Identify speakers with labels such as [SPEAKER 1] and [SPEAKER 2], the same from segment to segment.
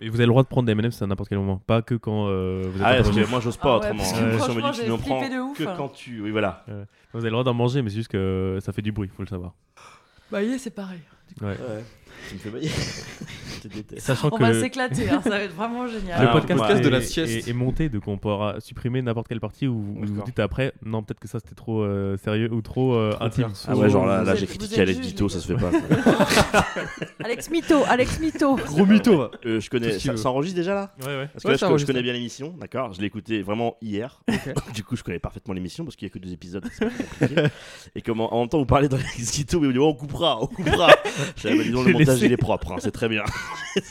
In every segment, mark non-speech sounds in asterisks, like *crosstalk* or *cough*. [SPEAKER 1] Et vous avez le droit de prendre des M&M's à n'importe quel moment, pas que quand euh, vous êtes
[SPEAKER 2] Ah,
[SPEAKER 1] en
[SPEAKER 2] ouais,
[SPEAKER 1] train
[SPEAKER 2] parce
[SPEAKER 1] de-
[SPEAKER 2] que moi, j'ose pas
[SPEAKER 3] Ah ouais,
[SPEAKER 2] autrement.
[SPEAKER 3] parce
[SPEAKER 1] que
[SPEAKER 2] Euh,
[SPEAKER 3] franchement,
[SPEAKER 2] sur Mickey, tu
[SPEAKER 3] j'ai
[SPEAKER 2] n'en prends
[SPEAKER 3] flippé de ouf.
[SPEAKER 2] que quand tu. Oui, voilà.
[SPEAKER 1] Vous avez le droit d'en manger, mais c'est juste que euh, ça fait du bruit, faut le savoir.
[SPEAKER 3] Bah, yeah, c'est pareil.
[SPEAKER 2] Ouais. Tu me fais
[SPEAKER 3] *laughs*
[SPEAKER 2] bailler. Je te déteste.
[SPEAKER 1] Sachant
[SPEAKER 3] On
[SPEAKER 4] Oh,
[SPEAKER 1] que
[SPEAKER 4] bah,
[SPEAKER 3] va
[SPEAKER 1] le
[SPEAKER 3] s'éclater, hein, ça va être vraiment génial.
[SPEAKER 2] Ah,
[SPEAKER 1] podcast,
[SPEAKER 2] podcast
[SPEAKER 1] est,
[SPEAKER 4] de la sieste.
[SPEAKER 1] est- est monté, donc on pourra supprimer n'importe quelle partie où vous- où vous
[SPEAKER 2] D'accord.
[SPEAKER 1] dites après, non, peut-être que ça c'était trop euh, sérieux ou trop, euh, intime.
[SPEAKER 2] Ah ouais, genre là,
[SPEAKER 3] Vous
[SPEAKER 2] là
[SPEAKER 3] êtes-
[SPEAKER 2] j'ai
[SPEAKER 3] vous
[SPEAKER 2] critiqué
[SPEAKER 3] êtes
[SPEAKER 2] Alex
[SPEAKER 3] juge,
[SPEAKER 2] Dito,
[SPEAKER 3] les
[SPEAKER 2] ça
[SPEAKER 3] gars.
[SPEAKER 2] se fait pas.
[SPEAKER 3] *laughs* Alex Mito, Alex Mito.
[SPEAKER 4] Gros mytho. va.
[SPEAKER 2] Euh, je
[SPEAKER 4] Tout
[SPEAKER 2] connais.
[SPEAKER 4] ce qu'il
[SPEAKER 2] Ça
[SPEAKER 4] veut.
[SPEAKER 2] s'enregistre déjà là
[SPEAKER 1] Ouais, ouais.
[SPEAKER 2] Parce que
[SPEAKER 4] Ouais,
[SPEAKER 2] là, je, je
[SPEAKER 4] ça enregistre.
[SPEAKER 2] connais bien l'émission, d'accord Je l'ai écouté vraiment hier. *laughs* du coup, je connais parfaitement l'émission parce qu'il n'y a que deux épisodes. c'est pas compliqué. et comme en, en même temps, vous parlez d'Alex Guito, mais vous dites, oh, on coupera, on
[SPEAKER 3] *laughs*
[SPEAKER 2] coupera. J'avais pas dit, non, le
[SPEAKER 1] J'ai
[SPEAKER 2] montage,
[SPEAKER 1] laissé.
[SPEAKER 2] il est propre, hein, c'est très bien.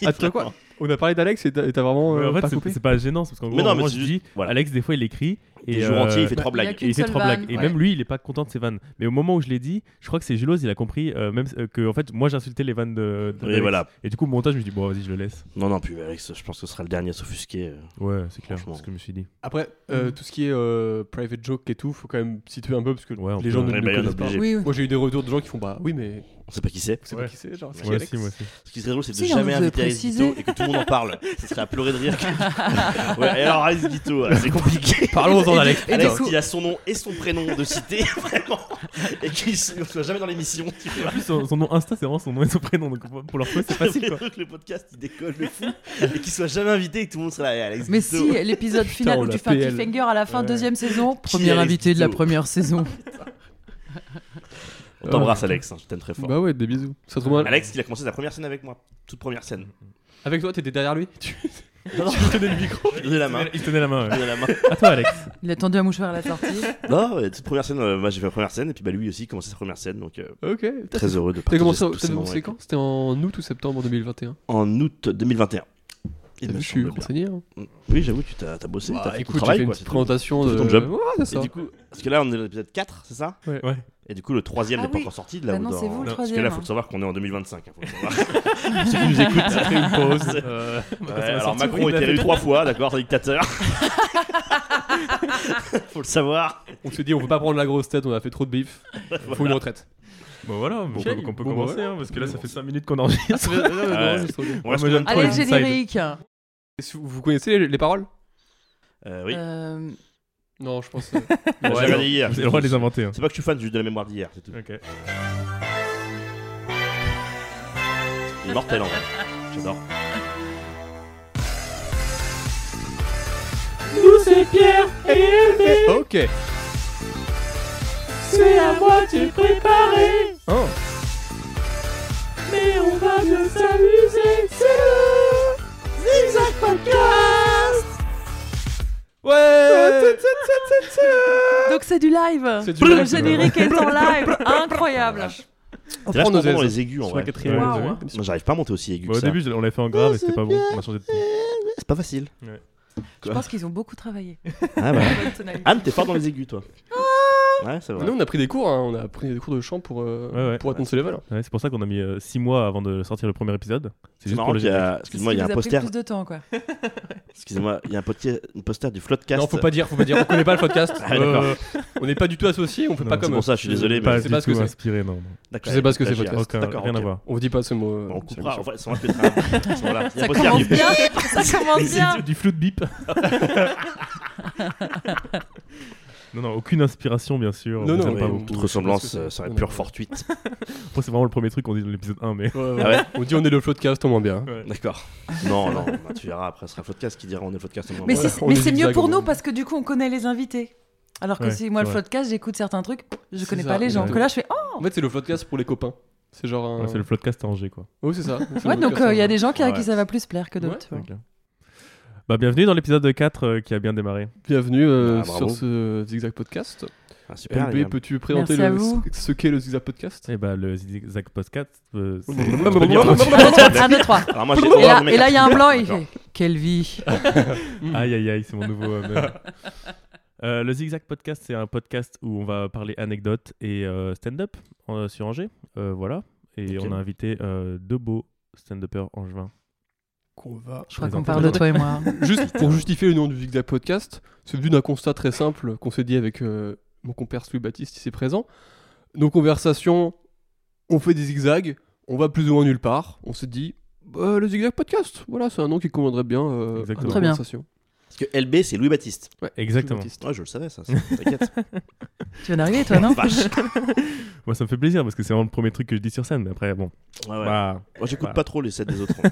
[SPEAKER 4] Ah, toi, quoi On a parlé d'Alex et t'as et t'as vraiment
[SPEAKER 1] Mais
[SPEAKER 4] euh,
[SPEAKER 1] en fait,
[SPEAKER 4] pas
[SPEAKER 1] c'est-
[SPEAKER 4] coupé.
[SPEAKER 1] c'est pas gênant parce qu'en
[SPEAKER 2] Mais
[SPEAKER 1] gros,
[SPEAKER 2] non, mais
[SPEAKER 1] moi
[SPEAKER 2] c'est
[SPEAKER 1] je dis,
[SPEAKER 2] juste- voilà.
[SPEAKER 1] Alex, des fois, il écrit
[SPEAKER 2] Et
[SPEAKER 1] et
[SPEAKER 2] jours
[SPEAKER 1] euh,
[SPEAKER 2] entiers, il fait
[SPEAKER 1] bah,
[SPEAKER 2] trois
[SPEAKER 3] il y a
[SPEAKER 2] blagues.
[SPEAKER 3] que-
[SPEAKER 1] Et il fait
[SPEAKER 3] Une
[SPEAKER 1] trois
[SPEAKER 3] seule
[SPEAKER 1] blagues. Et
[SPEAKER 3] vanne,
[SPEAKER 1] même
[SPEAKER 3] ouais.
[SPEAKER 1] lui, il est pas content de ses vannes. Mais au moment où je l'ai dit, je crois que c'est Julos, il a compris euh, même euh, que en fait, moi j'insultais les vannes de. de-
[SPEAKER 2] Et
[SPEAKER 1] d'Alex.
[SPEAKER 2] voilà.
[SPEAKER 1] Et du coup, au montage, je me dis, bon, vas-y, je le laisse.
[SPEAKER 2] Non, non, puis Alex, je pense que ce sera le dernier à s'offusquer. euh.
[SPEAKER 1] Ouais, c'est clair,
[SPEAKER 2] Franchement.
[SPEAKER 1] c'est ce que je me suis dit.
[SPEAKER 4] Après, euh, tout ce qui est euh, private joke et tout, faut quand même situer un peu parce que
[SPEAKER 1] Ouais, on
[SPEAKER 4] les
[SPEAKER 1] peut-
[SPEAKER 4] gens ne
[SPEAKER 2] Eh
[SPEAKER 4] le
[SPEAKER 2] ben, on est
[SPEAKER 4] connaissent pas.
[SPEAKER 2] obligé.
[SPEAKER 3] Oui, oui.
[SPEAKER 4] Moi, j'ai eu des retours de gens qui font bah oui, mais
[SPEAKER 2] On sait pas qui c'est.
[SPEAKER 4] on sait
[SPEAKER 1] Ouais.
[SPEAKER 4] pas qui c'est, genre. c'est qui
[SPEAKER 1] Moi
[SPEAKER 4] Alex
[SPEAKER 1] aussi, moi aussi.
[SPEAKER 2] Ce qui serait drôle, c'est de
[SPEAKER 3] Si, on
[SPEAKER 2] jamais
[SPEAKER 3] vous
[SPEAKER 2] inviter
[SPEAKER 3] avait
[SPEAKER 2] Alex
[SPEAKER 3] précisé.
[SPEAKER 2] Guito et que tout le monde en parle. Ce serait à pleurer de rire. que- ouais, et alors, Alex Guito, euh, c'est compliqué.
[SPEAKER 1] Parlons-en, Alex.
[SPEAKER 3] Et
[SPEAKER 2] Alex,
[SPEAKER 3] du coup-
[SPEAKER 2] il a son nom et son prénom de cité, *laughs* vraiment, et qu'il ne soit jamais dans l'émission. tu vois.
[SPEAKER 1] En plus, son, son nom Insta, c'est vraiment son nom et son prénom. Donc pour- pour leur poste, c'est facile
[SPEAKER 2] *laughs*
[SPEAKER 1] quoi.
[SPEAKER 2] que le podcast il décolle le fou et qu'il soit jamais invité et que tout le monde sera là. Eh, Alex
[SPEAKER 3] Mais
[SPEAKER 2] Guiteau.
[SPEAKER 3] si, l'épisode final
[SPEAKER 4] on
[SPEAKER 3] où
[SPEAKER 4] l'a
[SPEAKER 3] tu fais un
[SPEAKER 4] PL.
[SPEAKER 3] cliffhanger à la fin,
[SPEAKER 1] Ouais.
[SPEAKER 3] deuxième saison,
[SPEAKER 2] est
[SPEAKER 3] premier
[SPEAKER 2] Alex
[SPEAKER 3] invité de la
[SPEAKER 2] Guiteau
[SPEAKER 3] première saison.
[SPEAKER 2] On t'embrasse, Alex, hein, je t'aime très fort.
[SPEAKER 4] Bah ouais, des bisous. Ça se trouve mal.
[SPEAKER 2] Alex, il a commencé sa première scène avec moi, toute première scène.
[SPEAKER 4] Avec toi, t'étais derrière lui. Tu-
[SPEAKER 2] tenais le micro, je tenais la main.
[SPEAKER 1] Il tenait la main.
[SPEAKER 2] je
[SPEAKER 1] ouais.
[SPEAKER 2] tenais la
[SPEAKER 4] *laughs*
[SPEAKER 2] main.
[SPEAKER 1] À toi, Alex.
[SPEAKER 3] Il a tendu un mouchoir à la sortie.
[SPEAKER 2] Non, ouais, toute première scène, euh, moi j'ai fait la première scène et puis bah lui aussi il commençait sa première scène donc euh,
[SPEAKER 4] Ok. putain,
[SPEAKER 2] très heureux de
[SPEAKER 4] T'as
[SPEAKER 2] partager
[SPEAKER 4] commencé,
[SPEAKER 2] tous ces
[SPEAKER 4] t'as
[SPEAKER 2] moments
[SPEAKER 4] commencé
[SPEAKER 2] avec
[SPEAKER 4] quand C'était en août ou septembre 2021.
[SPEAKER 2] lui. En août 2021. Il
[SPEAKER 4] T'as
[SPEAKER 2] me
[SPEAKER 4] vu, je suis
[SPEAKER 2] semble bien.
[SPEAKER 4] renseigné. hein.
[SPEAKER 2] Oui, j'avoue, tu t'as t'as bossé, t'as
[SPEAKER 4] Bah,
[SPEAKER 2] fait ton
[SPEAKER 4] écoute, j'ai fait
[SPEAKER 2] travail
[SPEAKER 4] une
[SPEAKER 2] quoi. c'est
[SPEAKER 4] petite
[SPEAKER 2] tout.
[SPEAKER 4] présentation
[SPEAKER 2] T'as
[SPEAKER 4] de.
[SPEAKER 2] fait ton job.
[SPEAKER 4] Ouais, c'est
[SPEAKER 2] Et
[SPEAKER 4] ça.
[SPEAKER 2] du coup, parce que là on est à l'épisode 4, c'est ça
[SPEAKER 1] Ouais.
[SPEAKER 2] Et du coup, le troisième
[SPEAKER 3] Ah
[SPEAKER 2] n'est pas
[SPEAKER 3] oui.
[SPEAKER 2] encore sorti.
[SPEAKER 3] Bah
[SPEAKER 2] Là,
[SPEAKER 3] non,
[SPEAKER 2] dans-
[SPEAKER 3] c'est vous, le
[SPEAKER 2] Parce que là,
[SPEAKER 3] troisième.
[SPEAKER 2] faut le savoir qu'on est en 2025. hein, faut le savoir. Ceux qui nous écoutent, ça fait une *laughs* pause.
[SPEAKER 1] Euh,
[SPEAKER 2] Ouais, alors, Macron était réélu trois fois, d'accord, c'est un dictateur. *laughs* faut le savoir.
[SPEAKER 4] On s'est dit, on peut pas prendre la grosse tête, on a fait trop de bif. Faut une retraite.
[SPEAKER 1] Bon voilà, bon,
[SPEAKER 4] Ok.
[SPEAKER 1] donc on peut
[SPEAKER 4] Bon, bah,
[SPEAKER 1] commencer
[SPEAKER 4] voilà.
[SPEAKER 1] hein, parce que là, ça fait 5 minutes qu'on enregistre.
[SPEAKER 2] Ouais.
[SPEAKER 4] *laughs*
[SPEAKER 2] On reste
[SPEAKER 1] moi,
[SPEAKER 2] combien
[SPEAKER 1] j'aime
[SPEAKER 2] de temps
[SPEAKER 3] Allez,
[SPEAKER 1] Allez,
[SPEAKER 3] le
[SPEAKER 1] inside.
[SPEAKER 3] générique.
[SPEAKER 4] Vous connaissez les- les paroles
[SPEAKER 2] Euh, Oui,
[SPEAKER 3] Euh,
[SPEAKER 4] Non, je *laughs* pense.
[SPEAKER 2] j'ai
[SPEAKER 1] ouais,
[SPEAKER 2] regardé hier.
[SPEAKER 1] Vous avez le droit de les inventer. hein.
[SPEAKER 2] C'est pas que je suis fan, juste de la mémoire d'hier, c'est tout.
[SPEAKER 1] Ok.
[SPEAKER 2] Il est mortel en vrai. J'adore.
[SPEAKER 4] Ok.
[SPEAKER 5] C'est à moitié préparé,
[SPEAKER 4] Oh.
[SPEAKER 5] mais on va bien s'amuser. C'est le Zigzag Podcast.
[SPEAKER 4] Ouais.
[SPEAKER 3] Donc c'est du live.
[SPEAKER 4] C'est du
[SPEAKER 3] Le
[SPEAKER 4] live.
[SPEAKER 3] générique est en live. Incroyable.
[SPEAKER 2] C'est là
[SPEAKER 4] prend
[SPEAKER 2] qu'on
[SPEAKER 4] nos
[SPEAKER 2] entend
[SPEAKER 4] ailes.
[SPEAKER 2] les aigus en
[SPEAKER 4] Sur la
[SPEAKER 2] vrai.
[SPEAKER 4] quatrième.
[SPEAKER 3] Waouh.
[SPEAKER 4] ouais,
[SPEAKER 1] Ouais.
[SPEAKER 4] comme ça.
[SPEAKER 2] Moi, J'arrive pas à monter aussi aigu
[SPEAKER 1] Bah,
[SPEAKER 2] que
[SPEAKER 1] au
[SPEAKER 2] ça.
[SPEAKER 1] début, je- on l'a fait en grave et c'était pas bon. On a changé de ton.
[SPEAKER 2] C'est pas facile.
[SPEAKER 3] Je pense qu'ils ont beaucoup travaillé.
[SPEAKER 2] *laughs* Ah
[SPEAKER 4] *laughs*
[SPEAKER 2] bah.
[SPEAKER 3] Bonne tonalité.
[SPEAKER 2] Anne, t'es fort dans les aigus, toi.
[SPEAKER 4] Ah.
[SPEAKER 2] Ouais, c'est vrai.
[SPEAKER 4] Nous, on a pris des cours, hein, on a pris des cours de chant pour, euh,
[SPEAKER 1] Ouais, ouais.
[SPEAKER 4] pour atteindre ce level. hein.
[SPEAKER 1] Ouais, c'est pour ça qu'on a mis 6 mois avant de sortir le premier épisode.
[SPEAKER 2] C'est marrant qu'il y a.
[SPEAKER 3] C'est ce
[SPEAKER 2] Excuse-moi,
[SPEAKER 3] qui
[SPEAKER 2] il y a
[SPEAKER 3] vous
[SPEAKER 2] un
[SPEAKER 3] pris
[SPEAKER 2] poster.
[SPEAKER 3] plus de temps, quoi.
[SPEAKER 2] Excusez-moi, il y a un poster, un poster du Floodcast.
[SPEAKER 4] Non, faut pas dire, Euh, faut pas dire, on connaît pas le podcast.
[SPEAKER 2] Ah, d'accord.
[SPEAKER 4] on n'est pas du tout associé, on fait
[SPEAKER 1] Non,
[SPEAKER 4] pas
[SPEAKER 1] c'est
[SPEAKER 4] comme.
[SPEAKER 2] pour
[SPEAKER 4] eux.
[SPEAKER 2] ça, je suis désolé,
[SPEAKER 1] Euh, Pas
[SPEAKER 2] mais.
[SPEAKER 4] je sais pas
[SPEAKER 1] du
[SPEAKER 4] ce que
[SPEAKER 1] tout
[SPEAKER 4] c'est.
[SPEAKER 1] inspiré, non.
[SPEAKER 2] D'accord,
[SPEAKER 4] je sais pas ce que c'est,
[SPEAKER 2] stagiaire.
[SPEAKER 4] podcast.
[SPEAKER 1] Aucun-
[SPEAKER 2] D'accord,
[SPEAKER 1] rien
[SPEAKER 2] ok.
[SPEAKER 1] à voir.
[SPEAKER 4] On vous dit pas ce mot. euh,
[SPEAKER 2] Bon, On
[SPEAKER 4] sur
[SPEAKER 2] coupera, on
[SPEAKER 4] l'émission.
[SPEAKER 2] va- ça va peut-être un-
[SPEAKER 4] *laughs*
[SPEAKER 2] voilà, il y a
[SPEAKER 3] Ça
[SPEAKER 2] un poster
[SPEAKER 3] commence
[SPEAKER 2] du-
[SPEAKER 3] bien.
[SPEAKER 2] *laughs*
[SPEAKER 3] Ça commence bien.
[SPEAKER 1] Du, du flou de bip. non, non, aucune inspiration, bien sûr.
[SPEAKER 4] Non,
[SPEAKER 1] Vous
[SPEAKER 4] non,
[SPEAKER 1] êtes
[SPEAKER 4] mais
[SPEAKER 1] pas
[SPEAKER 4] on-
[SPEAKER 1] beaucoup.
[SPEAKER 2] toute
[SPEAKER 4] je
[SPEAKER 2] ressemblance
[SPEAKER 4] pense que
[SPEAKER 2] euh,
[SPEAKER 4] c'est-
[SPEAKER 2] serait
[SPEAKER 4] on-
[SPEAKER 2] pure
[SPEAKER 4] *laughs*
[SPEAKER 2] fortuite.
[SPEAKER 1] Après, c'est vraiment le premier truc qu'on dit dans l'épisode 1, mais.
[SPEAKER 4] Ouais, ouais.
[SPEAKER 2] Ah ouais
[SPEAKER 4] On dit on est le podcast, on moins bien.
[SPEAKER 2] D'accord. Non, non, bah, tu verras, après, ce sera Floodcast qui dira on est Floodcast. au moment
[SPEAKER 3] Mais
[SPEAKER 2] où-
[SPEAKER 4] Ouais,
[SPEAKER 3] c'est
[SPEAKER 4] on
[SPEAKER 3] mais
[SPEAKER 4] est
[SPEAKER 3] c'est mieux
[SPEAKER 4] zigzag,
[SPEAKER 3] pour
[SPEAKER 4] on est-
[SPEAKER 3] nous parce que du coup, on connaît les invités. Alors que
[SPEAKER 1] Ouais,
[SPEAKER 3] si moi, le
[SPEAKER 1] ouais.
[SPEAKER 3] podcast, j'écoute certains trucs, je
[SPEAKER 4] C'est
[SPEAKER 3] connais
[SPEAKER 4] ça,
[SPEAKER 3] pas les gens.
[SPEAKER 1] exactement.
[SPEAKER 3] Que là, je fais oh,
[SPEAKER 4] En fait, c'est le podcast pour les copains. C'est genre un.
[SPEAKER 1] Ouais, c'est le floodcast à Angers, quoi.
[SPEAKER 4] Oh, c'est ça. C'est
[SPEAKER 3] ouais,
[SPEAKER 4] le
[SPEAKER 3] donc euh,
[SPEAKER 4] podcast,
[SPEAKER 3] il y a
[SPEAKER 4] hein.
[SPEAKER 3] des gens qui, à
[SPEAKER 2] Ouais.
[SPEAKER 3] qui ça va plus plaire que
[SPEAKER 4] Ouais.
[SPEAKER 3] d'autres. tu vois.
[SPEAKER 1] Ok. Bah, bienvenue dans l'épisode 4 euh, qui a bien démarré.
[SPEAKER 4] Bienvenue euh,
[SPEAKER 2] Ah, bravo.
[SPEAKER 4] sur ce Zigzag Podcast.
[SPEAKER 2] Ah, super. les
[SPEAKER 4] PLB,
[SPEAKER 2] gars.
[SPEAKER 4] peux-tu présenter
[SPEAKER 3] Merci à
[SPEAKER 4] le-
[SPEAKER 3] vous.
[SPEAKER 4] ce qu'est le Zigzag Podcast
[SPEAKER 1] Et bah, le Zigzag Podcast. euh, c'est- on peut dire-
[SPEAKER 4] Blablabla.
[SPEAKER 3] 1, 2, 3.
[SPEAKER 2] Alors,
[SPEAKER 3] *laughs*
[SPEAKER 2] moi,
[SPEAKER 3] Et là,
[SPEAKER 2] j'ai.
[SPEAKER 3] et là, il y a un blanc. Il
[SPEAKER 2] Oh, D'accord.
[SPEAKER 3] fait Quelle vie
[SPEAKER 1] Aïe aïe aïe, c'est mon nouveau. euh, meme. Euh, le Zigzag Podcast, c'est un podcast où on va parler anecdotes et euh, stand-up euh, sur Angers. Euh, voilà. Et
[SPEAKER 2] Ok.
[SPEAKER 1] on a invité euh, deux beaux stand-uppers angevins.
[SPEAKER 4] Qu'on va
[SPEAKER 3] Je crois
[SPEAKER 1] les
[SPEAKER 3] qu'on
[SPEAKER 1] entends
[SPEAKER 3] parle de
[SPEAKER 1] maintenant.
[SPEAKER 3] toi et moi.
[SPEAKER 4] Juste pour justifier le nom du Zigzag Podcast, c'est venu d'un constat très simple qu'on s'est dit avec euh, mon compère Louis Baptiste ici présent. Nos conversations, on fait des zigzags, on va plus ou moins nulle part. On se dit, euh, le Zigzag Podcast. Voilà, c'est un nom qui commanderait bien euh, à
[SPEAKER 1] Exactement.
[SPEAKER 4] nos
[SPEAKER 3] Très bien.
[SPEAKER 4] conversations.
[SPEAKER 2] Parce que LB, c'est Louis Baptiste.
[SPEAKER 1] Exactement.
[SPEAKER 4] Jean-Baptiste.
[SPEAKER 2] Ouais, je le savais, ça. ça- T'inquiète.
[SPEAKER 3] Tu viens d'arriver, toi, non
[SPEAKER 2] *laughs* Vache.
[SPEAKER 1] Moi, ça me fait plaisir parce que c'est vraiment le premier truc que je dis sur scène. Mais après, bon.
[SPEAKER 2] Ouais, ouais.
[SPEAKER 1] bah,
[SPEAKER 2] Moi, j'écoute
[SPEAKER 1] Bah.
[SPEAKER 2] pas trop les sets des autres.
[SPEAKER 1] *laughs*
[SPEAKER 2] hein.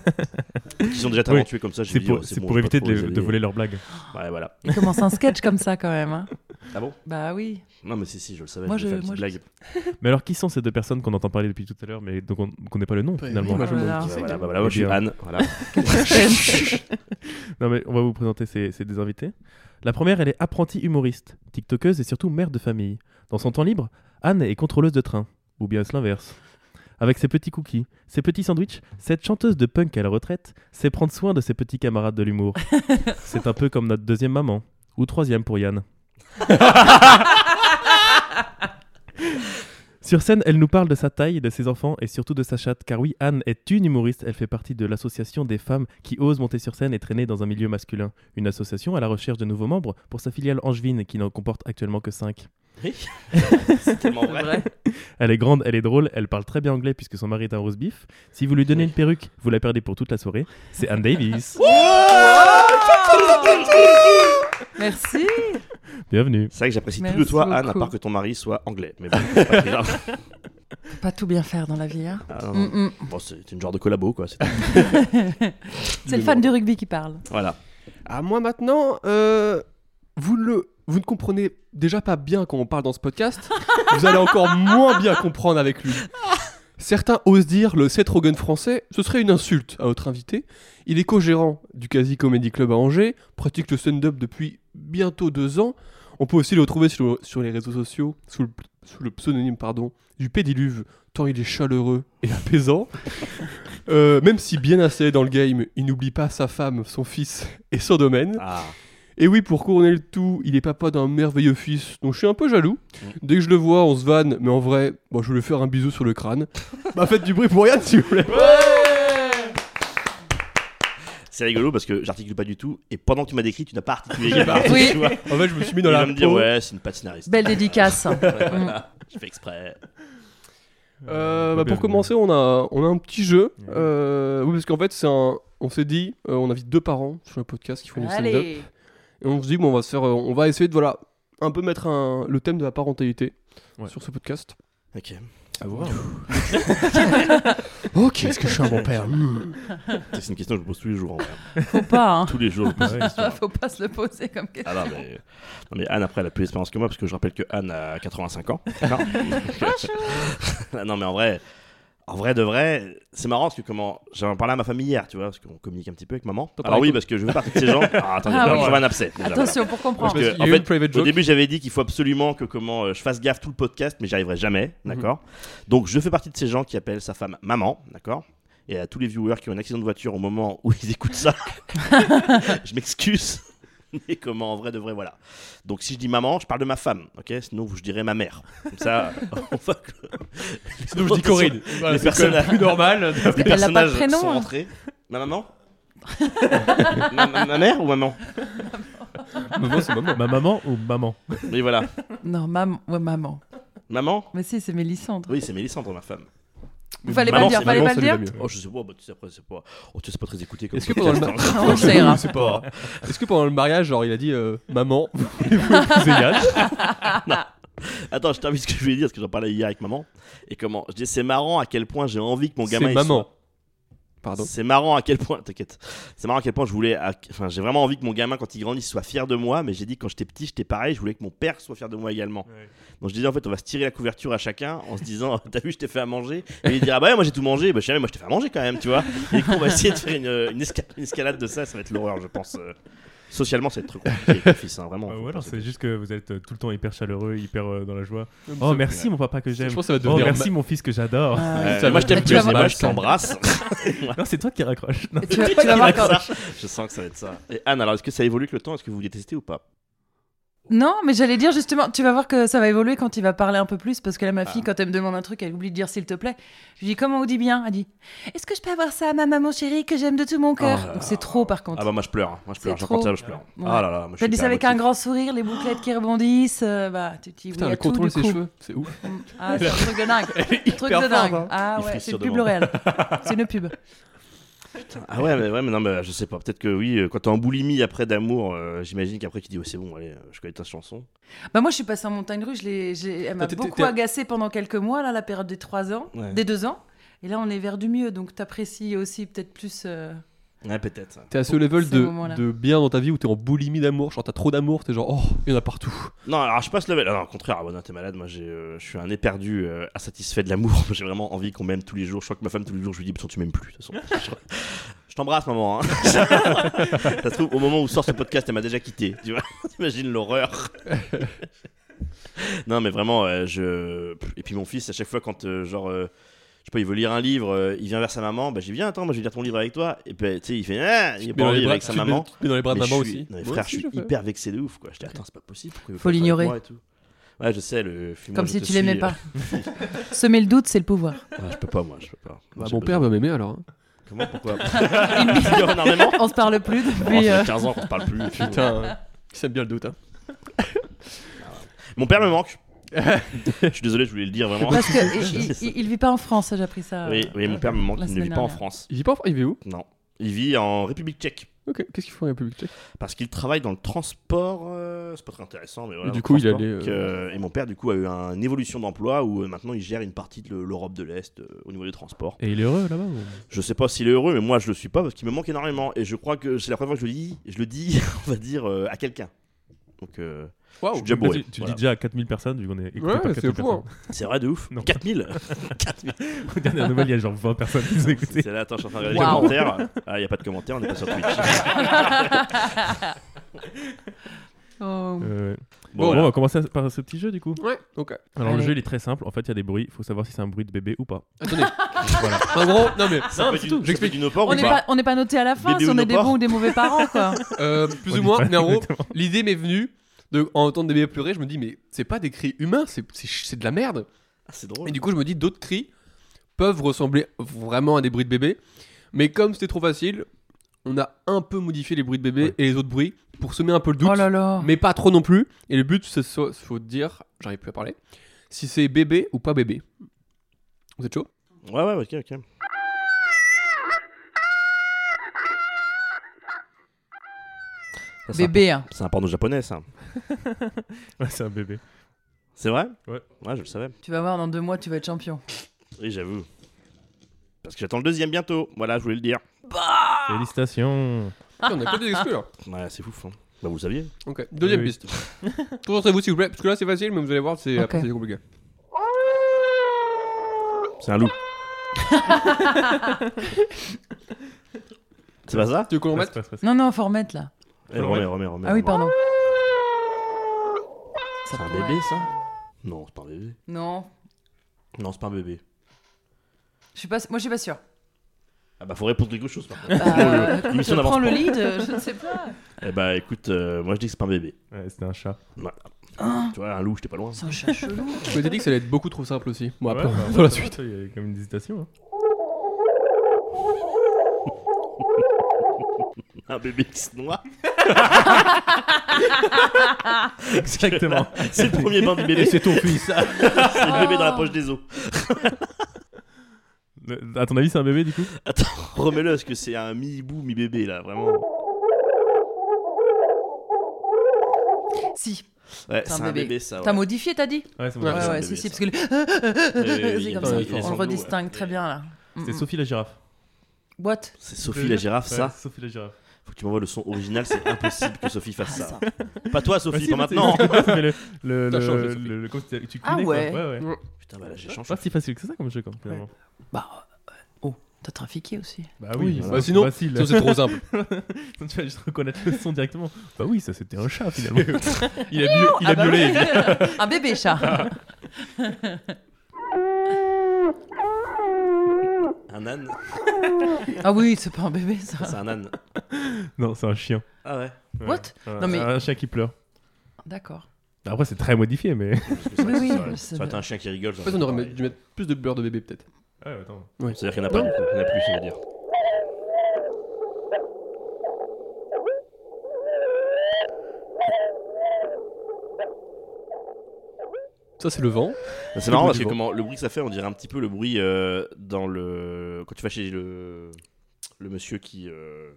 [SPEAKER 2] Ils sont déjà talentueux comme ça. j'ai
[SPEAKER 1] c'est
[SPEAKER 2] dit,
[SPEAKER 1] pour,
[SPEAKER 2] ouais,
[SPEAKER 1] c'est
[SPEAKER 2] oh, bon,
[SPEAKER 1] pour
[SPEAKER 2] j'ai pas
[SPEAKER 1] éviter de,
[SPEAKER 2] trop
[SPEAKER 1] les-
[SPEAKER 2] aller-
[SPEAKER 1] de voler leurs blagues.
[SPEAKER 2] Ouais, voilà.
[SPEAKER 3] Il commence un sketch comme ça, quand même. hein.
[SPEAKER 2] Ah bon *laughs*
[SPEAKER 3] Bah oui.
[SPEAKER 2] Non, mais si, si, je le savais.
[SPEAKER 3] Moi,
[SPEAKER 2] je voulais
[SPEAKER 3] je-
[SPEAKER 2] faire une
[SPEAKER 3] moi,
[SPEAKER 2] petite blague.
[SPEAKER 1] Mais alors, qui sont ces deux personnes qu'on entend parler depuis tout à l'heure, mais donc on ne connaît pas le nom
[SPEAKER 4] Ouais,
[SPEAKER 1] finalement
[SPEAKER 4] oui, moi, je me
[SPEAKER 3] Voilà.
[SPEAKER 4] dis,
[SPEAKER 2] Ouais,
[SPEAKER 4] c'est
[SPEAKER 2] voilà,
[SPEAKER 4] bien.
[SPEAKER 2] bah, voilà, moi, je suis
[SPEAKER 1] Bien.
[SPEAKER 2] Anne.
[SPEAKER 1] *laughs*
[SPEAKER 2] Voilà.
[SPEAKER 1] Non, mais on va vous présenter ces, ces deux invités. La première, elle est apprentie humoriste, tiktokeuse et surtout mère de famille. Dans son temps libre, Anne est contrôleuse de train, ou bien est-ce l'inverse. Avec ses petits cookies, ses petits sandwichs, cette chanteuse de punk à la retraite sait prendre soin de ses petits camarades de l'humour. C'est un peu comme notre deuxième maman, ou troisième pour Yann. Sur scène, elle nous parle de sa taille, de ses enfants et surtout de sa chatte, car oui, Anne est une humoriste, elle fait partie de l'association des femmes qui osent monter sur scène et traîner dans un milieu masculin. Une association à la recherche de nouveaux membres pour sa filiale Angevine qui n'en comporte actuellement que 5.
[SPEAKER 2] C'est tellement vrai.
[SPEAKER 1] Elle est grande, elle est drôle, elle parle très bien anglais puisque son mari est un rose beef. Si vous lui donnez une perruque, vous la perdez pour toute la soirée. C'est Anne
[SPEAKER 4] *laughs*
[SPEAKER 1] Davis.
[SPEAKER 2] Oh
[SPEAKER 3] Oh Merci.
[SPEAKER 1] Bienvenue.
[SPEAKER 2] C'est vrai que j'apprécie tout de
[SPEAKER 3] Merci
[SPEAKER 2] toi, Anne, à
[SPEAKER 3] beaucoup.
[SPEAKER 2] part que ton mari soit anglais. Mais bon, c'est pas très grave.
[SPEAKER 3] *laughs* Faut pas tout bien faire dans la vie. hein.
[SPEAKER 2] Ah, non, non.
[SPEAKER 3] Mm, *laughs* mm.
[SPEAKER 2] Bon, c'est une genre de collabo, quoi. C'est-
[SPEAKER 3] C'est le fan du rugby qui parle.
[SPEAKER 2] Voilà.
[SPEAKER 4] À Ah, moi maintenant, euh, vous, le, vous ne comprenez déjà pas bien quand on parle dans ce podcast. vous allez encore moins bien comprendre avec lui. Certains osent dire le Seth Rogen français, ce serait une insulte à votre invité. Il est co-gérant du Quasi Comedy Club à Angers, pratique le stand-up depuis bientôt deux ans. On peut aussi le retrouver sur, sur les réseaux sociaux sous le, sous le pseudonyme pardon, du Pédiluve, tant il est chaleureux et apaisant. Euh, même si bien installé dans le game, il n'oublie pas sa femme, son fils et son domaine.
[SPEAKER 2] Ah.
[SPEAKER 4] Et oui, pour couronner le tout, il est papa d'un merveilleux fils, donc je suis un peu jaloux. Dès que je le vois, on se vanne, mais en vrai, bon, je vais lui faire un bisou sur le crâne. *laughs* bah faites du bruit pour Yann, s'il vous plaît.
[SPEAKER 2] C'est rigolo parce que j'articule pas du tout. Et pendant que tu m'as décrit, tu n'as
[SPEAKER 1] *laughs*
[SPEAKER 2] pas articulé. Il va
[SPEAKER 3] Oui. Ben
[SPEAKER 4] En fait, je me suis mis dans la
[SPEAKER 2] me dire,
[SPEAKER 4] peau.
[SPEAKER 2] ouais, c'est une patinariste.
[SPEAKER 3] Belle *laughs* dédicace. Mm.
[SPEAKER 2] Voilà. Je fais exprès.
[SPEAKER 4] Euh, bah, pour commencer, on a, on a un petit jeu. Euh, oui, parce qu'en fait, c'est un. On s'est dit, euh, on invite deux parents sur le podcast qui font du stand-up.
[SPEAKER 3] Allez.
[SPEAKER 4] Et on se dit, bon, on va se faire, euh, on va essayer de voilà, un peu mettre un- le thème de la parentalité
[SPEAKER 1] Ouais.
[SPEAKER 4] sur ce podcast.
[SPEAKER 2] Ok.
[SPEAKER 4] *laughs* Oh, Ah, qu'est-ce que je suis *laughs* un bon père
[SPEAKER 2] C'est une question que je pose tous les jours. en vrai.
[SPEAKER 3] Faut pas. *laughs* hein.
[SPEAKER 2] Tous les jours, je pose cette question.
[SPEAKER 3] Faut pas se le poser comme question.
[SPEAKER 2] Ah non, mais... non, mais Anne, après, elle a plus d'expérience que moi, parce que je rappelle que Anne a 85 ans. Non, non, mais en vrai, en vrai de vrai, c'est marrant parce que comment. J'en parlais à ma famille hier, tu vois, parce qu'on communique un petit peu avec maman.
[SPEAKER 4] T'en
[SPEAKER 2] Alors
[SPEAKER 4] parles
[SPEAKER 2] oui,
[SPEAKER 4] avec-
[SPEAKER 2] parce que je veux partie de ces gens. Ah, attendez,
[SPEAKER 3] Ah
[SPEAKER 2] alors,
[SPEAKER 3] oui.
[SPEAKER 2] je vois un abcès. déjà, voilà.
[SPEAKER 3] Attention pour
[SPEAKER 4] Parce
[SPEAKER 3] comprendre.
[SPEAKER 2] que,
[SPEAKER 4] qu'il y
[SPEAKER 2] en
[SPEAKER 4] a eu
[SPEAKER 2] fait,
[SPEAKER 4] une private
[SPEAKER 2] Au
[SPEAKER 4] joke.
[SPEAKER 2] début, j'avais dit qu'il faut absolument que comment euh, je fasse gaffe tout le podcast, mais j'y arriverai jamais,
[SPEAKER 4] Mhm.
[SPEAKER 2] d'accord Donc, je fais partie de ces gens qui appellent sa femme maman, d'accord Et à tous les viewers qui ont un accident de voiture au moment où ils écoutent
[SPEAKER 4] *laughs*
[SPEAKER 2] ça, je m'excuse. Mais comment en vrai de vrai, voilà. Donc, si je dis maman, je parle de ma femme, ok Sinon, je dirais ma mère. Comme
[SPEAKER 4] *laughs*
[SPEAKER 2] ça, on va que
[SPEAKER 4] Sinon, je dis Corinne. Voilà,
[SPEAKER 2] Les
[SPEAKER 4] c'est quand même
[SPEAKER 2] personnages-
[SPEAKER 4] plus normal.
[SPEAKER 2] les
[SPEAKER 3] qu'elle n'a pas de
[SPEAKER 2] personnages
[SPEAKER 3] prénom,
[SPEAKER 2] sont
[SPEAKER 3] hein.
[SPEAKER 2] rentrés. Ma maman ma, ma- ma mère ou maman
[SPEAKER 1] Maman, c'est maman. Ma maman ou maman
[SPEAKER 2] Oui, voilà.
[SPEAKER 3] Non, maman. Ouais, maman.
[SPEAKER 2] Maman
[SPEAKER 3] Mais si, c'est Mélissandre.
[SPEAKER 2] Oui, c'est Mélissandre, ma femme.
[SPEAKER 3] Vous fallait pas
[SPEAKER 2] maman,
[SPEAKER 3] le dire.
[SPEAKER 2] c'est
[SPEAKER 3] Ah, Fallait
[SPEAKER 2] maman,
[SPEAKER 3] pas le dire.
[SPEAKER 2] Oh, je sais pas, bah, tu sais, après, c'est pas... Oh, tu sais, c'est pas très écouté comme
[SPEAKER 4] Est-ce que pendant
[SPEAKER 2] podcast, *laughs*
[SPEAKER 4] le
[SPEAKER 2] hein.
[SPEAKER 3] Ah, on sait, hein.
[SPEAKER 4] *laughs* C'est pas. Est-ce que pendant le mariage, genre, il a dit euh, maman
[SPEAKER 1] C'est Yann.
[SPEAKER 2] Attends, je t'invite ce que je voulais dire, parce que j'en parlais hier avec maman. Et comment Je dis, c'est marrant à quel point j'ai envie que mon
[SPEAKER 4] C'est
[SPEAKER 2] gamin. il
[SPEAKER 4] maman.
[SPEAKER 2] soit-
[SPEAKER 4] Pardon.
[SPEAKER 2] C'est marrant à quel point. T'inquiète. C'est marrant à quel point je voulais. à- Enfin, j'ai vraiment envie que mon gamin, quand il grandit, soit fier de moi. Mais j'ai dit, quand j'étais petit, j'étais pareil. Je voulais que mon père soit fier de moi également.
[SPEAKER 1] Ouais.
[SPEAKER 2] Donc je disais, en fait, on va se tirer la couverture à chacun en se disant, *laughs* t'as vu, je t'ai fait à manger. Et il dira, bah ouais, moi j'ai tout mangé. Bah, je sais, mais moi je t'ai fait à manger quand même, tu vois. Et qu'on va essayer de faire une, une esca- une escalade de ça. Ça va être l'horreur, je pense. euh. Socialement, ça va être trop compliqué avec le fils, hein, vraiment.
[SPEAKER 1] Ah
[SPEAKER 2] Faut
[SPEAKER 1] ouais,
[SPEAKER 2] pas
[SPEAKER 1] non,
[SPEAKER 2] se-
[SPEAKER 1] c'est juste que vous êtes euh, tout le temps hyper chaleureux, hyper euh, dans la joie. Oh, merci mon papa que
[SPEAKER 4] Je
[SPEAKER 1] j'aime.
[SPEAKER 4] pense que ça va
[SPEAKER 1] Oh,
[SPEAKER 4] devenir.
[SPEAKER 1] merci mon fils que j'adore.
[SPEAKER 3] Ah,
[SPEAKER 2] Euh,
[SPEAKER 4] Ça
[SPEAKER 2] moi
[SPEAKER 4] va
[SPEAKER 2] je t'aime
[SPEAKER 3] être-
[SPEAKER 2] plus,
[SPEAKER 3] tu vas
[SPEAKER 2] mais moi
[SPEAKER 4] voir-
[SPEAKER 2] je t'embrasse.
[SPEAKER 1] *laughs* Non, c'est toi qui raccroche.
[SPEAKER 2] *laughs*
[SPEAKER 1] Non.
[SPEAKER 3] Et *laughs* tu vas, tu vas voir quand-
[SPEAKER 2] Je sens que ça va être ça. Et Anne, alors est-ce que ça évolue avec le temps Est-ce que vous détestez ou pas
[SPEAKER 3] Non, mais j'allais dire justement, tu vas voir que ça va évoluer quand il va parler un peu plus, parce que là, ma fille,
[SPEAKER 2] Ah.
[SPEAKER 3] quand elle me demande un truc, elle oublie de dire s'il te plaît. Je lui dis comment on dit bien Elle dit Est-ce que je peux avoir ça à ma maman chérie que j'aime de tout mon cœur
[SPEAKER 2] Ah.
[SPEAKER 3] Donc c'est trop par contre.
[SPEAKER 2] Ah bah moi je pleure. hein. Moi je
[SPEAKER 3] C'est
[SPEAKER 2] pleure. J'entends
[SPEAKER 3] trop.
[SPEAKER 2] ça, je pleure.
[SPEAKER 3] Ouais.
[SPEAKER 2] Ah là là. moi, je
[SPEAKER 3] je
[SPEAKER 2] suis
[SPEAKER 3] dis ça
[SPEAKER 2] hyper
[SPEAKER 3] avec un
[SPEAKER 2] émotif.
[SPEAKER 3] grand sourire, les bouclettes qui rebondissent. euh, bah, tu tu- oui,
[SPEAKER 4] Putain,
[SPEAKER 3] il y
[SPEAKER 4] elle
[SPEAKER 3] a tout
[SPEAKER 4] contrôle
[SPEAKER 3] du
[SPEAKER 4] ses
[SPEAKER 3] coup.
[SPEAKER 4] cheveux. C'est ouf.
[SPEAKER 2] *laughs*
[SPEAKER 3] Ah, c'est un truc de dingue.
[SPEAKER 4] est
[SPEAKER 3] truc
[SPEAKER 4] hyper
[SPEAKER 3] de dingue.
[SPEAKER 4] forte, hein.
[SPEAKER 3] Ah
[SPEAKER 2] Il *laughs*
[SPEAKER 3] ouais,
[SPEAKER 2] frise
[SPEAKER 3] c'est
[SPEAKER 2] sur
[SPEAKER 3] une pub
[SPEAKER 2] demande.
[SPEAKER 3] L'Oréal. C'est une pub.
[SPEAKER 2] Ah ouais, mais, ouais, mais non, mais je sais pas. Peut-être que oui, euh, quand t'es en boulimie après d'amour, euh, j'imagine qu'après qu'il dit, ouais, c'est bon, allez, euh, je connais ta chanson.
[SPEAKER 3] Bah moi, je suis passée en montagne russe. Je l'ai- j'ai- elle m'a
[SPEAKER 4] Ah, t'es- t'es-
[SPEAKER 3] beaucoup
[SPEAKER 4] t'es-
[SPEAKER 3] agacée pendant quelques mois, là, la période des 3 ans,
[SPEAKER 2] Ouais.
[SPEAKER 3] des 2 ans. Et là, on est vers du mieux, donc t'apprécies aussi peut-être plus. euh,
[SPEAKER 2] Ouais, peut-être.
[SPEAKER 4] T'es à ce level
[SPEAKER 3] ce
[SPEAKER 4] de,
[SPEAKER 3] moment-là.
[SPEAKER 4] de bien dans ta vie où t'es en boulimie d'amour, genre t'as trop d'amour, t'es genre oh, il y en a partout.
[SPEAKER 2] Non, alors je passe le level. Alors, au contraire, ah, bon, non, t'es malade. Moi, j'ai, euh, je suis un éperdu euh, insatisfait de l'amour. *laughs* J'ai vraiment envie qu'on m'aime tous les jours. Je crois que ma femme, tous les jours, je lui dis, de toute façon, tu m'aimes plus. De toute façon.
[SPEAKER 4] *laughs*
[SPEAKER 2] Je, je t'embrasse, maman. hein. Ça se trouve, au moment où sort ce podcast, elle m'a déjà quitté. Tu vois, *laughs* t'imagines
[SPEAKER 4] *laughs*
[SPEAKER 2] l'horreur. non, mais vraiment, euh, je. Et puis, mon fils, à chaque fois, quand euh, genre. euh, je sais pas, il veut lire un livre, euh, il vient vers sa maman, bah j'ai viens, attends, moi je vais lire ton livre avec toi. Et puis tu sais, il fait, ah, il est
[SPEAKER 4] Mais
[SPEAKER 2] pas
[SPEAKER 4] dans
[SPEAKER 2] envie
[SPEAKER 4] les bras-
[SPEAKER 2] avec
[SPEAKER 4] tu
[SPEAKER 2] sa
[SPEAKER 4] te mets-
[SPEAKER 2] maman.
[SPEAKER 4] tu te mets dans les bras de
[SPEAKER 2] Mais
[SPEAKER 4] maman
[SPEAKER 2] je suis-
[SPEAKER 4] aussi.
[SPEAKER 2] non, mais
[SPEAKER 4] Moi
[SPEAKER 2] frère,
[SPEAKER 4] aussi,
[SPEAKER 2] je suis
[SPEAKER 4] le fais.
[SPEAKER 2] hyper vexé de ouf, quoi. J'étais, attends, c'est pas possible. pourquoi il veut
[SPEAKER 3] Faut
[SPEAKER 2] pas ça avec
[SPEAKER 3] l'ignorer.
[SPEAKER 2] moi et tout. Ouais, je sais, le fume-moi,
[SPEAKER 3] comme
[SPEAKER 2] je
[SPEAKER 3] si
[SPEAKER 2] te
[SPEAKER 3] tu l'aimais
[SPEAKER 2] suis. *laughs*
[SPEAKER 3] pas. Semer le doute, c'est le pouvoir. *laughs*
[SPEAKER 2] Ah, je peux pas, moi, je peux pas.
[SPEAKER 4] Bah,
[SPEAKER 2] J'ai
[SPEAKER 4] mon
[SPEAKER 2] besoin-
[SPEAKER 4] père va m'aimer alors.
[SPEAKER 2] *laughs*
[SPEAKER 4] hein.
[SPEAKER 2] Comment,
[SPEAKER 3] *laughs*
[SPEAKER 2] pourquoi Il y a énormément.
[SPEAKER 3] On se parle plus
[SPEAKER 2] Oh, ça
[SPEAKER 3] depuis.
[SPEAKER 2] fait
[SPEAKER 3] euh,
[SPEAKER 2] 15 ans qu'on se parle plus. et puis-
[SPEAKER 4] Putain, euh, ça me bien le doute. Hein.
[SPEAKER 2] Mon père me
[SPEAKER 3] *laughs*
[SPEAKER 2] manque. je suis désolé, je voulais le dire vraiment. *laughs*
[SPEAKER 3] Parce que il, il- il vit pas en France, j'ai appris ça.
[SPEAKER 2] Oui,
[SPEAKER 3] euh,
[SPEAKER 2] oui, mon père me manque,
[SPEAKER 3] la
[SPEAKER 2] il ne vit
[SPEAKER 3] semaine
[SPEAKER 2] pas en
[SPEAKER 3] dernière.
[SPEAKER 2] France.
[SPEAKER 4] Il vit pas en France, il vit où
[SPEAKER 2] Non. Il vit en République tchèque
[SPEAKER 4] Ok, qu'est-ce qu'il fait en République tchèque
[SPEAKER 2] parce qu'il travaille dans le transport. euh, c'est pas très intéressant, mais voilà.
[SPEAKER 4] Et
[SPEAKER 2] dans
[SPEAKER 4] du
[SPEAKER 2] le
[SPEAKER 4] coup, il
[SPEAKER 2] transport.
[SPEAKER 4] allait, euh,
[SPEAKER 2] Donc, euh, et mon père, du coup, a eu un- une évolution d'emploi où euh, maintenant il gère une partie de l'Europe de l'Est euh, au niveau des transports.
[SPEAKER 1] Et il est heureux là-bas
[SPEAKER 2] Je sais pas s'il est heureux, mais moi je le suis pas parce qu'il me manque énormément. Et je crois que c'est la première fois que je le dis, je le dis, *laughs* on va dire, euh, à quelqu'un. Donc euh,
[SPEAKER 4] Waouh
[SPEAKER 2] je suis déjà bourré.
[SPEAKER 1] Ah, Tu, tu
[SPEAKER 2] Voilà.
[SPEAKER 1] le dis déjà à 4000 personnes, vu qu'on est écouté
[SPEAKER 4] Ouais,
[SPEAKER 1] par
[SPEAKER 4] c'est
[SPEAKER 1] 4000
[SPEAKER 4] fou, hein.
[SPEAKER 1] personnes. *laughs*
[SPEAKER 2] C'est vrai de ouf.
[SPEAKER 1] Non. *laughs*
[SPEAKER 2] 4000
[SPEAKER 1] Aux dernières nouvelles, il y a genre 20 personnes qui nous écoutaient.
[SPEAKER 2] C'est là, attends, je suis en train de regarder
[SPEAKER 3] Waouh.
[SPEAKER 2] les commentaires. Ah, il n'y a pas de commentaires, on n'est pas sur Twitch.
[SPEAKER 3] oh.
[SPEAKER 1] Euh,
[SPEAKER 2] Bon,
[SPEAKER 1] bon,
[SPEAKER 2] voilà.
[SPEAKER 1] on va commencer par ce petit jeu du coup.
[SPEAKER 4] Ouais, ok.
[SPEAKER 1] Alors le
[SPEAKER 3] Allez.
[SPEAKER 1] jeu il est très simple, en fait il y a des bruits, il faut savoir si c'est un bruit de bébé ou pas.
[SPEAKER 4] Attendez. En gros, non mais,
[SPEAKER 2] Ça fait du- ça fait
[SPEAKER 4] j'explique.
[SPEAKER 2] du no-port
[SPEAKER 3] On
[SPEAKER 2] ou
[SPEAKER 3] n'est
[SPEAKER 2] pas
[SPEAKER 3] pas, on n'est pas noté à la fin
[SPEAKER 2] Bébé
[SPEAKER 3] si
[SPEAKER 2] ou
[SPEAKER 3] on
[SPEAKER 2] non
[SPEAKER 3] est des
[SPEAKER 2] pas.
[SPEAKER 3] bons ou des mauvais parents, quoi.
[SPEAKER 2] *laughs*
[SPEAKER 1] *laughs*
[SPEAKER 4] euh, plus
[SPEAKER 1] On
[SPEAKER 4] ou
[SPEAKER 1] dit
[SPEAKER 4] moins,
[SPEAKER 1] pas
[SPEAKER 4] mais en gros,
[SPEAKER 1] exactement.
[SPEAKER 4] l'idée m'est venue de, en entendant des bébés pleurer, je me dis, mais c'est pas des cris humains, c'est- c'est c'est de la merde.
[SPEAKER 2] Ah, C'est drôle.
[SPEAKER 4] Et du coup, je me dis, d'autres cris peuvent ressembler vraiment à des bruits de bébé. Mais comme c'était trop facile, on a un peu modifié les bruits de bébé
[SPEAKER 1] Ouais.
[SPEAKER 4] et les autres bruits pour semer un peu le doute,
[SPEAKER 3] Oh là là.
[SPEAKER 4] mais pas trop non plus. Et le but, c'est ça, faut dire, j'arrive plus à parler, si c'est bébé ou pas bébé. Vous êtes chaud
[SPEAKER 2] Ouais, ouais, ok, ok. Ça, c'est un-
[SPEAKER 3] Bébé, hein.
[SPEAKER 2] C'est un porno japonais, ça.
[SPEAKER 1] Ouais, c'est un bébé.
[SPEAKER 2] C'est vrai
[SPEAKER 1] Ouais.
[SPEAKER 2] Ouais, je le savais.
[SPEAKER 3] tu vas voir, dans deux mois, tu vas être champion.
[SPEAKER 2] Oui, j'avoue. Parce que j'attends le deuxième bientôt. Voilà, je voulais le dire.
[SPEAKER 1] Félicitations
[SPEAKER 4] Putain, On a que des excuses là.
[SPEAKER 2] Ouais, c'est ouf. hein. Bah, vous le saviez.
[SPEAKER 4] Ok, deuxième
[SPEAKER 1] Eh Oui.
[SPEAKER 4] piste. Concentrez-vous s'il vous plaît, parce que là c'est facile, mais vous allez voir, c'est
[SPEAKER 3] Ok.
[SPEAKER 4] après, c'est compliqué.
[SPEAKER 2] C'est un loup. *laughs* c'est pas ça
[SPEAKER 4] Tu veux qu'on remette
[SPEAKER 1] Reste, reste, reste.
[SPEAKER 3] Non, non, faut remettre là.
[SPEAKER 2] Eh, Remets, remets, remets.
[SPEAKER 3] Ah oui,
[SPEAKER 2] remets.
[SPEAKER 3] pardon.
[SPEAKER 2] C'est un bébé, ça Non, c'est pas un bébé.
[SPEAKER 3] Non,
[SPEAKER 2] Non, c'est pas un bébé.
[SPEAKER 3] je suis pas, moi je suis
[SPEAKER 2] *laughs*
[SPEAKER 3] pas sûre.
[SPEAKER 2] Ah bah, faut répondre quelque chose, par contre.
[SPEAKER 3] Euh,
[SPEAKER 2] L'émission
[SPEAKER 3] je
[SPEAKER 2] n'avance
[SPEAKER 3] prends le
[SPEAKER 2] pas.
[SPEAKER 3] lead, euh, je ne
[SPEAKER 2] *laughs*
[SPEAKER 3] sais pas.
[SPEAKER 2] Eh bah, écoute, euh, moi, je dis que c'est pas un bébé.
[SPEAKER 1] Ouais, c'était un chat.
[SPEAKER 2] Voilà.
[SPEAKER 3] Ah.
[SPEAKER 2] Tu vois, un loup, j'étais pas loin.
[SPEAKER 3] C'est un chat chelou.
[SPEAKER 4] Je m'étais dit que ça allait être beaucoup trop simple aussi. Bon, après,
[SPEAKER 1] Ouais, bah,
[SPEAKER 4] on-
[SPEAKER 1] ouais,
[SPEAKER 4] dans la
[SPEAKER 1] ça va,
[SPEAKER 4] suite.
[SPEAKER 1] ça, Il y a comme une hésitation. hein.
[SPEAKER 2] Un bébé qui se noie.
[SPEAKER 1] *laughs* Exactement.
[SPEAKER 2] C'est le premier bain du bébé.
[SPEAKER 1] c'est ton fils.
[SPEAKER 2] C'est
[SPEAKER 3] Oh.
[SPEAKER 2] le bébé dans la poche des os.
[SPEAKER 1] Le- *laughs* À ton avis, c'est un bébé du coup
[SPEAKER 2] Attends, remets-le, parce que c'est un mi-hibou, mi-bébé, là, vraiment.
[SPEAKER 3] Si,
[SPEAKER 2] Ouais,
[SPEAKER 3] C'est
[SPEAKER 2] c'est
[SPEAKER 3] un
[SPEAKER 2] un
[SPEAKER 3] bébé.
[SPEAKER 2] bébé, ça.
[SPEAKER 3] t'as
[SPEAKER 2] Ah ouais.
[SPEAKER 3] modifié, t'as dit
[SPEAKER 1] Ouais, c'est
[SPEAKER 4] Ouais,
[SPEAKER 1] mon
[SPEAKER 3] Ouais,
[SPEAKER 2] c'est un
[SPEAKER 3] ouais,
[SPEAKER 2] bébé,
[SPEAKER 3] si,
[SPEAKER 2] ça.
[SPEAKER 3] si, parce que.
[SPEAKER 2] Oui, oui,
[SPEAKER 3] le-
[SPEAKER 2] oui,
[SPEAKER 3] *laughs* C'est
[SPEAKER 2] il
[SPEAKER 3] comme
[SPEAKER 2] y a
[SPEAKER 3] ça,
[SPEAKER 2] des- il y a des
[SPEAKER 3] on le
[SPEAKER 2] sanglots,
[SPEAKER 3] redistingue
[SPEAKER 2] ouais.
[SPEAKER 3] très bien là.
[SPEAKER 1] C'était
[SPEAKER 3] Mm, mm.
[SPEAKER 1] Sophie la girafe.
[SPEAKER 3] What
[SPEAKER 2] C'est Sophie la girafe,
[SPEAKER 1] Ouais,
[SPEAKER 2] ça.
[SPEAKER 1] c'est Sophie la girafe.
[SPEAKER 2] Faut que tu m'envoies le son original, c'est impossible que Sophie fasse
[SPEAKER 3] Ah,
[SPEAKER 2] ça. Pas toi, Sophie,
[SPEAKER 1] Ouais, si,
[SPEAKER 2] pas
[SPEAKER 1] mais c'est-
[SPEAKER 2] maintenant.
[SPEAKER 1] c'est le- *laughs* le-
[SPEAKER 4] T'as changé,
[SPEAKER 1] le-
[SPEAKER 4] Sophie.
[SPEAKER 1] le- le- comme tu- Tu
[SPEAKER 3] Ah
[SPEAKER 1] connais
[SPEAKER 3] ouais.
[SPEAKER 1] quoi. Ouais, ouais.
[SPEAKER 2] Putain, bah là, j'ai changé.
[SPEAKER 1] Pas si facile que ça comme jeu, quand finalement.
[SPEAKER 3] Bah, euh, oh, t'as trafiqué aussi.
[SPEAKER 1] Bah
[SPEAKER 4] Oui,
[SPEAKER 1] voilà.
[SPEAKER 4] bah sinon-
[SPEAKER 1] Facile.
[SPEAKER 4] *laughs* Ça, c'est trop simple.
[SPEAKER 1] *laughs* Donc tu vas juste reconnaître le son directement. Bah oui, ça c'était un chat finalement. *laughs* il a, mieux, il a
[SPEAKER 3] Ah bah
[SPEAKER 1] miaulé.
[SPEAKER 3] oui, *laughs* un
[SPEAKER 2] *laughs*
[SPEAKER 3] bébé chat.
[SPEAKER 2] Un *laughs* âne.
[SPEAKER 3] Ah oui, c'est pas un bébé ça.
[SPEAKER 2] C'est un âne.
[SPEAKER 1] *laughs* Non, c'est un chien.
[SPEAKER 2] Ah ouais.
[SPEAKER 1] Ouais.
[SPEAKER 3] What
[SPEAKER 1] Ouais,
[SPEAKER 3] Non, mais-
[SPEAKER 1] Un chien qui pleure.
[SPEAKER 3] D'accord.
[SPEAKER 1] Après, c'est très modifié, mais. *laughs*
[SPEAKER 2] Parce que c'est vrai
[SPEAKER 3] Oui,
[SPEAKER 2] que
[SPEAKER 3] oui,
[SPEAKER 2] ça aurait-
[SPEAKER 3] je
[SPEAKER 2] Ça
[SPEAKER 3] sais
[SPEAKER 2] aurait
[SPEAKER 3] bien.
[SPEAKER 2] été un chien qui rigole.
[SPEAKER 4] En fait, on aurait dû mettre plus de beurre de bébé peut-être.
[SPEAKER 1] Ah ouais, attends.
[SPEAKER 2] C'est-à-dire qu'il n'y en a pas, du coup. Il n'y en a plus, je veux dire.
[SPEAKER 4] Ça, c'est le vent.
[SPEAKER 2] C'est marrant parce que
[SPEAKER 4] Bon.
[SPEAKER 2] comment, le bruit que ça fait, on dirait un petit peu le bruit euh, dans le. Quand tu vas chez le. le monsieur qui, euh,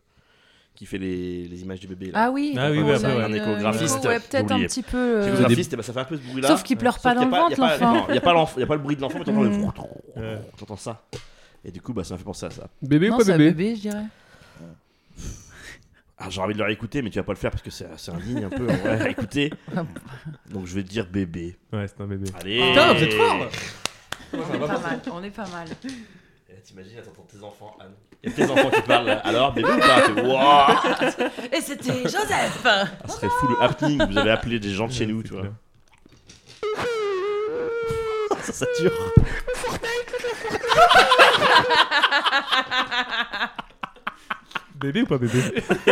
[SPEAKER 2] qui fait les, les images du bébé. Là.
[SPEAKER 3] Ah oui,
[SPEAKER 1] Ah oui,
[SPEAKER 3] on
[SPEAKER 1] ouais,
[SPEAKER 3] a
[SPEAKER 1] après, ouais.
[SPEAKER 2] Un
[SPEAKER 3] une-
[SPEAKER 2] échographiste,
[SPEAKER 3] une écho, Ouais, peut-être un
[SPEAKER 2] oublié.
[SPEAKER 3] petit peu.
[SPEAKER 2] Chez
[SPEAKER 3] euh,
[SPEAKER 2] le graphiste, eh ben, ça fait un peu ce bruit-là.
[SPEAKER 3] Sauf qu'il pleure pas dans le ventre, hein. l'enfant.
[SPEAKER 2] Il n'y a pas l'enfant- y a pas le bruit de l'enfant, mais t'entends le...
[SPEAKER 3] Mm.
[SPEAKER 1] Ouais.
[SPEAKER 2] T'entends ça. Et du coup, bah, ça m'a fait penser à ça.
[SPEAKER 4] Bébé
[SPEAKER 3] Non,
[SPEAKER 4] ou pas
[SPEAKER 3] c'est un
[SPEAKER 4] bébé
[SPEAKER 3] bébé, je dirais.
[SPEAKER 2] Ah, J'ai envie de le réécouter, mais tu vas pas le faire parce que c'est c'est indigne un peu. en
[SPEAKER 3] *laughs*
[SPEAKER 2] vrai, à écouter.
[SPEAKER 3] Ah
[SPEAKER 2] Donc je vais te dire bébé.
[SPEAKER 1] Ouais, c'est un bébé.
[SPEAKER 2] Allez
[SPEAKER 4] Putain, vous êtes forts
[SPEAKER 3] On est pas mal. On est pas mal.
[SPEAKER 2] Eh, T'imagines, t'entends tes enfants, Anne. Et tes enfants qui parlent. là. Alors, bébé ou pas T'es, Wouah
[SPEAKER 3] Et *laughs* c'était Joseph.
[SPEAKER 2] Ah, Ce serait fou le happening. Vous avez appelé des gens de chez nous, tu vois. *laughs* Ça sature.
[SPEAKER 1] Bébé ou pas *laughs* bébé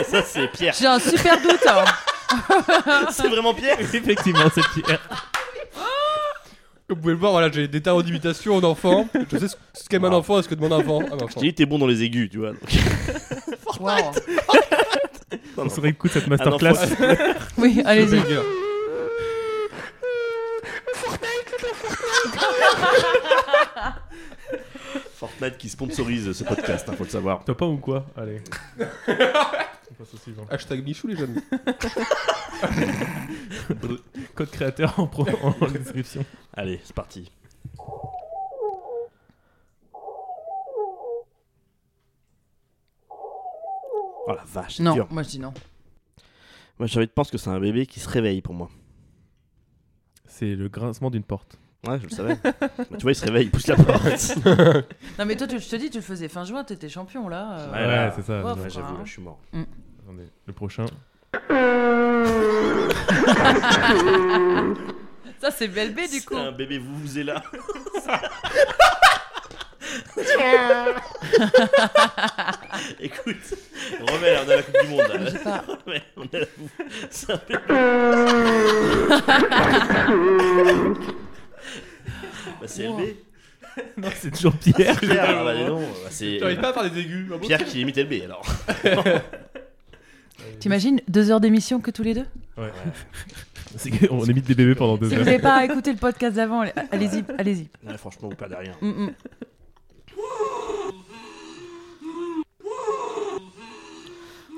[SPEAKER 2] Ça, c'est Pierre.
[SPEAKER 3] J'ai un super doute. hein.
[SPEAKER 2] C'est vraiment Pierre
[SPEAKER 1] Effectivement, c'est Pierre.
[SPEAKER 4] Comme vous pouvez le voir, voilà, j'ai des talents d'imitation en *laughs* enfant. Je sais ce, ce qu'aime un
[SPEAKER 2] Wow.
[SPEAKER 4] enfant et ce que demande un Ah, bah, enfant. Un
[SPEAKER 2] Je
[SPEAKER 4] enfant.
[SPEAKER 2] t'ai dit, t'es bon dans les aigus, tu vois. donc.
[SPEAKER 3] Wow.
[SPEAKER 1] On se réécoute cette
[SPEAKER 2] Un enfant-
[SPEAKER 1] masterclass.
[SPEAKER 3] Oui, allez-y.
[SPEAKER 4] Banger.
[SPEAKER 2] Fortnite qui sponsorise ce podcast, hein, faut le savoir.
[SPEAKER 1] T'as pas ou quoi *laughs* Allez. On passe au suivant.
[SPEAKER 4] Hashtag Michou, les jeunes.
[SPEAKER 1] Code créateur en, pro- en description.
[SPEAKER 2] Allez, c'est parti. Oh la vache, c'est
[SPEAKER 3] Non,
[SPEAKER 2] dur.
[SPEAKER 3] moi je dis non.
[SPEAKER 2] Moi j'ai envie de penser que c'est un bébé qui se réveille pour moi.
[SPEAKER 1] C'est le grincement d'une porte.
[SPEAKER 2] Ouais, je le *laughs* savais. Mais tu vois, il se réveille, il pousse la porte. ouais,
[SPEAKER 3] Non, mais toi, tu- je te dis, tu le faisais fin juin, t'étais champion là. euh.
[SPEAKER 2] Ouais, ouais,
[SPEAKER 1] c'est ça.
[SPEAKER 3] Ouais,
[SPEAKER 1] non.
[SPEAKER 3] faut-
[SPEAKER 2] j'avoue, là, je suis mort.
[SPEAKER 1] Attendez, le prochain.
[SPEAKER 3] Ça, c'est belle B du
[SPEAKER 2] C'est
[SPEAKER 3] coup.
[SPEAKER 2] un bébé vous vous là. *laughs* Écoute, remets là, on a la Coupe du Monde. là. *laughs*
[SPEAKER 3] J'ai pas-
[SPEAKER 2] Remets, on a la C'est un *laughs* bébé. bah, c'est
[SPEAKER 3] Wow.
[SPEAKER 2] LB.
[SPEAKER 1] *laughs* Non, c'est toujours Pierre.
[SPEAKER 2] Pierre, ah, bah, dis donc, bah, c'est
[SPEAKER 4] J'arrive pas à faire des aigus. Ah bon
[SPEAKER 2] Pierre qui imite LB alors.
[SPEAKER 3] T'imagines deux heures d'émission que tous les deux
[SPEAKER 1] *laughs* C'est- On émite des bébés pendant deux
[SPEAKER 3] Si vous
[SPEAKER 1] heures.
[SPEAKER 3] n'avez pas écouté le podcast d'avant, allez- allez-y, allez-y.
[SPEAKER 2] Ouais, franchement, vous perdez rien.
[SPEAKER 3] Mm, mm.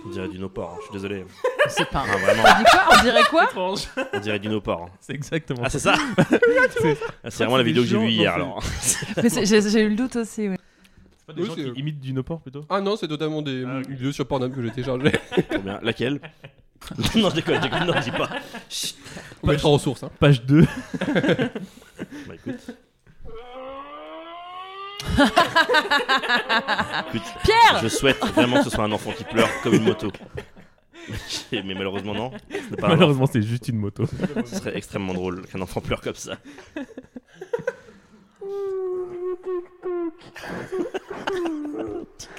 [SPEAKER 2] On dirait du no-port, hein, je suis désolé.
[SPEAKER 3] C'est pas.
[SPEAKER 2] Ah,
[SPEAKER 3] un-
[SPEAKER 2] vraiment,
[SPEAKER 3] On dit quoi On dirait quoi
[SPEAKER 2] on dirait du no-port. hein.
[SPEAKER 1] C'est exactement
[SPEAKER 2] Ah,
[SPEAKER 1] ça.
[SPEAKER 2] c'est ça
[SPEAKER 1] C'est
[SPEAKER 2] Ah, C'est vraiment la vidéo que j'ai vue
[SPEAKER 1] Des gens
[SPEAKER 2] hier
[SPEAKER 1] dans
[SPEAKER 2] alors.
[SPEAKER 3] Mais c'est- J'ai j'ai eu le doute aussi. oui.
[SPEAKER 1] c'est pas des
[SPEAKER 4] Oui,
[SPEAKER 1] gens
[SPEAKER 4] c'est-
[SPEAKER 1] qui imitent du Noport plutôt
[SPEAKER 4] Ah non, c'est totalement des
[SPEAKER 1] Ah, ok.
[SPEAKER 4] vidéos sur Pornhub que j'ai *laughs* téléchargées.
[SPEAKER 2] Trop bien. Laquelle *laughs* Non, je déconne, je déconne, non, je dis pas.
[SPEAKER 4] On mettra en source. Hein.
[SPEAKER 1] Page 2.
[SPEAKER 2] Bah écoute. Écoute,
[SPEAKER 3] Pierre
[SPEAKER 2] je souhaite vraiment que ce soit un enfant qui pleure comme une moto. *laughs* Mais malheureusement, non. Ce n'est pas
[SPEAKER 1] *laughs*
[SPEAKER 2] un enfant.
[SPEAKER 1] Malheureusement, c'est juste une moto.
[SPEAKER 2] Ce serait extrêmement drôle qu'un enfant pleure comme ça.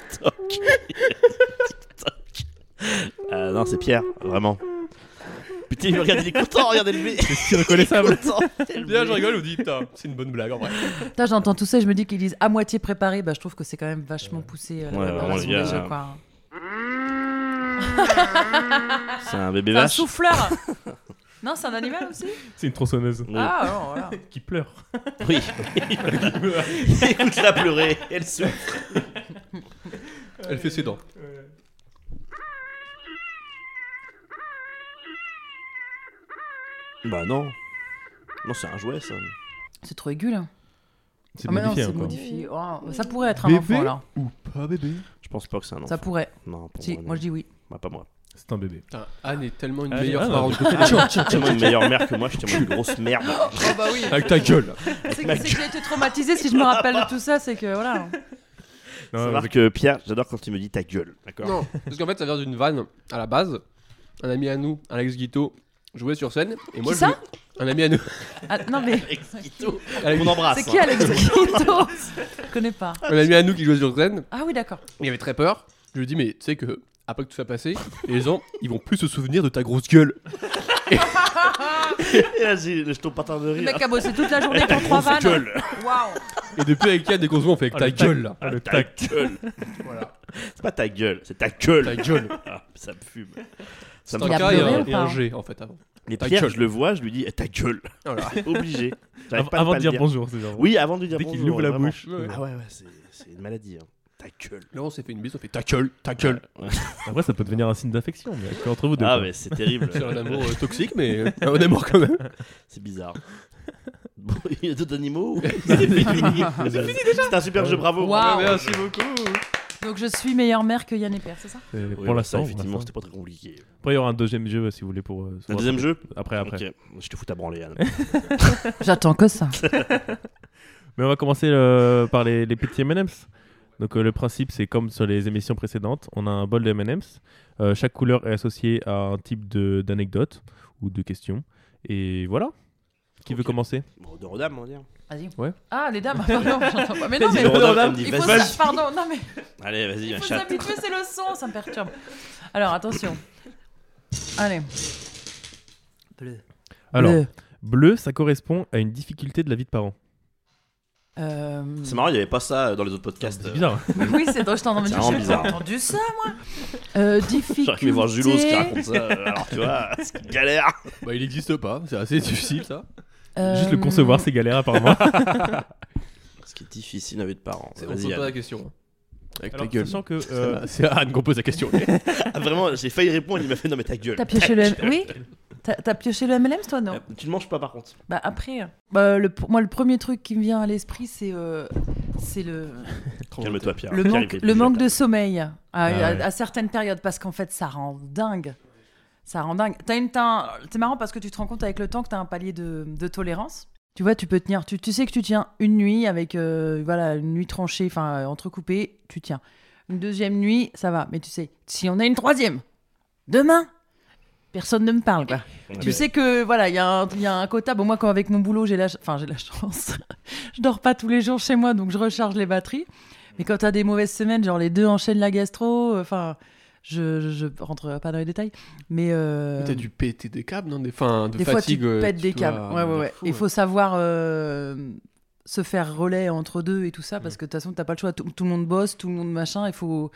[SPEAKER 2] TikTok. TikTok. Euh, non, c'est Pierre, vraiment. Putain, il regarde, il est content, regardez le
[SPEAKER 1] C'est si reconnaissable.
[SPEAKER 4] *laughs* Bien, je rigole, vous dites, putain, c'est une bonne blague en vrai.
[SPEAKER 3] Putain, j'entends tout ça et je me dis qu'ils disent à moitié préparé. Bah, je trouve que c'est quand même vachement poussé. euh, la
[SPEAKER 2] Ouais,
[SPEAKER 3] préparation
[SPEAKER 2] vraiment, les gars,
[SPEAKER 3] des jeux,
[SPEAKER 2] euh,
[SPEAKER 3] quoi.
[SPEAKER 2] C'est un bébé
[SPEAKER 3] C'est un
[SPEAKER 2] vache. *laughs*
[SPEAKER 3] souffleur Non, c'est un animal aussi
[SPEAKER 1] C'est une tronçonneuse
[SPEAKER 2] Oui. *laughs*
[SPEAKER 3] Ah, non, voilà.
[SPEAKER 1] qui pleure.
[SPEAKER 2] Oui. Écoute-la pleurer, elle souffre.
[SPEAKER 4] Elle fait ses dents.
[SPEAKER 2] Bah non. Non, c'est un jouet ça.
[SPEAKER 3] C'est trop aigu là.
[SPEAKER 1] C'est
[SPEAKER 3] Ah, mais non,
[SPEAKER 1] modifié
[SPEAKER 3] c'est
[SPEAKER 1] encore.
[SPEAKER 3] modifié. Oh, ça pourrait être un
[SPEAKER 4] Bébé
[SPEAKER 3] enfant là.
[SPEAKER 4] Ou pas bébé
[SPEAKER 2] Je pense pas que c'est un enfant.
[SPEAKER 3] Ça pourrait.
[SPEAKER 2] Non, pour
[SPEAKER 3] Si,
[SPEAKER 2] moi.
[SPEAKER 3] moi je dis oui.
[SPEAKER 2] Bah, pas moi.
[SPEAKER 1] C'est un bébé.
[SPEAKER 4] Putain, Anne est tellement une
[SPEAKER 1] Ah,
[SPEAKER 4] meilleure
[SPEAKER 1] ah,
[SPEAKER 4] parente *laughs*
[SPEAKER 1] non.
[SPEAKER 4] que toi. Tiens, tiens,
[SPEAKER 2] T'es tellement une meilleure mère que moi, je suis tellement une grosse merde. *laughs*
[SPEAKER 4] Ah,
[SPEAKER 3] Oh bah oui.
[SPEAKER 4] Avec ta gueule.
[SPEAKER 3] C'est que c'est que j'ai été traumatisée. Si je me rappelle de tout ça, c'est que voilà.
[SPEAKER 1] Non,
[SPEAKER 2] Ça
[SPEAKER 1] mais-
[SPEAKER 2] marque que Pierre, j'adore quand il me dit ta gueule, d'accord *laughs*
[SPEAKER 4] Non, parce qu'en fait, ça vient d'une vanne à la base. Un ami à nous, Alex Guito, jouait sur scène. Et moi,
[SPEAKER 3] Qui
[SPEAKER 4] je
[SPEAKER 3] ça
[SPEAKER 4] Un ami à nous.
[SPEAKER 3] Ah, non mais
[SPEAKER 4] Alex-
[SPEAKER 2] On embrasse.
[SPEAKER 3] c'est qui
[SPEAKER 2] hein.
[SPEAKER 3] Alex Guito Je connais pas.
[SPEAKER 4] un ami à nous qui jouait sur scène.
[SPEAKER 3] Ah oui, d'accord.
[SPEAKER 4] Il avait très peur. Je lui dis, mais tu sais que, après que tout soit passé, les gens, ils vont plus se souvenir de ta grosse gueule.
[SPEAKER 2] hein. Et là, j'ai- je tombe pas tard de
[SPEAKER 3] Le
[SPEAKER 2] rire.
[SPEAKER 3] mec a bossé toute la journée pour trois vannes.
[SPEAKER 2] gueule.
[SPEAKER 3] Waouh.
[SPEAKER 4] Et depuis, avec Yann, dès qu'on se voit, on fait avec
[SPEAKER 1] Ah,
[SPEAKER 4] ta
[SPEAKER 1] le tac.
[SPEAKER 4] gueule là.
[SPEAKER 1] Ah, le
[SPEAKER 2] Ta
[SPEAKER 1] tac.
[SPEAKER 2] gueule.
[SPEAKER 4] Voilà.
[SPEAKER 2] C'est pas ta gueule, c'est ta gueule.
[SPEAKER 4] Ta gueule.
[SPEAKER 2] Ah, ça me fume. Ça
[SPEAKER 4] C'est
[SPEAKER 2] me
[SPEAKER 4] un
[SPEAKER 3] Il a
[SPEAKER 4] K et
[SPEAKER 3] pleuré
[SPEAKER 4] un-
[SPEAKER 3] ou
[SPEAKER 4] et
[SPEAKER 3] pas
[SPEAKER 4] un G en fait avant.
[SPEAKER 2] Mais
[SPEAKER 4] Ta
[SPEAKER 2] Pierre,
[SPEAKER 4] gueule.
[SPEAKER 2] je le vois, je lui dis eh, ta gueule.
[SPEAKER 3] Oh
[SPEAKER 4] Voilà.
[SPEAKER 2] *laughs* Obligé. J'arrive
[SPEAKER 1] Av-
[SPEAKER 2] pas à
[SPEAKER 1] Avant
[SPEAKER 2] pas
[SPEAKER 1] de
[SPEAKER 2] le
[SPEAKER 1] dire bonjour, c'est genre.
[SPEAKER 2] Oui, avant de lui dire
[SPEAKER 1] Dès qu'il
[SPEAKER 2] bonjour,
[SPEAKER 1] ouvre la
[SPEAKER 2] vraiment.
[SPEAKER 1] bouche.
[SPEAKER 4] Ouais, ouais.
[SPEAKER 2] Ah ouais, ouais, c'est c'est une maladie. hein. Ta gueule.
[SPEAKER 4] Là, on s'est fait une bise, on fait ta gueule, ta gueule.
[SPEAKER 1] Après, Ah, ça peut devenir un signe d'affection, mais que entre vous deux.
[SPEAKER 2] Ah,
[SPEAKER 1] quoi.
[SPEAKER 2] mais c'est terrible.
[SPEAKER 4] C'est un amour euh, toxique, mais euh, un amour quand même.
[SPEAKER 2] C'est bizarre. *laughs* Bon, il y a d'autres animaux ou- *laughs* C'est fini. C'est un super jeu, bravo.
[SPEAKER 3] Waouh.
[SPEAKER 2] Ah, Ouais,
[SPEAKER 4] Merci beaucoup.
[SPEAKER 3] Donc je suis meilleure mère que Yann et Père, c'est ça
[SPEAKER 1] C'est-
[SPEAKER 2] ouais,
[SPEAKER 1] Pour
[SPEAKER 2] ça,
[SPEAKER 1] l'instant,
[SPEAKER 2] effectivement,
[SPEAKER 1] pour
[SPEAKER 2] c'était
[SPEAKER 1] l'instant.
[SPEAKER 2] pas très compliqué.
[SPEAKER 1] Après, il y aura un deuxième jeu euh, si vous voulez pour. euh,
[SPEAKER 2] Un deuxième jeu
[SPEAKER 1] Après, après.
[SPEAKER 2] Ok, je te fous à
[SPEAKER 1] *laughs*
[SPEAKER 2] branler, Anne.
[SPEAKER 3] J'attends que ça.
[SPEAKER 1] Mais on va commencer euh, par les, les petits M&M's. Donc euh, le principe, c'est comme sur les émissions précédentes, on a un bol de M&M's. Euh, chaque couleur est associée à un type de- d'anecdote ou de question. Et voilà. Qui veut
[SPEAKER 2] Ok.
[SPEAKER 1] commencer
[SPEAKER 2] Bon, de Rodam, on va dire.
[SPEAKER 3] Vas-y.
[SPEAKER 1] Ouais.
[SPEAKER 3] Ah, les dames, *laughs* pardon, j'entends pas. Mais non, mais.
[SPEAKER 2] Le Rodam,
[SPEAKER 3] Il
[SPEAKER 2] elle me dit,
[SPEAKER 3] faut
[SPEAKER 2] vas-y.
[SPEAKER 3] ça- pardon, non mais
[SPEAKER 2] Allez, vas-y,
[SPEAKER 3] il
[SPEAKER 2] un
[SPEAKER 3] faut
[SPEAKER 2] chat.
[SPEAKER 3] s'habituer, c'est le son, ça me perturbe. Alors attention. Allez. Bleu.
[SPEAKER 1] Alors, bleu. ça correspond à une difficulté de la vie de parent.
[SPEAKER 3] Euh...
[SPEAKER 2] C'est marrant, il n'y avait pas ça euh, dans les autres podcasts.
[SPEAKER 1] C'est bizarre. hein.
[SPEAKER 4] *laughs*
[SPEAKER 3] Oui, c'est drôle, je t'en
[SPEAKER 2] C'est
[SPEAKER 3] entendu.
[SPEAKER 2] vraiment bizarre.
[SPEAKER 3] entendu ça,
[SPEAKER 2] *laughs*
[SPEAKER 3] moi. Euh, difficulté.
[SPEAKER 2] J'aurais pu voir Julos qui raconte ça. euh, Alors, tu vois,
[SPEAKER 1] *laughs*
[SPEAKER 2] c'est une galère.
[SPEAKER 4] Bah, il existe pas, c'est assez difficile ça.
[SPEAKER 3] Euh,
[SPEAKER 1] Juste le concevoir, c'est galère
[SPEAKER 4] *laughs*
[SPEAKER 1] apparemment.
[SPEAKER 2] Ce qui est difficile avec de parents.
[SPEAKER 4] C'est- On pose
[SPEAKER 2] Vas-y,
[SPEAKER 4] pas
[SPEAKER 2] Anne.
[SPEAKER 4] la question. hein. Avec
[SPEAKER 1] Alors,
[SPEAKER 4] ta gueule.
[SPEAKER 1] sachant que euh,
[SPEAKER 4] *laughs* C'est Anne qu'on pose
[SPEAKER 1] *laughs*
[SPEAKER 4] la question.
[SPEAKER 2] Ah, vraiment, j'ai failli répondre, il m'a fait non, mais ta gueule.
[SPEAKER 3] T'as pioché le. Oui T'as- T'as pioché le MLM, toi, non
[SPEAKER 2] Tu ne manges pas par contre.
[SPEAKER 3] Bah après, bah, le, moi le premier truc qui me vient à l'esprit c'est euh, c'est le,
[SPEAKER 2] Calme-toi, Pierre.
[SPEAKER 3] le
[SPEAKER 2] Pierre, il
[SPEAKER 3] manque,
[SPEAKER 2] fait
[SPEAKER 3] le
[SPEAKER 2] du
[SPEAKER 3] manque
[SPEAKER 2] Jota.
[SPEAKER 3] de sommeil à, à-
[SPEAKER 1] ouais.
[SPEAKER 3] à certaines périodes parce qu'en fait ça rend dingue. Ça rend dingue. T'as une- t'as un- C'est marrant parce que tu te rends compte avec le temps que t'as un palier de, de tolérance. Tu vois, tu peux tenir. Tu, tu sais que tu tiens une nuit avec euh, voilà une nuit tranchée, enfin euh, entrecoupée, tu tiens. Une deuxième nuit, ça va. Mais tu sais, si on a une troisième, demain, personne ne me parle quoi.
[SPEAKER 2] Ouais,
[SPEAKER 3] Tu
[SPEAKER 2] mais-
[SPEAKER 3] sais que voilà, il y, a un- il y a un quota. Bon, moi, quand avec mon boulot, j'ai la, ch- enfin, j'ai la chance. *laughs* je dors pas tous les jours chez moi, donc je recharge les batteries. Mais quand t'as des mauvaises semaines, genre les deux enchaînent la gastro, euh, enfin, je, je, je rentrerai pas dans les détails. Mais euh,
[SPEAKER 4] T'as dû péter des câbles, non Des, enfin, de
[SPEAKER 3] des fois, tu
[SPEAKER 4] fatigue. euh,
[SPEAKER 3] pètes des
[SPEAKER 4] dois-
[SPEAKER 3] câbles. Ouais, ouais, ouais.
[SPEAKER 4] fou,
[SPEAKER 3] Il faut savoir euh, se faire relais entre deux et tout ça,
[SPEAKER 4] Mm.
[SPEAKER 3] parce que de toute façon, t'as pas le choix. Tout, tout le monde bosse, tout le monde machin. Il faut,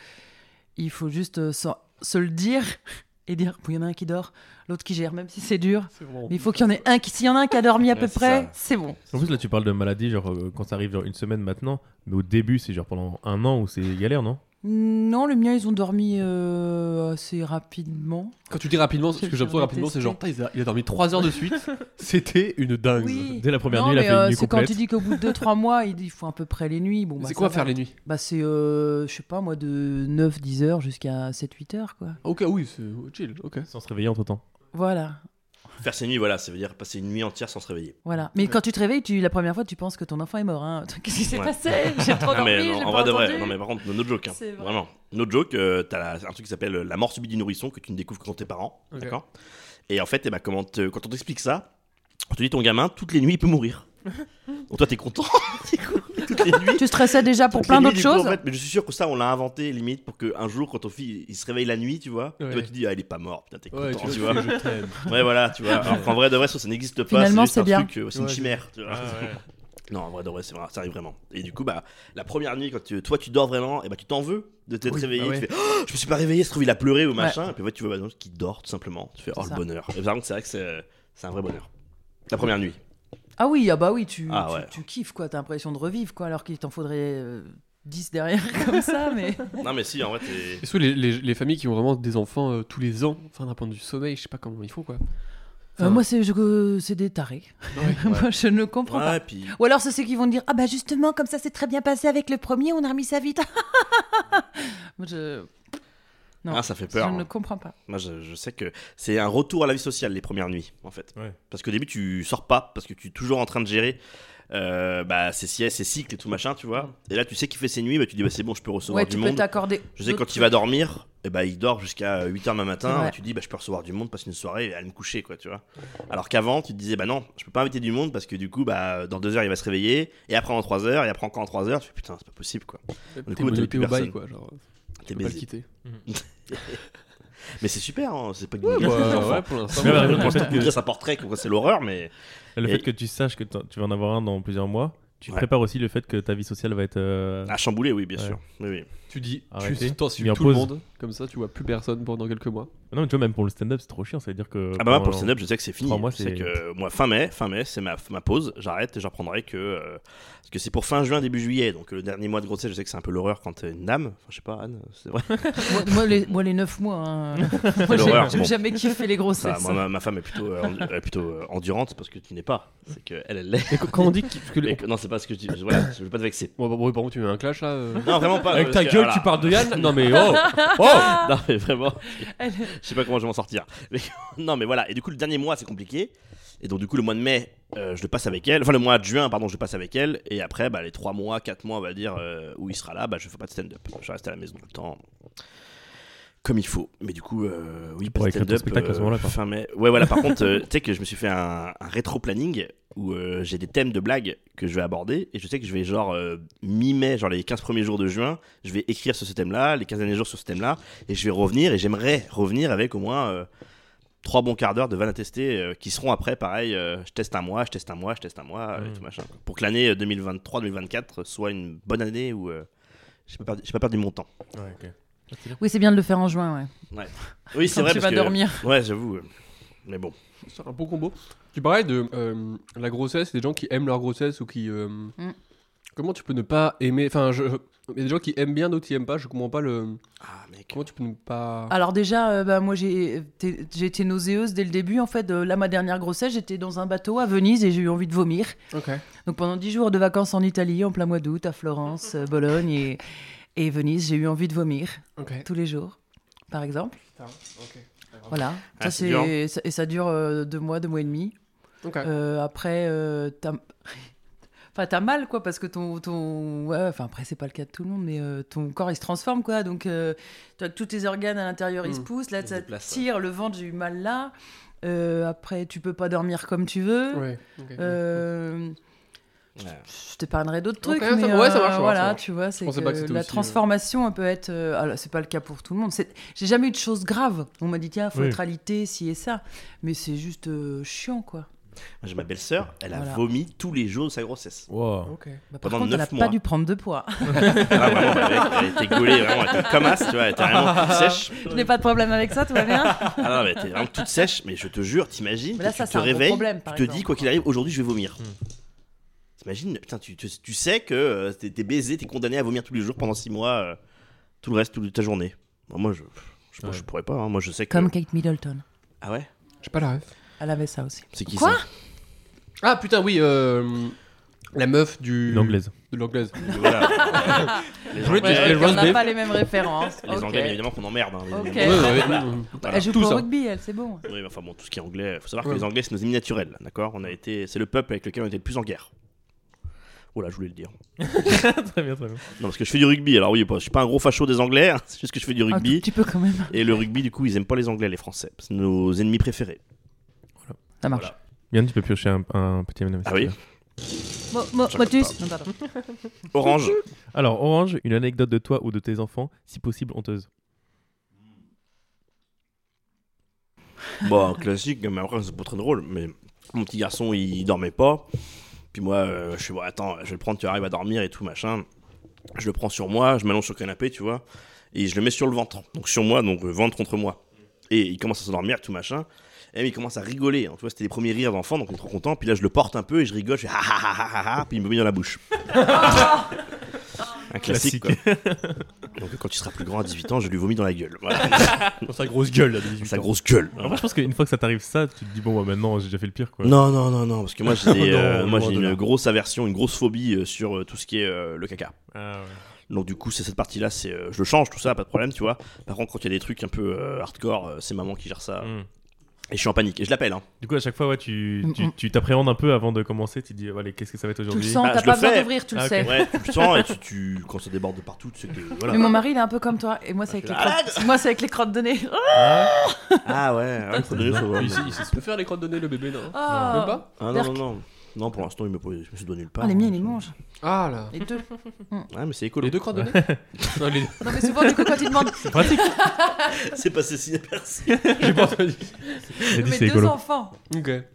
[SPEAKER 3] il faut juste euh, s'en- se le dire *laughs* et dire, bon, il y en a un qui dort, l'autre qui gère, même si c'est dur.
[SPEAKER 4] C'est vraiment-
[SPEAKER 3] Mais il faut qu'il y en ait un qui, s'il y en a un qui a dormi à
[SPEAKER 4] *laughs*
[SPEAKER 2] Ouais,
[SPEAKER 3] peu
[SPEAKER 2] c'est ça.
[SPEAKER 3] près, c'est bon.
[SPEAKER 1] en plus là tu parles de maladie genre euh, quand ça arrive genre une semaine maintenant, mais au début c'est genre pendant un an où c'est galère non
[SPEAKER 3] Non, le mien, ils ont dormi euh, assez rapidement.
[SPEAKER 4] Quand tu dis rapidement, ce
[SPEAKER 3] Je
[SPEAKER 4] que j'absorbe
[SPEAKER 3] vais
[SPEAKER 4] rapidement, c'est
[SPEAKER 3] tester.
[SPEAKER 4] genre, putain, il a, il a dormi 3 heures de suite. C'était une dingue.
[SPEAKER 1] Dès la première
[SPEAKER 3] Non,
[SPEAKER 1] nuit, il a
[SPEAKER 3] mais,
[SPEAKER 1] fait une
[SPEAKER 3] euh,
[SPEAKER 1] nuit
[SPEAKER 3] c'est quand
[SPEAKER 1] complète.
[SPEAKER 3] tu dis qu'au bout de 2-3 mois, il il faut à peu près les nuits. Bon, bah,
[SPEAKER 4] c'est
[SPEAKER 3] ça
[SPEAKER 4] quoi
[SPEAKER 3] va.
[SPEAKER 4] faire les nuits
[SPEAKER 3] Bah, c'est, euh, je sais pas, moi, de 9-10 heures jusqu'à 7-8 heures, quoi.
[SPEAKER 4] Ok, oui, c'est chill. Ok.
[SPEAKER 1] Sans se réveiller entre temps.
[SPEAKER 3] Voilà.
[SPEAKER 2] Faire ses nuits, voilà, ça veut dire passer une nuit entière sans se réveiller.
[SPEAKER 3] Voilà. Mais quand tu te réveilles, tu, la première fois, tu penses que ton enfant est mort. Hein. Qu'est-ce qui s'est
[SPEAKER 2] Ouais.
[SPEAKER 3] passé
[SPEAKER 2] *laughs*
[SPEAKER 3] J'ai trop
[SPEAKER 2] Non,
[SPEAKER 3] dormi,
[SPEAKER 2] mais non, en
[SPEAKER 3] j'ai pas
[SPEAKER 2] vrai de vrai,
[SPEAKER 3] entendu.
[SPEAKER 2] non, mais par contre, no joke, hein.
[SPEAKER 3] C'est vrai.
[SPEAKER 2] vraiment. No joke, euh, t'as la- un truc qui s'appelle euh, la mort subite du nourrisson que tu ne découvres que quand t'es parent.
[SPEAKER 4] Ok.
[SPEAKER 2] D'accord Et en fait, eh ben, comment te- quand on t'explique ça, on te dit ton gamin, toutes les nuits, il peut
[SPEAKER 4] *laughs*
[SPEAKER 2] mourir. Donc toi, t'es content. *laughs* du coup, toutes les nuits.
[SPEAKER 3] Tu stressais déjà pour
[SPEAKER 2] toutes
[SPEAKER 3] plein
[SPEAKER 2] les nuits,
[SPEAKER 3] d'autres
[SPEAKER 2] du coup,
[SPEAKER 3] choses
[SPEAKER 2] en fait, mais je suis sûr que ça, on l'a inventé limite pour qu'un jour, quand ton fils il se réveille la nuit, tu vois,
[SPEAKER 4] Ouais.
[SPEAKER 2] toi, tu dis, ah, il est pas mort, putain, t'es
[SPEAKER 4] Ouais,
[SPEAKER 2] content,
[SPEAKER 4] tu
[SPEAKER 2] tu
[SPEAKER 4] vois,
[SPEAKER 2] vois.
[SPEAKER 4] je t'aime.
[SPEAKER 1] *laughs*
[SPEAKER 2] Ouais, voilà, tu
[SPEAKER 4] *laughs*
[SPEAKER 2] vois. Alors qu'en vrai de vrai, ça, ça n'existe pas.
[SPEAKER 3] Finalement,
[SPEAKER 2] c'est
[SPEAKER 3] c'est
[SPEAKER 2] juste
[SPEAKER 3] bien.
[SPEAKER 2] un truc, euh, c'est une
[SPEAKER 4] Ouais, c'est-
[SPEAKER 2] chimère. Tu vois. Non, en vrai de vrai, c'est vrai, ça arrive vraiment. Et du coup, bah, la première nuit, quand tu- toi tu dors vraiment, et bah tu t'en veux de t'être
[SPEAKER 4] Oui,
[SPEAKER 2] réveillé.
[SPEAKER 4] bah ouais.
[SPEAKER 2] Tu fais, Oh, je me suis pas réveillé, se trouve il a pleuré ou machin. Et puis ouais, tu vois, bah, non, qui dort tout simplement. Tu fais, oh
[SPEAKER 3] C'est
[SPEAKER 2] le
[SPEAKER 3] ça.
[SPEAKER 2] bonheur. Et par contre, c'est vrai que c'est, c'est un vrai bonheur. La première nuit.
[SPEAKER 3] Ah oui, ah bah oui, tu,
[SPEAKER 2] Ah
[SPEAKER 3] tu,
[SPEAKER 2] ouais.
[SPEAKER 3] tu kiffes quoi, t'as l'impression de revivre quoi, alors qu'il t'en faudrait euh, 10 derrière *laughs* comme ça,
[SPEAKER 2] *laughs*
[SPEAKER 3] mais. euh,
[SPEAKER 2] Non, mais si, en vrai,
[SPEAKER 3] *laughs*
[SPEAKER 2] t'es.
[SPEAKER 4] Est-ce que les, les- les familles qui ont vraiment des enfants euh, tous les ans, enfin d'un point de vue sommeil, je sais pas comment ils font quoi.
[SPEAKER 3] Euh, moi, c'est je- euh, c'est des tarés. *laughs* moi, je ne comprends
[SPEAKER 2] Ouais,
[SPEAKER 3] pas.
[SPEAKER 2] et puis.
[SPEAKER 3] Ou alors, c'est ceux qui vont te dire Ah bah justement, comme ça, c'est très bien passé avec le premier, on a remis ça vite. *laughs* Moi, je, Non,
[SPEAKER 2] Ah, ça fait
[SPEAKER 3] je
[SPEAKER 2] peur. hein.
[SPEAKER 3] ne comprends pas.
[SPEAKER 2] Moi, je, je sais que c'est un retour à la vie sociale les premières nuits, en fait.
[SPEAKER 1] Ouais.
[SPEAKER 2] Parce qu'au début, tu sors pas, parce que tu es toujours en train de gérer euh, bah, ces siestes, ces cycles et tout machin, tu vois. Et là, tu sais qu'il fait ses nuits, bah, tu dis, bah, c'est bon, je peux recevoir
[SPEAKER 3] Mm. ouais,
[SPEAKER 2] du
[SPEAKER 3] tu peux
[SPEAKER 2] monde.
[SPEAKER 3] t'accorder.
[SPEAKER 2] Je sais que
[SPEAKER 3] d'autres
[SPEAKER 2] quand il va dormir, eh ben, il dort jusqu'à 8h ma
[SPEAKER 3] C'est
[SPEAKER 2] matin,
[SPEAKER 3] vrai.
[SPEAKER 2] et tu dis bah, je peux recevoir du monde, passer une soirée et aller me coucher quoi, tu vois. Alors qu'avant, tu te disais bah non, je peux pas inviter du monde parce que du coup bah dans 2 heures il va se réveiller et après en 3 heures et après encore en 3 heures, tu fais putain, c'est pas possible quoi.
[SPEAKER 4] T'es
[SPEAKER 2] coup, t'as
[SPEAKER 4] menotté
[SPEAKER 2] plus
[SPEAKER 4] au bail
[SPEAKER 2] personne.
[SPEAKER 4] quoi, genre. tu
[SPEAKER 2] T'es
[SPEAKER 4] peux pas le
[SPEAKER 2] baisé. *laughs*
[SPEAKER 4] quitter.
[SPEAKER 2] Mais c'est super, hein, c'est pas que *laughs*
[SPEAKER 4] Ouais,
[SPEAKER 2] des enfants.
[SPEAKER 4] ouais, pour l'instant.
[SPEAKER 1] Mais
[SPEAKER 2] Ouais,
[SPEAKER 1] ouais,
[SPEAKER 2] on
[SPEAKER 1] ouais,
[SPEAKER 2] pense
[SPEAKER 1] ouais.
[SPEAKER 2] qu'on voudrait sa portrait, quoi, c'est l'horreur, mais
[SPEAKER 1] Le
[SPEAKER 2] Et-
[SPEAKER 1] fait que tu saches que t'en- tu vas en avoir un dans plusieurs mois, tu
[SPEAKER 2] Ouais. Ah.
[SPEAKER 1] prépares aussi le fait que ta vie sociale va être euh,
[SPEAKER 2] à chambouler, oui, bien
[SPEAKER 1] Ouais.
[SPEAKER 2] sûr. Oui, oui.
[SPEAKER 4] Tu dis, tu
[SPEAKER 1] Arrêtez.
[SPEAKER 4] t'insultes
[SPEAKER 1] Mis en
[SPEAKER 4] tout le
[SPEAKER 1] pause.
[SPEAKER 4] monde. Comme ça, tu vois plus personne pendant quelques mois.
[SPEAKER 1] Non, mais tu vois, même pour le stand-up, c'est trop chiant. Ça veut dire que.
[SPEAKER 2] Ah bah moi pour le
[SPEAKER 1] pendant-
[SPEAKER 2] stand-up je sais que c'est fini.
[SPEAKER 1] trois mois,
[SPEAKER 2] Je sais
[SPEAKER 1] c'est-
[SPEAKER 2] que euh, moi fin mai, fin mai c'est ma, ma pause, j'arrête et je reprendrai que euh, parce que c'est pour fin juin début juillet donc le dernier mois de grossesse je sais que c'est un peu l'horreur quand t'es une dame. Enfin je sais pas Anne c'est vrai.
[SPEAKER 3] moi, moi, les, moi, les 9 mois.
[SPEAKER 2] *laughs*
[SPEAKER 3] hein. Moi,
[SPEAKER 2] l'horreur,
[SPEAKER 3] j'ai- j'ai
[SPEAKER 2] bon. Ah,
[SPEAKER 3] jamais kiffé les
[SPEAKER 2] Enfin,
[SPEAKER 3] grossesses.
[SPEAKER 2] moi, ma, ma femme est plutôt euh, en- elle est plutôt euh, endurante parce que tu n'es pas. C'est que elle elle l'est.
[SPEAKER 4] Et qu- quand on dit que. parce que les-
[SPEAKER 2] Et que- Non c'est pas ce que je dis. Je- Voilà je veux pas te vexer.
[SPEAKER 4] Bon, bah, bon, par contre, tu mets un clash
[SPEAKER 1] *laughs*
[SPEAKER 4] là. euh.
[SPEAKER 2] Non vraiment pas.
[SPEAKER 4] Avec
[SPEAKER 2] euh,
[SPEAKER 4] ta
[SPEAKER 2] parce que,
[SPEAKER 4] gueule,
[SPEAKER 2] voilà.
[SPEAKER 4] tu parles de Yann Non, mais oh Oh
[SPEAKER 2] Non mais vraiment
[SPEAKER 3] Elle-
[SPEAKER 2] je sais pas comment je vais m'en sortir. *laughs* Mais- non, mais voilà. Et du coup, le dernier mois, c'est compliqué. Et donc, du coup, le mois de mai, euh, je le passe avec elle. Enfin, le mois de juin, pardon, je le passe avec elle. Et après, bah, les trois mois, quatre mois, on va dire, euh, où il sera là, bah, je fais pas de stand-up. Je reste à la maison tout le temps. Comme il faut. Mais du coup, euh, oui, pas
[SPEAKER 1] pourrais
[SPEAKER 2] de
[SPEAKER 1] écrire ton
[SPEAKER 2] stand-up.
[SPEAKER 1] spectacle à ce moment-là, quoi.
[SPEAKER 2] fin mai. Ouais,
[SPEAKER 1] *laughs*
[SPEAKER 2] voilà. Par contre, euh, tu sais que je me suis fait un, un rétro-planning où euh, j'ai des thèmes de blagues que je vais aborder. Et je sais que je vais, genre, euh, mi-mai, genre les 15 premiers jours de juin, je vais écrire sur ce thème-là, les 15 derniers jours sur ce thème-là et je vais revenir et j'aimerais revenir avec au moins euh, trois bons quarts d'heure de vannes à tester euh, qui seront après pareil euh, je teste un mois je teste un mois je teste un mois euh, et
[SPEAKER 1] Mm.
[SPEAKER 2] tout machin quoi. pour que l'année euh, 2023 2024 soit une bonne année où euh, j'ai pas perdu j'ai pas perdu mon temps
[SPEAKER 3] Oui, c'est bien de le faire en juin, ouais.
[SPEAKER 2] oui
[SPEAKER 3] Quand
[SPEAKER 2] c'est vrai
[SPEAKER 3] tu
[SPEAKER 2] parce
[SPEAKER 3] vas
[SPEAKER 2] que-
[SPEAKER 3] dormir.
[SPEAKER 2] ouais j'avoue euh, mais bon
[SPEAKER 4] C'est un beau combo. Tu parlais de euh, la grossesse, des gens qui aiment leur grossesse ou qui. euh, Comment tu peux ne pas aimer. Enfin, je- je- il y a des gens qui aiment bien, d'autres qui aiment pas. Je comprends pas le.
[SPEAKER 2] ah mec
[SPEAKER 4] Comment tu peux ne pas.
[SPEAKER 3] Alors déjà, euh, bah, moi j'ai été- j'ai été nauséeuse dès le début. En fait, Euh, là, ma dernière grossesse, j'étais dans un bateau à Venise et j'ai eu envie de vomir.
[SPEAKER 4] Ok.
[SPEAKER 3] Donc pendant 10 jours de vacances en Italie, en plein mois d'août, à Florence, euh, Bologne et, et Venise, j'ai eu envie de vomir
[SPEAKER 4] Ok.
[SPEAKER 3] tous les jours, par exemple. Voilà.
[SPEAKER 2] Ah,
[SPEAKER 3] ça,
[SPEAKER 2] c'est
[SPEAKER 3] c'est-
[SPEAKER 2] dur.
[SPEAKER 3] ça- et ça dure euh, deux mois, deux mois et demi.
[SPEAKER 4] Ok.
[SPEAKER 3] Euh, après, euh, t'as... *laughs* Enfin, t'as mal, quoi, parce que ton... ton... ouais, enfin, après, c'est pas le cas de tout le monde, mais euh, ton corps, il se transforme, quoi. Donc, euh, tu vois que tous tes organes à l'intérieur, ils se
[SPEAKER 4] Mm.
[SPEAKER 3] poussent. Là,
[SPEAKER 2] se
[SPEAKER 3] ça
[SPEAKER 2] déplacent, ouais.
[SPEAKER 3] tire. Le ventre, j'ai eu mal là. Euh, après, tu peux pas dormir comme tu veux.
[SPEAKER 4] Ouais. ok.
[SPEAKER 3] Euh,
[SPEAKER 2] Ouais.
[SPEAKER 3] je t'épargnerai d'autres trucs.
[SPEAKER 4] Ok, ça-
[SPEAKER 3] mais, euh,
[SPEAKER 4] ouais, ça marche, ça marche, ça
[SPEAKER 3] Voilà,
[SPEAKER 4] marche.
[SPEAKER 3] tu vois, c'est
[SPEAKER 4] pensais
[SPEAKER 3] que
[SPEAKER 4] pas que c'était
[SPEAKER 3] la
[SPEAKER 4] aussi, euh,
[SPEAKER 3] transformation, elle peut être. euh, alors, c'est pas le cas pour tout le monde. C'est- J'ai jamais eu de choses graves. On m'a dit, tiens, faut
[SPEAKER 1] Oui.
[SPEAKER 3] être alité, ci et ça. Mais c'est juste euh, chiant, quoi.
[SPEAKER 2] Moi, j'ai ma belle-sœur elle a
[SPEAKER 3] Voilà.
[SPEAKER 2] vomi tous les jours de sa grossesse
[SPEAKER 1] Wow.
[SPEAKER 4] Ok.
[SPEAKER 3] Bah, par
[SPEAKER 2] Pendant
[SPEAKER 3] contre, elle a
[SPEAKER 2] neuf mois.
[SPEAKER 3] pas dû prendre de poids.
[SPEAKER 2] ah, vraiment, bah, mec, elle était gaulée vraiment elle était comme as tu vois elle était vraiment toute sèche
[SPEAKER 3] *laughs* Je n'ai pas de problème avec ça, tout va bien.
[SPEAKER 2] ah non mais elle était vraiment toute sèche mais je te jure t'imagines
[SPEAKER 3] Mais là,
[SPEAKER 2] que
[SPEAKER 3] ça,
[SPEAKER 2] tu
[SPEAKER 3] c'est
[SPEAKER 2] te
[SPEAKER 3] un gros
[SPEAKER 2] réveilles
[SPEAKER 3] problème, par
[SPEAKER 2] Tu te dis,
[SPEAKER 3] exemple.
[SPEAKER 2] quoi qu'il arrive, aujourd'hui je vais vomir.
[SPEAKER 4] Hmm.
[SPEAKER 2] T'imagines, putain, tu, tu- tu sais que euh, t'es t'es baisé, t'es condamné à vomir tous les jours pendant 6 mois, euh, tout le reste, toute ta journée. Bon, moi, je, je, moi,
[SPEAKER 1] Ouais.
[SPEAKER 2] je pourrais pas, hein. moi je sais que.
[SPEAKER 3] Comme Kate Middleton.
[SPEAKER 2] Ah ouais
[SPEAKER 4] J'ai pas la ref.
[SPEAKER 3] Elle avait ça *laughs* aussi.
[SPEAKER 2] C'est qui
[SPEAKER 3] Quoi
[SPEAKER 2] ça
[SPEAKER 4] Ah putain, oui. euh, La meuf du.
[SPEAKER 1] Une anglaise.
[SPEAKER 3] *laughs*
[SPEAKER 4] De l'anglaise. *laughs*
[SPEAKER 2] *laughs* Voilà. Les
[SPEAKER 4] British
[SPEAKER 2] Anglais,
[SPEAKER 4] Les
[SPEAKER 3] on
[SPEAKER 4] roast
[SPEAKER 3] n'a
[SPEAKER 4] beef.
[SPEAKER 3] pas les mêmes références.
[SPEAKER 2] les
[SPEAKER 3] Ok.
[SPEAKER 2] Anglais, bien évidemment qu'on emmerde. hein, les-
[SPEAKER 3] Ok.
[SPEAKER 2] les-
[SPEAKER 4] Ouais, ouais, ouais.
[SPEAKER 2] Voilà.
[SPEAKER 3] Elle joue
[SPEAKER 4] Tout
[SPEAKER 3] pas au
[SPEAKER 4] ça.
[SPEAKER 3] rugby, elle, c'est bon.
[SPEAKER 2] Oui, mais enfin bon, tout ce qui est anglais, faut savoir
[SPEAKER 4] Ouais.
[SPEAKER 2] que les Anglais, c'est nos ennemis naturels, là, d'accord On a été, c'est le peuple avec lequel on était le plus en guerre. Voilà, je voulais le dire.
[SPEAKER 1] *laughs* très bien, très bien.
[SPEAKER 2] Non, parce que je fais du rugby, alors oui, je suis pas un gros facho des Anglais, hein, *laughs* c'est juste que je fais du
[SPEAKER 3] Un
[SPEAKER 2] rugby.
[SPEAKER 3] tout petit peu quand même.
[SPEAKER 2] Et le rugby, du coup, ils aiment pas les Anglais, les Français. C'est nos ennemis préférés.
[SPEAKER 3] Ça marche.
[SPEAKER 2] Voilà.
[SPEAKER 1] Yann, tu peux piocher un, un petit M&M, si
[SPEAKER 2] Ah
[SPEAKER 1] tu
[SPEAKER 2] oui.
[SPEAKER 1] veux.
[SPEAKER 3] Mo- mo-
[SPEAKER 2] J'en
[SPEAKER 3] Motus. Non, pardon.
[SPEAKER 2] Orange.
[SPEAKER 1] Alors, Orange, une anecdote de toi ou de tes enfants, si possible honteuse.
[SPEAKER 2] bon, Bah, un classique, mais après, c'est pas très drôle. Mais mon petit garçon, il dormait pas. Puis moi, euh, je suis bon, attends, je vais le prendre, tu arrives à dormir et tout, machin. Je le prends sur moi, je m'allonge sur le canapé, tu vois. Et je le mets sur le ventre. Donc sur moi, donc euh, ventre contre moi. Et il commence à s'endormir, tout machin. Et il commence à rigoler. hein. Tu vois, c'était les premiers rires d'enfant, donc on est trop content. Puis là, je le porte un peu et je rigole, je fais ah ah ah ah ah, ah, puis il me met dans la bouche. un classique, quoi. Donc quand il sera plus grand, à 18 ans, je lui vomis dans la gueule. Voilà,
[SPEAKER 1] Dans sa grosse gueule, là,
[SPEAKER 2] sa grosse gueule.
[SPEAKER 1] Moi, je pense qu'une fois que ça t'arrive ça, tu te dis, bon, bah, maintenant, j'ai déjà fait le pire, quoi.
[SPEAKER 2] Non, non, non, non, parce que moi j'ai des,
[SPEAKER 1] Non,
[SPEAKER 2] euh, moi,
[SPEAKER 1] loin
[SPEAKER 2] j'ai
[SPEAKER 1] de
[SPEAKER 2] une
[SPEAKER 1] là.
[SPEAKER 2] grosse aversion, une grosse phobie euh, sur euh, tout ce qui est euh, le caca.
[SPEAKER 1] Ah, ouais.
[SPEAKER 2] Donc du coup, c'est cette partie-là, c'est euh, je le change, tout ça, pas de problème, tu vois. Par contre, quand il y a des trucs un peu euh, hardcore, euh, c'est maman qui gère ça.
[SPEAKER 1] Mm.
[SPEAKER 2] Et je suis en panique, et je l'appelle. Hein.
[SPEAKER 1] Du coup, à chaque fois, ouais, tu
[SPEAKER 3] Mm,
[SPEAKER 1] tu-
[SPEAKER 3] mm.
[SPEAKER 1] tu t'appréhendes un peu avant de commencer. Tu te dis, allez, qu'est-ce que ça va être
[SPEAKER 3] Tu le
[SPEAKER 1] aujourd'hui
[SPEAKER 3] sens,
[SPEAKER 2] Ah,
[SPEAKER 3] t'as
[SPEAKER 2] je
[SPEAKER 3] pas
[SPEAKER 2] le
[SPEAKER 3] besoin
[SPEAKER 2] fais.
[SPEAKER 3] d'ouvrir, tu le
[SPEAKER 1] Ah, ok.
[SPEAKER 3] sais.
[SPEAKER 2] Ouais, *laughs* tu le sens, et tu, tu- quand ça déborde de partout, tu sais que voilà.
[SPEAKER 3] Mais mon mari, il est un peu comme toi. Et moi, c'est avec, les crottes... moi, c'est avec les crottes
[SPEAKER 2] *laughs*
[SPEAKER 3] de nez. Oh
[SPEAKER 2] Ah ouais, ah, il faut donner ça, ouais.
[SPEAKER 4] Il, sait- il sait se faire les crottes de nez, le bébé, non Même pas
[SPEAKER 2] Ah non, non, non. Non, pour l'instant, il me, pose- je me suis donné le pas.
[SPEAKER 3] Ah, les miens,
[SPEAKER 2] hein.
[SPEAKER 3] ils les mangent.
[SPEAKER 4] Ah là.
[SPEAKER 3] Les deux.
[SPEAKER 2] Ouais, mais c'est écolo.
[SPEAKER 4] Les deux crottes de *laughs* nez Non, les deux.
[SPEAKER 3] Non, mais souvent, du coup, quand ils demandent.
[SPEAKER 1] Pratique
[SPEAKER 2] C'est passé si personne.
[SPEAKER 4] J'ai pas entendu.
[SPEAKER 1] J'ai dit,
[SPEAKER 3] Mais
[SPEAKER 1] c'est
[SPEAKER 3] deux
[SPEAKER 1] écolo.
[SPEAKER 3] enfants.
[SPEAKER 4] *laughs* Ok.
[SPEAKER 3] Mais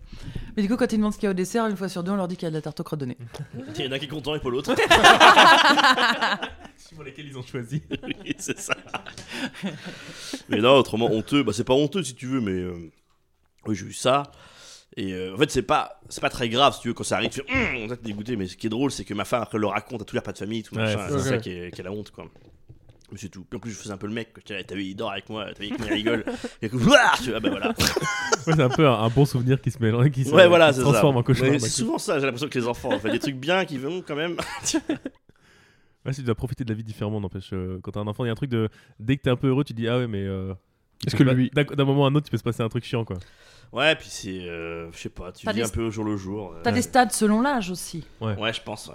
[SPEAKER 3] Mais du coup, quand ils demandent ce qu'il y a au dessert, une fois sur deux, on leur dit qu'il y a de la tarte aux crottes de nez.
[SPEAKER 2] Il y en a qui est content et pas l'autre.
[SPEAKER 1] Suivant lesquels ils ont choisi.
[SPEAKER 2] Oui, c'est ça. mais non, autrement, honteux. Bah, c'est pas honteux si tu veux, mais. euh, Oui, j'ai eu ça. Et euh, en fait, c'est pas, c'est pas très grave si tu veux. Quand ça arrive, tu fais. Hum, on est dégoûté. Mais ce qui est drôle, c'est que ma femme, après, le raconte à tout l'air pas de famille, tout
[SPEAKER 1] Ouais,
[SPEAKER 2] machin.
[SPEAKER 1] c'est
[SPEAKER 2] C'est
[SPEAKER 4] ça.
[SPEAKER 2] ça qui est, qui est la honte, quoi. Mais c'est tout. Puis en plus, je faisais un peu le mec. quoi. J'étais là, T'as vu, il dort avec moi. T'as vu, il rigole. Et que, Ouah Je fais, ah bah voilà.
[SPEAKER 1] *laughs* Ouais, c'est un peu un, un bon souvenir qui se mélange, qui se,
[SPEAKER 2] Ouais, voilà,
[SPEAKER 1] qui se
[SPEAKER 2] c'est ça.
[SPEAKER 1] transforme en cauchemar. d'un
[SPEAKER 2] Mais C'est
[SPEAKER 1] coup.
[SPEAKER 2] souvent ça, j'ai l'impression que les enfants, on fait des trucs bien qui vont quand même.
[SPEAKER 1] Ouais, si tu dois profiter de la vie différemment, n'empêche. euh, quand t'as un enfant, il y a un truc de. Dès que t'es un peu heureux, tu dis ah ouais, mais. euh, il
[SPEAKER 4] Est-ce
[SPEAKER 1] peut
[SPEAKER 4] que
[SPEAKER 1] pas-
[SPEAKER 4] lui-
[SPEAKER 1] D'un d'un moment à un autre, tu peux se passer un truc chiant, quoi.
[SPEAKER 2] Ouais, puis c'est. euh, je sais pas, tu
[SPEAKER 3] T'as
[SPEAKER 2] vis
[SPEAKER 3] des-
[SPEAKER 2] un peu au jour le jour. euh.
[SPEAKER 3] T'as des stades selon l'âge aussi.
[SPEAKER 2] Ouais, je pense, ouais.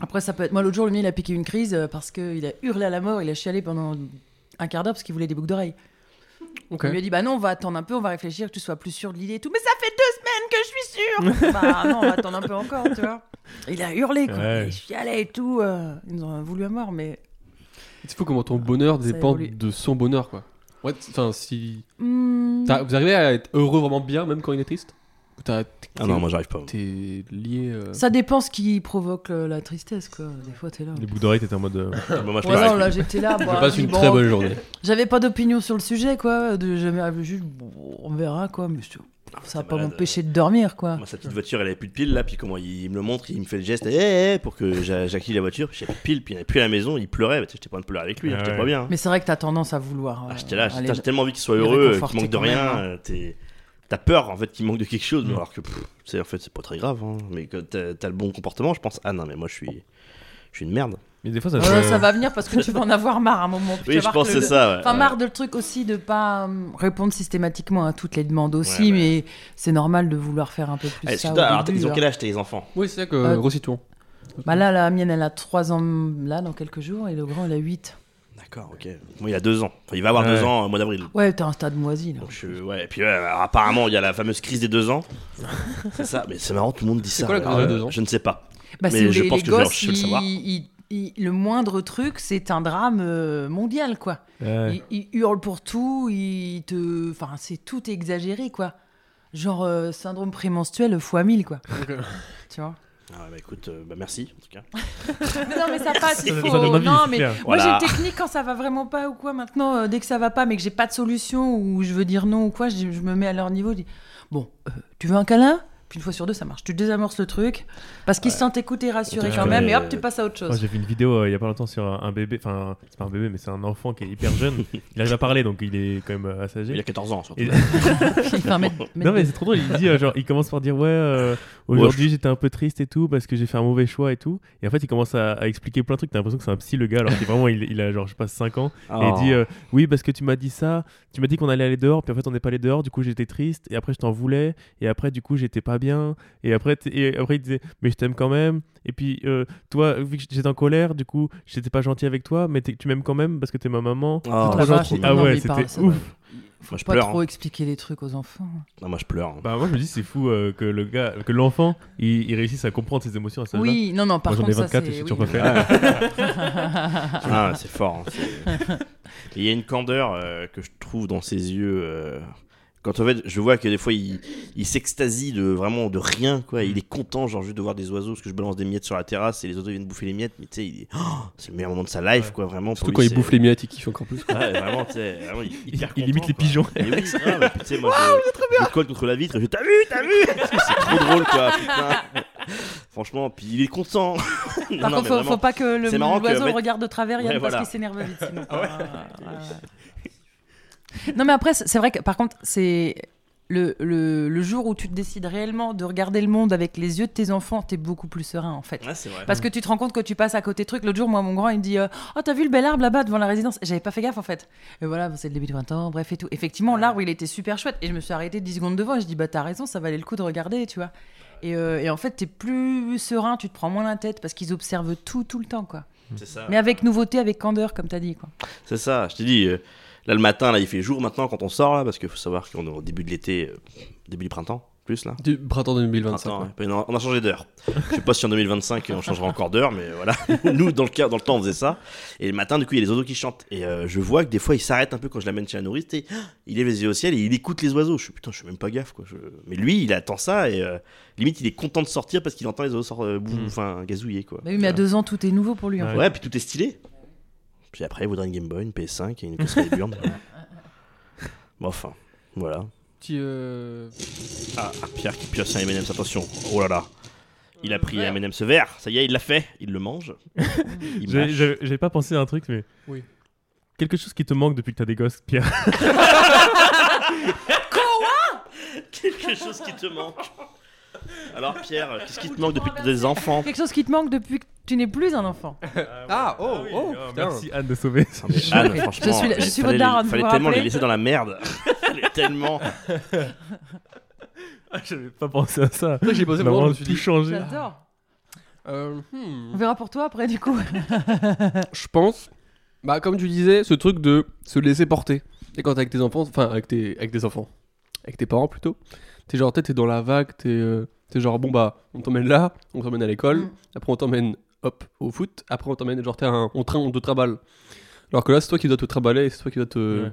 [SPEAKER 3] Après, ça peut être. Moi, l'autre jour, le mien, il a piqué une crise euh, parce qu'il a hurlé à la mort, il a chialé pendant un quart d'heure parce qu'il voulait des boucles d'oreilles.
[SPEAKER 4] Ok.
[SPEAKER 3] On lui a dit Bah non, on va attendre un peu, on va réfléchir, que tu sois plus sûr de l'idée et tout. Mais ça fait deux semaines
[SPEAKER 4] *laughs*
[SPEAKER 3] que je suis sûre Bah non, on va attendre un peu encore, tu vois. Il a hurlé, quoi.
[SPEAKER 1] Ouais.
[SPEAKER 3] Il chialait et tout. euh, Ils nous ont voulu à mort, mais.
[SPEAKER 4] Il faut comment ton bonheur
[SPEAKER 3] Ça
[SPEAKER 4] dépend
[SPEAKER 3] évolue.
[SPEAKER 4] de son bonheur, quoi. Ouais, t- enfin, si.
[SPEAKER 3] hmm,
[SPEAKER 4] t'as- Vous arrivez à être heureux vraiment bien, même quand il est triste Ou t'as- t'es-
[SPEAKER 2] Ah non, moi j'arrive pas.
[SPEAKER 4] T'es lié. euh,
[SPEAKER 3] Ça dépend ce qui provoque euh, la tristesse, quoi. Des fois, t'es là.
[SPEAKER 1] Les boucles d'oreilles, t'étais en mode. euh,
[SPEAKER 2] Ah, bah, moi, je
[SPEAKER 3] Ouais,
[SPEAKER 2] parais.
[SPEAKER 3] non, là, j'étais là.
[SPEAKER 4] Je
[SPEAKER 3] bah,
[SPEAKER 4] passe
[SPEAKER 3] dis,
[SPEAKER 4] une
[SPEAKER 3] bon,
[SPEAKER 4] très bonne journée.
[SPEAKER 3] J'avais pas d'opinion sur le sujet, quoi. De, j'avais juste, bon, on verra, quoi. Mais je- ça va
[SPEAKER 2] t'es
[SPEAKER 3] pas
[SPEAKER 2] malade. euh.
[SPEAKER 3] m'empêcher de dormir, quoi.
[SPEAKER 2] Moi, sa petite voiture, elle avait plus de piles là, puis comment il me le montre, il me fait le geste, eh, eh, pour que j'a- j'acquille la voiture, j'ai plus de piles, puis il n'y en avait plus à la maison, il pleurait, bah, tu sais, j'étais pas en train de pleurer avec lui, hein,
[SPEAKER 1] Ah
[SPEAKER 2] j'étais
[SPEAKER 1] ouais.
[SPEAKER 2] pas bien. hein.
[SPEAKER 3] Mais c'est vrai que t'as tendance à vouloir.
[SPEAKER 2] Ah,
[SPEAKER 3] euh,
[SPEAKER 2] j'étais là, j'ai
[SPEAKER 3] aller-
[SPEAKER 2] putain, j'ai tellement envie qu'il soit
[SPEAKER 3] le
[SPEAKER 2] heureux, qu'il
[SPEAKER 3] réconforter
[SPEAKER 2] manque de
[SPEAKER 3] quand même,
[SPEAKER 2] rien,
[SPEAKER 3] hein.
[SPEAKER 2] euh, t'es- t'as peur en fait qu'il manque de quelque chose,
[SPEAKER 1] Mm.
[SPEAKER 2] alors que pff, c'est en fait c'est pas très grave, hein. mais que t'as t'as le bon comportement, je pense, ah non, mais moi je suis. Je suis une merde.
[SPEAKER 1] Mais des fois, ça.
[SPEAKER 3] Ouais,
[SPEAKER 1] se-
[SPEAKER 3] ça va venir parce que tu vas en avoir marre à un moment. Puis tu
[SPEAKER 2] Oui,
[SPEAKER 3] vas
[SPEAKER 2] je
[SPEAKER 3] voir
[SPEAKER 2] pense
[SPEAKER 3] que
[SPEAKER 2] que c'est
[SPEAKER 3] le-
[SPEAKER 2] ça. Ouais.
[SPEAKER 3] Enfin,
[SPEAKER 2] Ouais.
[SPEAKER 3] marre de le truc aussi de pas euh, répondre systématiquement à toutes les demandes aussi,
[SPEAKER 2] Ouais, ouais.
[SPEAKER 3] mais c'est normal de vouloir faire un peu plus
[SPEAKER 2] Ah, est-ce
[SPEAKER 3] ça.
[SPEAKER 2] que
[SPEAKER 3] au
[SPEAKER 2] t'as- alors,
[SPEAKER 3] début,
[SPEAKER 2] ils ont
[SPEAKER 3] hein.
[SPEAKER 2] quel âge, tes les enfants
[SPEAKER 4] *laughs* Oui, c'est ça que.
[SPEAKER 3] Euh,
[SPEAKER 4] Recitons.
[SPEAKER 3] Bah là, la mienne, elle a 3 ans là dans quelques jours et le grand, il a 8.
[SPEAKER 2] D'accord, ok. Moi, il a deux ans. Enfin, il va avoir
[SPEAKER 1] Ouais.
[SPEAKER 2] deux ans euh, au mois d'avril.
[SPEAKER 3] Ouais, t'as un stade moisi là.
[SPEAKER 2] Donc, je- ouais, et puis ouais, alors, apparemment, il y a la fameuse crise des deux ans. *laughs* c'est ça, mais c'est marrant, tout le monde dit ça. Euh,
[SPEAKER 4] quoi la crise des deux ans
[SPEAKER 2] Je ne sais pas.
[SPEAKER 3] Bah,
[SPEAKER 2] Mais
[SPEAKER 3] c'est où
[SPEAKER 2] je
[SPEAKER 3] les,
[SPEAKER 2] pense
[SPEAKER 3] les
[SPEAKER 2] que je vais-
[SPEAKER 3] gosses,
[SPEAKER 2] je vais le savoir.
[SPEAKER 3] ils- ils- ils- le moindre truc, c'est un drame euh, mondial, quoi.
[SPEAKER 1] euh, Ouais.
[SPEAKER 3] Ils, ils hurlent pour tout, ils te... Enfin, c'est tout exagéré, quoi. Genre euh, syndrome prémenstruel x 1000, quoi. *laughs* Tu vois
[SPEAKER 2] Ah ouais, bah écoute, euh, bah, merci en tout cas.
[SPEAKER 3] mais Non,
[SPEAKER 2] *laughs*
[SPEAKER 3] mais ça passe, il
[SPEAKER 1] Ça
[SPEAKER 3] faut...
[SPEAKER 1] donne envie,
[SPEAKER 3] non,
[SPEAKER 1] c'est
[SPEAKER 3] mais
[SPEAKER 1] clair.
[SPEAKER 3] moi, j'ai
[SPEAKER 2] Voilà.
[SPEAKER 3] une technique quand ça va vraiment pas ou quoi. Maintenant, euh, dès que ça va pas, mais que j'ai pas de solution ou je veux dire non ou quoi, je, je me mets à leur niveau. Je dis, bon, euh, tu veux un câlin Puis une fois sur deux, ça marche. Tu désamorces le truc parce qu'ils se sentent écoutés, rassurés
[SPEAKER 2] Ouais.
[SPEAKER 3] quand même, et hop,
[SPEAKER 2] Ouais.
[SPEAKER 3] tu passes à autre chose.
[SPEAKER 1] Moi, j'ai vu une vidéo euh, il y a pas longtemps sur un un bébé, enfin, c'est pas un bébé, mais c'est un enfant qui est hyper jeune. il arrive à parler, donc il est quand même euh, assez âgé.
[SPEAKER 2] Il a 14 ans surtout.
[SPEAKER 1] Et-
[SPEAKER 3] Enfin, mettre-
[SPEAKER 1] Non mais
[SPEAKER 3] mettre-
[SPEAKER 1] c'est trop drôle, il dit euh, genre il commence par dire ouais euh, aujourd'hui j'étais un peu triste et tout parce que j'ai fait un mauvais choix et tout et en fait il commence à, à expliquer plein de trucs, t'as l'impression que c'est un psy le gars alors que vraiment il, il a genre je sais pas 5 ans
[SPEAKER 2] Ah,
[SPEAKER 1] et il dit euh, oui parce que tu m'as dit ça, tu m'as dit qu'on allait aller dehors puis en fait on n'est pas allé dehors du coup j'étais triste et après je t'en voulais et après du coup j'étais pas bien et après t- et après il disait mais je t'aime quand même et puis euh, toi vu que j'étais en colère du coup j'étais pas gentil avec toi mais t'es- tu m'aimes quand même parce que t'es ma maman.
[SPEAKER 2] Oh,
[SPEAKER 3] Oh,
[SPEAKER 1] trop
[SPEAKER 3] la vache,
[SPEAKER 1] gentil.
[SPEAKER 3] non,
[SPEAKER 1] Ah
[SPEAKER 3] mais
[SPEAKER 1] ouais
[SPEAKER 3] il parle,
[SPEAKER 1] c'était
[SPEAKER 3] ça
[SPEAKER 1] ouf.
[SPEAKER 2] moi, je
[SPEAKER 3] Pas
[SPEAKER 2] pleure.
[SPEAKER 3] trop
[SPEAKER 2] hein.
[SPEAKER 3] expliquer les trucs aux enfants.
[SPEAKER 2] Non, moi je
[SPEAKER 1] *laughs*
[SPEAKER 2] pleure. hein.
[SPEAKER 1] Bah moi je me dis c'est fou euh, que le gars, que l'enfant, il, il réussisse à comprendre ses émotions à ça.
[SPEAKER 3] Oui, non, non, par
[SPEAKER 1] Moi j'en ai
[SPEAKER 3] contre, ça
[SPEAKER 1] 24 et je
[SPEAKER 3] c'est.
[SPEAKER 1] suis
[SPEAKER 3] oui.
[SPEAKER 1] toujours pas fait.
[SPEAKER 2] Ah, c'est fort. hein, c'est- Il y a une candeur euh, que je trouve dans ses yeux. euh, Quand en fait, je vois que des fois, il, il s'extasie de vraiment de rien, quoi. Il est content, genre juste de voir des oiseaux, parce que je balance des miettes sur la terrasse et les oiseaux viennent bouffer les miettes. Mais tu sais, il est- Oh, c'est le meilleur moment de sa life,
[SPEAKER 1] Ouais.
[SPEAKER 2] quoi, vraiment.
[SPEAKER 4] Surtout quand il bouffe les miettes, il kiffe encore plus. *laughs* quoi.
[SPEAKER 2] vraiment, tu sais, vraiment, il,
[SPEAKER 1] Il,
[SPEAKER 2] hyper
[SPEAKER 1] il imite
[SPEAKER 2] content,
[SPEAKER 1] les
[SPEAKER 2] quoi.
[SPEAKER 1] pigeons.
[SPEAKER 2] Mais oui, c'est grave. Et puis, tu sais, moi, je, je colle contre la vitre et je T'as vu, t'as vu C'est trop drôle, quoi, putain. Franchement, puis il est content. *laughs* Non,
[SPEAKER 3] Par
[SPEAKER 2] non,
[SPEAKER 3] contre,
[SPEAKER 2] mais
[SPEAKER 3] faut,
[SPEAKER 2] vraiment.
[SPEAKER 3] faut pas que le
[SPEAKER 2] C'est marrant que,
[SPEAKER 3] l'oiseau
[SPEAKER 2] en
[SPEAKER 3] le
[SPEAKER 2] fait-
[SPEAKER 3] regarde de travers, Yann,
[SPEAKER 2] Ouais, voilà.
[SPEAKER 3] parce qu'il s'énerve vite. sinon. Ah, ouais, ouais. *laughs* Non, mais après, c'est c'est vrai que par contre, c'est le, le, le jour où tu te décides réellement de regarder le monde avec les yeux de tes enfants, t'es beaucoup plus serein en fait.
[SPEAKER 2] Ouais, c'est vrai.
[SPEAKER 3] Parce que tu te rends compte que tu passes à côté de trucs. L'autre jour, moi, mon grand, il me dit euh, Oh, t'as vu le bel arbre là-bas devant la résidence Et J'avais pas fait gaffe en fait. Et voilà, c'est le début du printemps, bref et tout. Effectivement, l'arbre, il était super chouette. Et je me suis arrêtée 10 secondes devant et je dis Bah, t'as raison, ça valait le coup de regarder, tu vois. Et, euh, et en fait, t'es plus serein, tu te prends moins la tête parce qu'ils observent tout, tout le temps, quoi.
[SPEAKER 2] C'est ça.
[SPEAKER 3] Mais avec nouveauté, avec candeur, comme t'as dit, quoi.
[SPEAKER 2] C'est ça, je t'ai dit. euh, là, le matin, là, il fait jour maintenant quand on sort, là, parce qu'il faut savoir qu'on est au début de l'été, euh, début du printemps. Plus là
[SPEAKER 4] Du printemps 2025.
[SPEAKER 2] Attends,
[SPEAKER 4] ouais.
[SPEAKER 2] on peut- non, on a changé d'heure. Je sais pas si en 2025 on changera encore d'heure, mais voilà. *laughs* Nous, dans le, cas, dans le temps, on faisait ça. Et le matin, du coup, il y a les oiseaux qui chantent. Et euh, je vois que des fois, il s'arrête un peu quand je l'amène chez la nourrice. Et ah, *gasps* il lève les yeux au ciel et il écoute les oiseaux. Je suis putain, je suis même pas gaffe quoi. Je- Mais lui, il attend ça et euh, limite, il est content de sortir parce qu'il entend les oiseaux sort- euh, boum,
[SPEAKER 1] Mm.
[SPEAKER 2] enfin, gazouiller quoi.
[SPEAKER 3] Bah oui, mais à deux ans, tout est nouveau pour lui. en
[SPEAKER 1] Ouais.
[SPEAKER 3] fait.
[SPEAKER 2] Ouais, puis tout est stylé. Puis après, il voudrait une Game Boy, une PS5 et une caisse
[SPEAKER 3] *laughs*
[SPEAKER 2] burnes. Bon, enfin, voilà.
[SPEAKER 4] Petit, euh, *laughs*
[SPEAKER 2] Ah, ah, Pierre qui pioche un M&M's, attention. Oh là là. Il a pris M&M ce verre. Ça y est, il l'a fait. Il le mange. Il
[SPEAKER 1] J'ai-
[SPEAKER 2] mâche.
[SPEAKER 1] j'ai- J'ai pas pensé à un truc, mais.
[SPEAKER 4] Oui.
[SPEAKER 1] Quelque chose qui te manque depuis que t'as des gosses, Pierre.
[SPEAKER 2] Quelque chose qui te manque. Alors Pierre, qu'est-ce qui te manque depuis que t'as des enfants
[SPEAKER 3] Quelque chose qui te manque depuis que tu n'es plus un enfant.
[SPEAKER 4] Ah, oh, oh, putain.
[SPEAKER 1] Merci Anne de sauver. Ah, *laughs*
[SPEAKER 2] Non, Ah, mais Anne,
[SPEAKER 3] Je
[SPEAKER 2] franchement,
[SPEAKER 3] suis là- je
[SPEAKER 2] il
[SPEAKER 3] suis
[SPEAKER 2] fallait
[SPEAKER 3] votre daronne,
[SPEAKER 2] les-
[SPEAKER 3] vous
[SPEAKER 2] fallait
[SPEAKER 3] vous
[SPEAKER 2] tellement les
[SPEAKER 3] rappelez
[SPEAKER 2] laisser dans la merde. *laughs* Fallait tellement.
[SPEAKER 1] J'avais pas pensé à ça.
[SPEAKER 4] Après, j'ai posé
[SPEAKER 1] On a
[SPEAKER 4] mon nom, je
[SPEAKER 1] vraiment
[SPEAKER 4] me suis
[SPEAKER 1] tout
[SPEAKER 4] dit.
[SPEAKER 1] changé.
[SPEAKER 3] J'adore.
[SPEAKER 4] euh, hmm.
[SPEAKER 3] On verra pour toi après, du coup. *laughs*
[SPEAKER 4] je pense, bah comme tu disais, ce truc de se laisser porter. Et quand t'es avec tes enfants, enfin avec tes, avec tes enfants, avec tes parents plutôt, t'es genre, t'es t'es dans la vague, t'es euh, t'es genre, bon bah, on t'emmène là, on t'emmène à l'école,
[SPEAKER 3] Mm.
[SPEAKER 4] après on t'emmène, hop, au foot, après on t'emmène, genre, t'es un, on, train, on te traballe. Alors que là, c'est toi qui dois te traballer, et c'est toi qui dois te...
[SPEAKER 1] Ouais.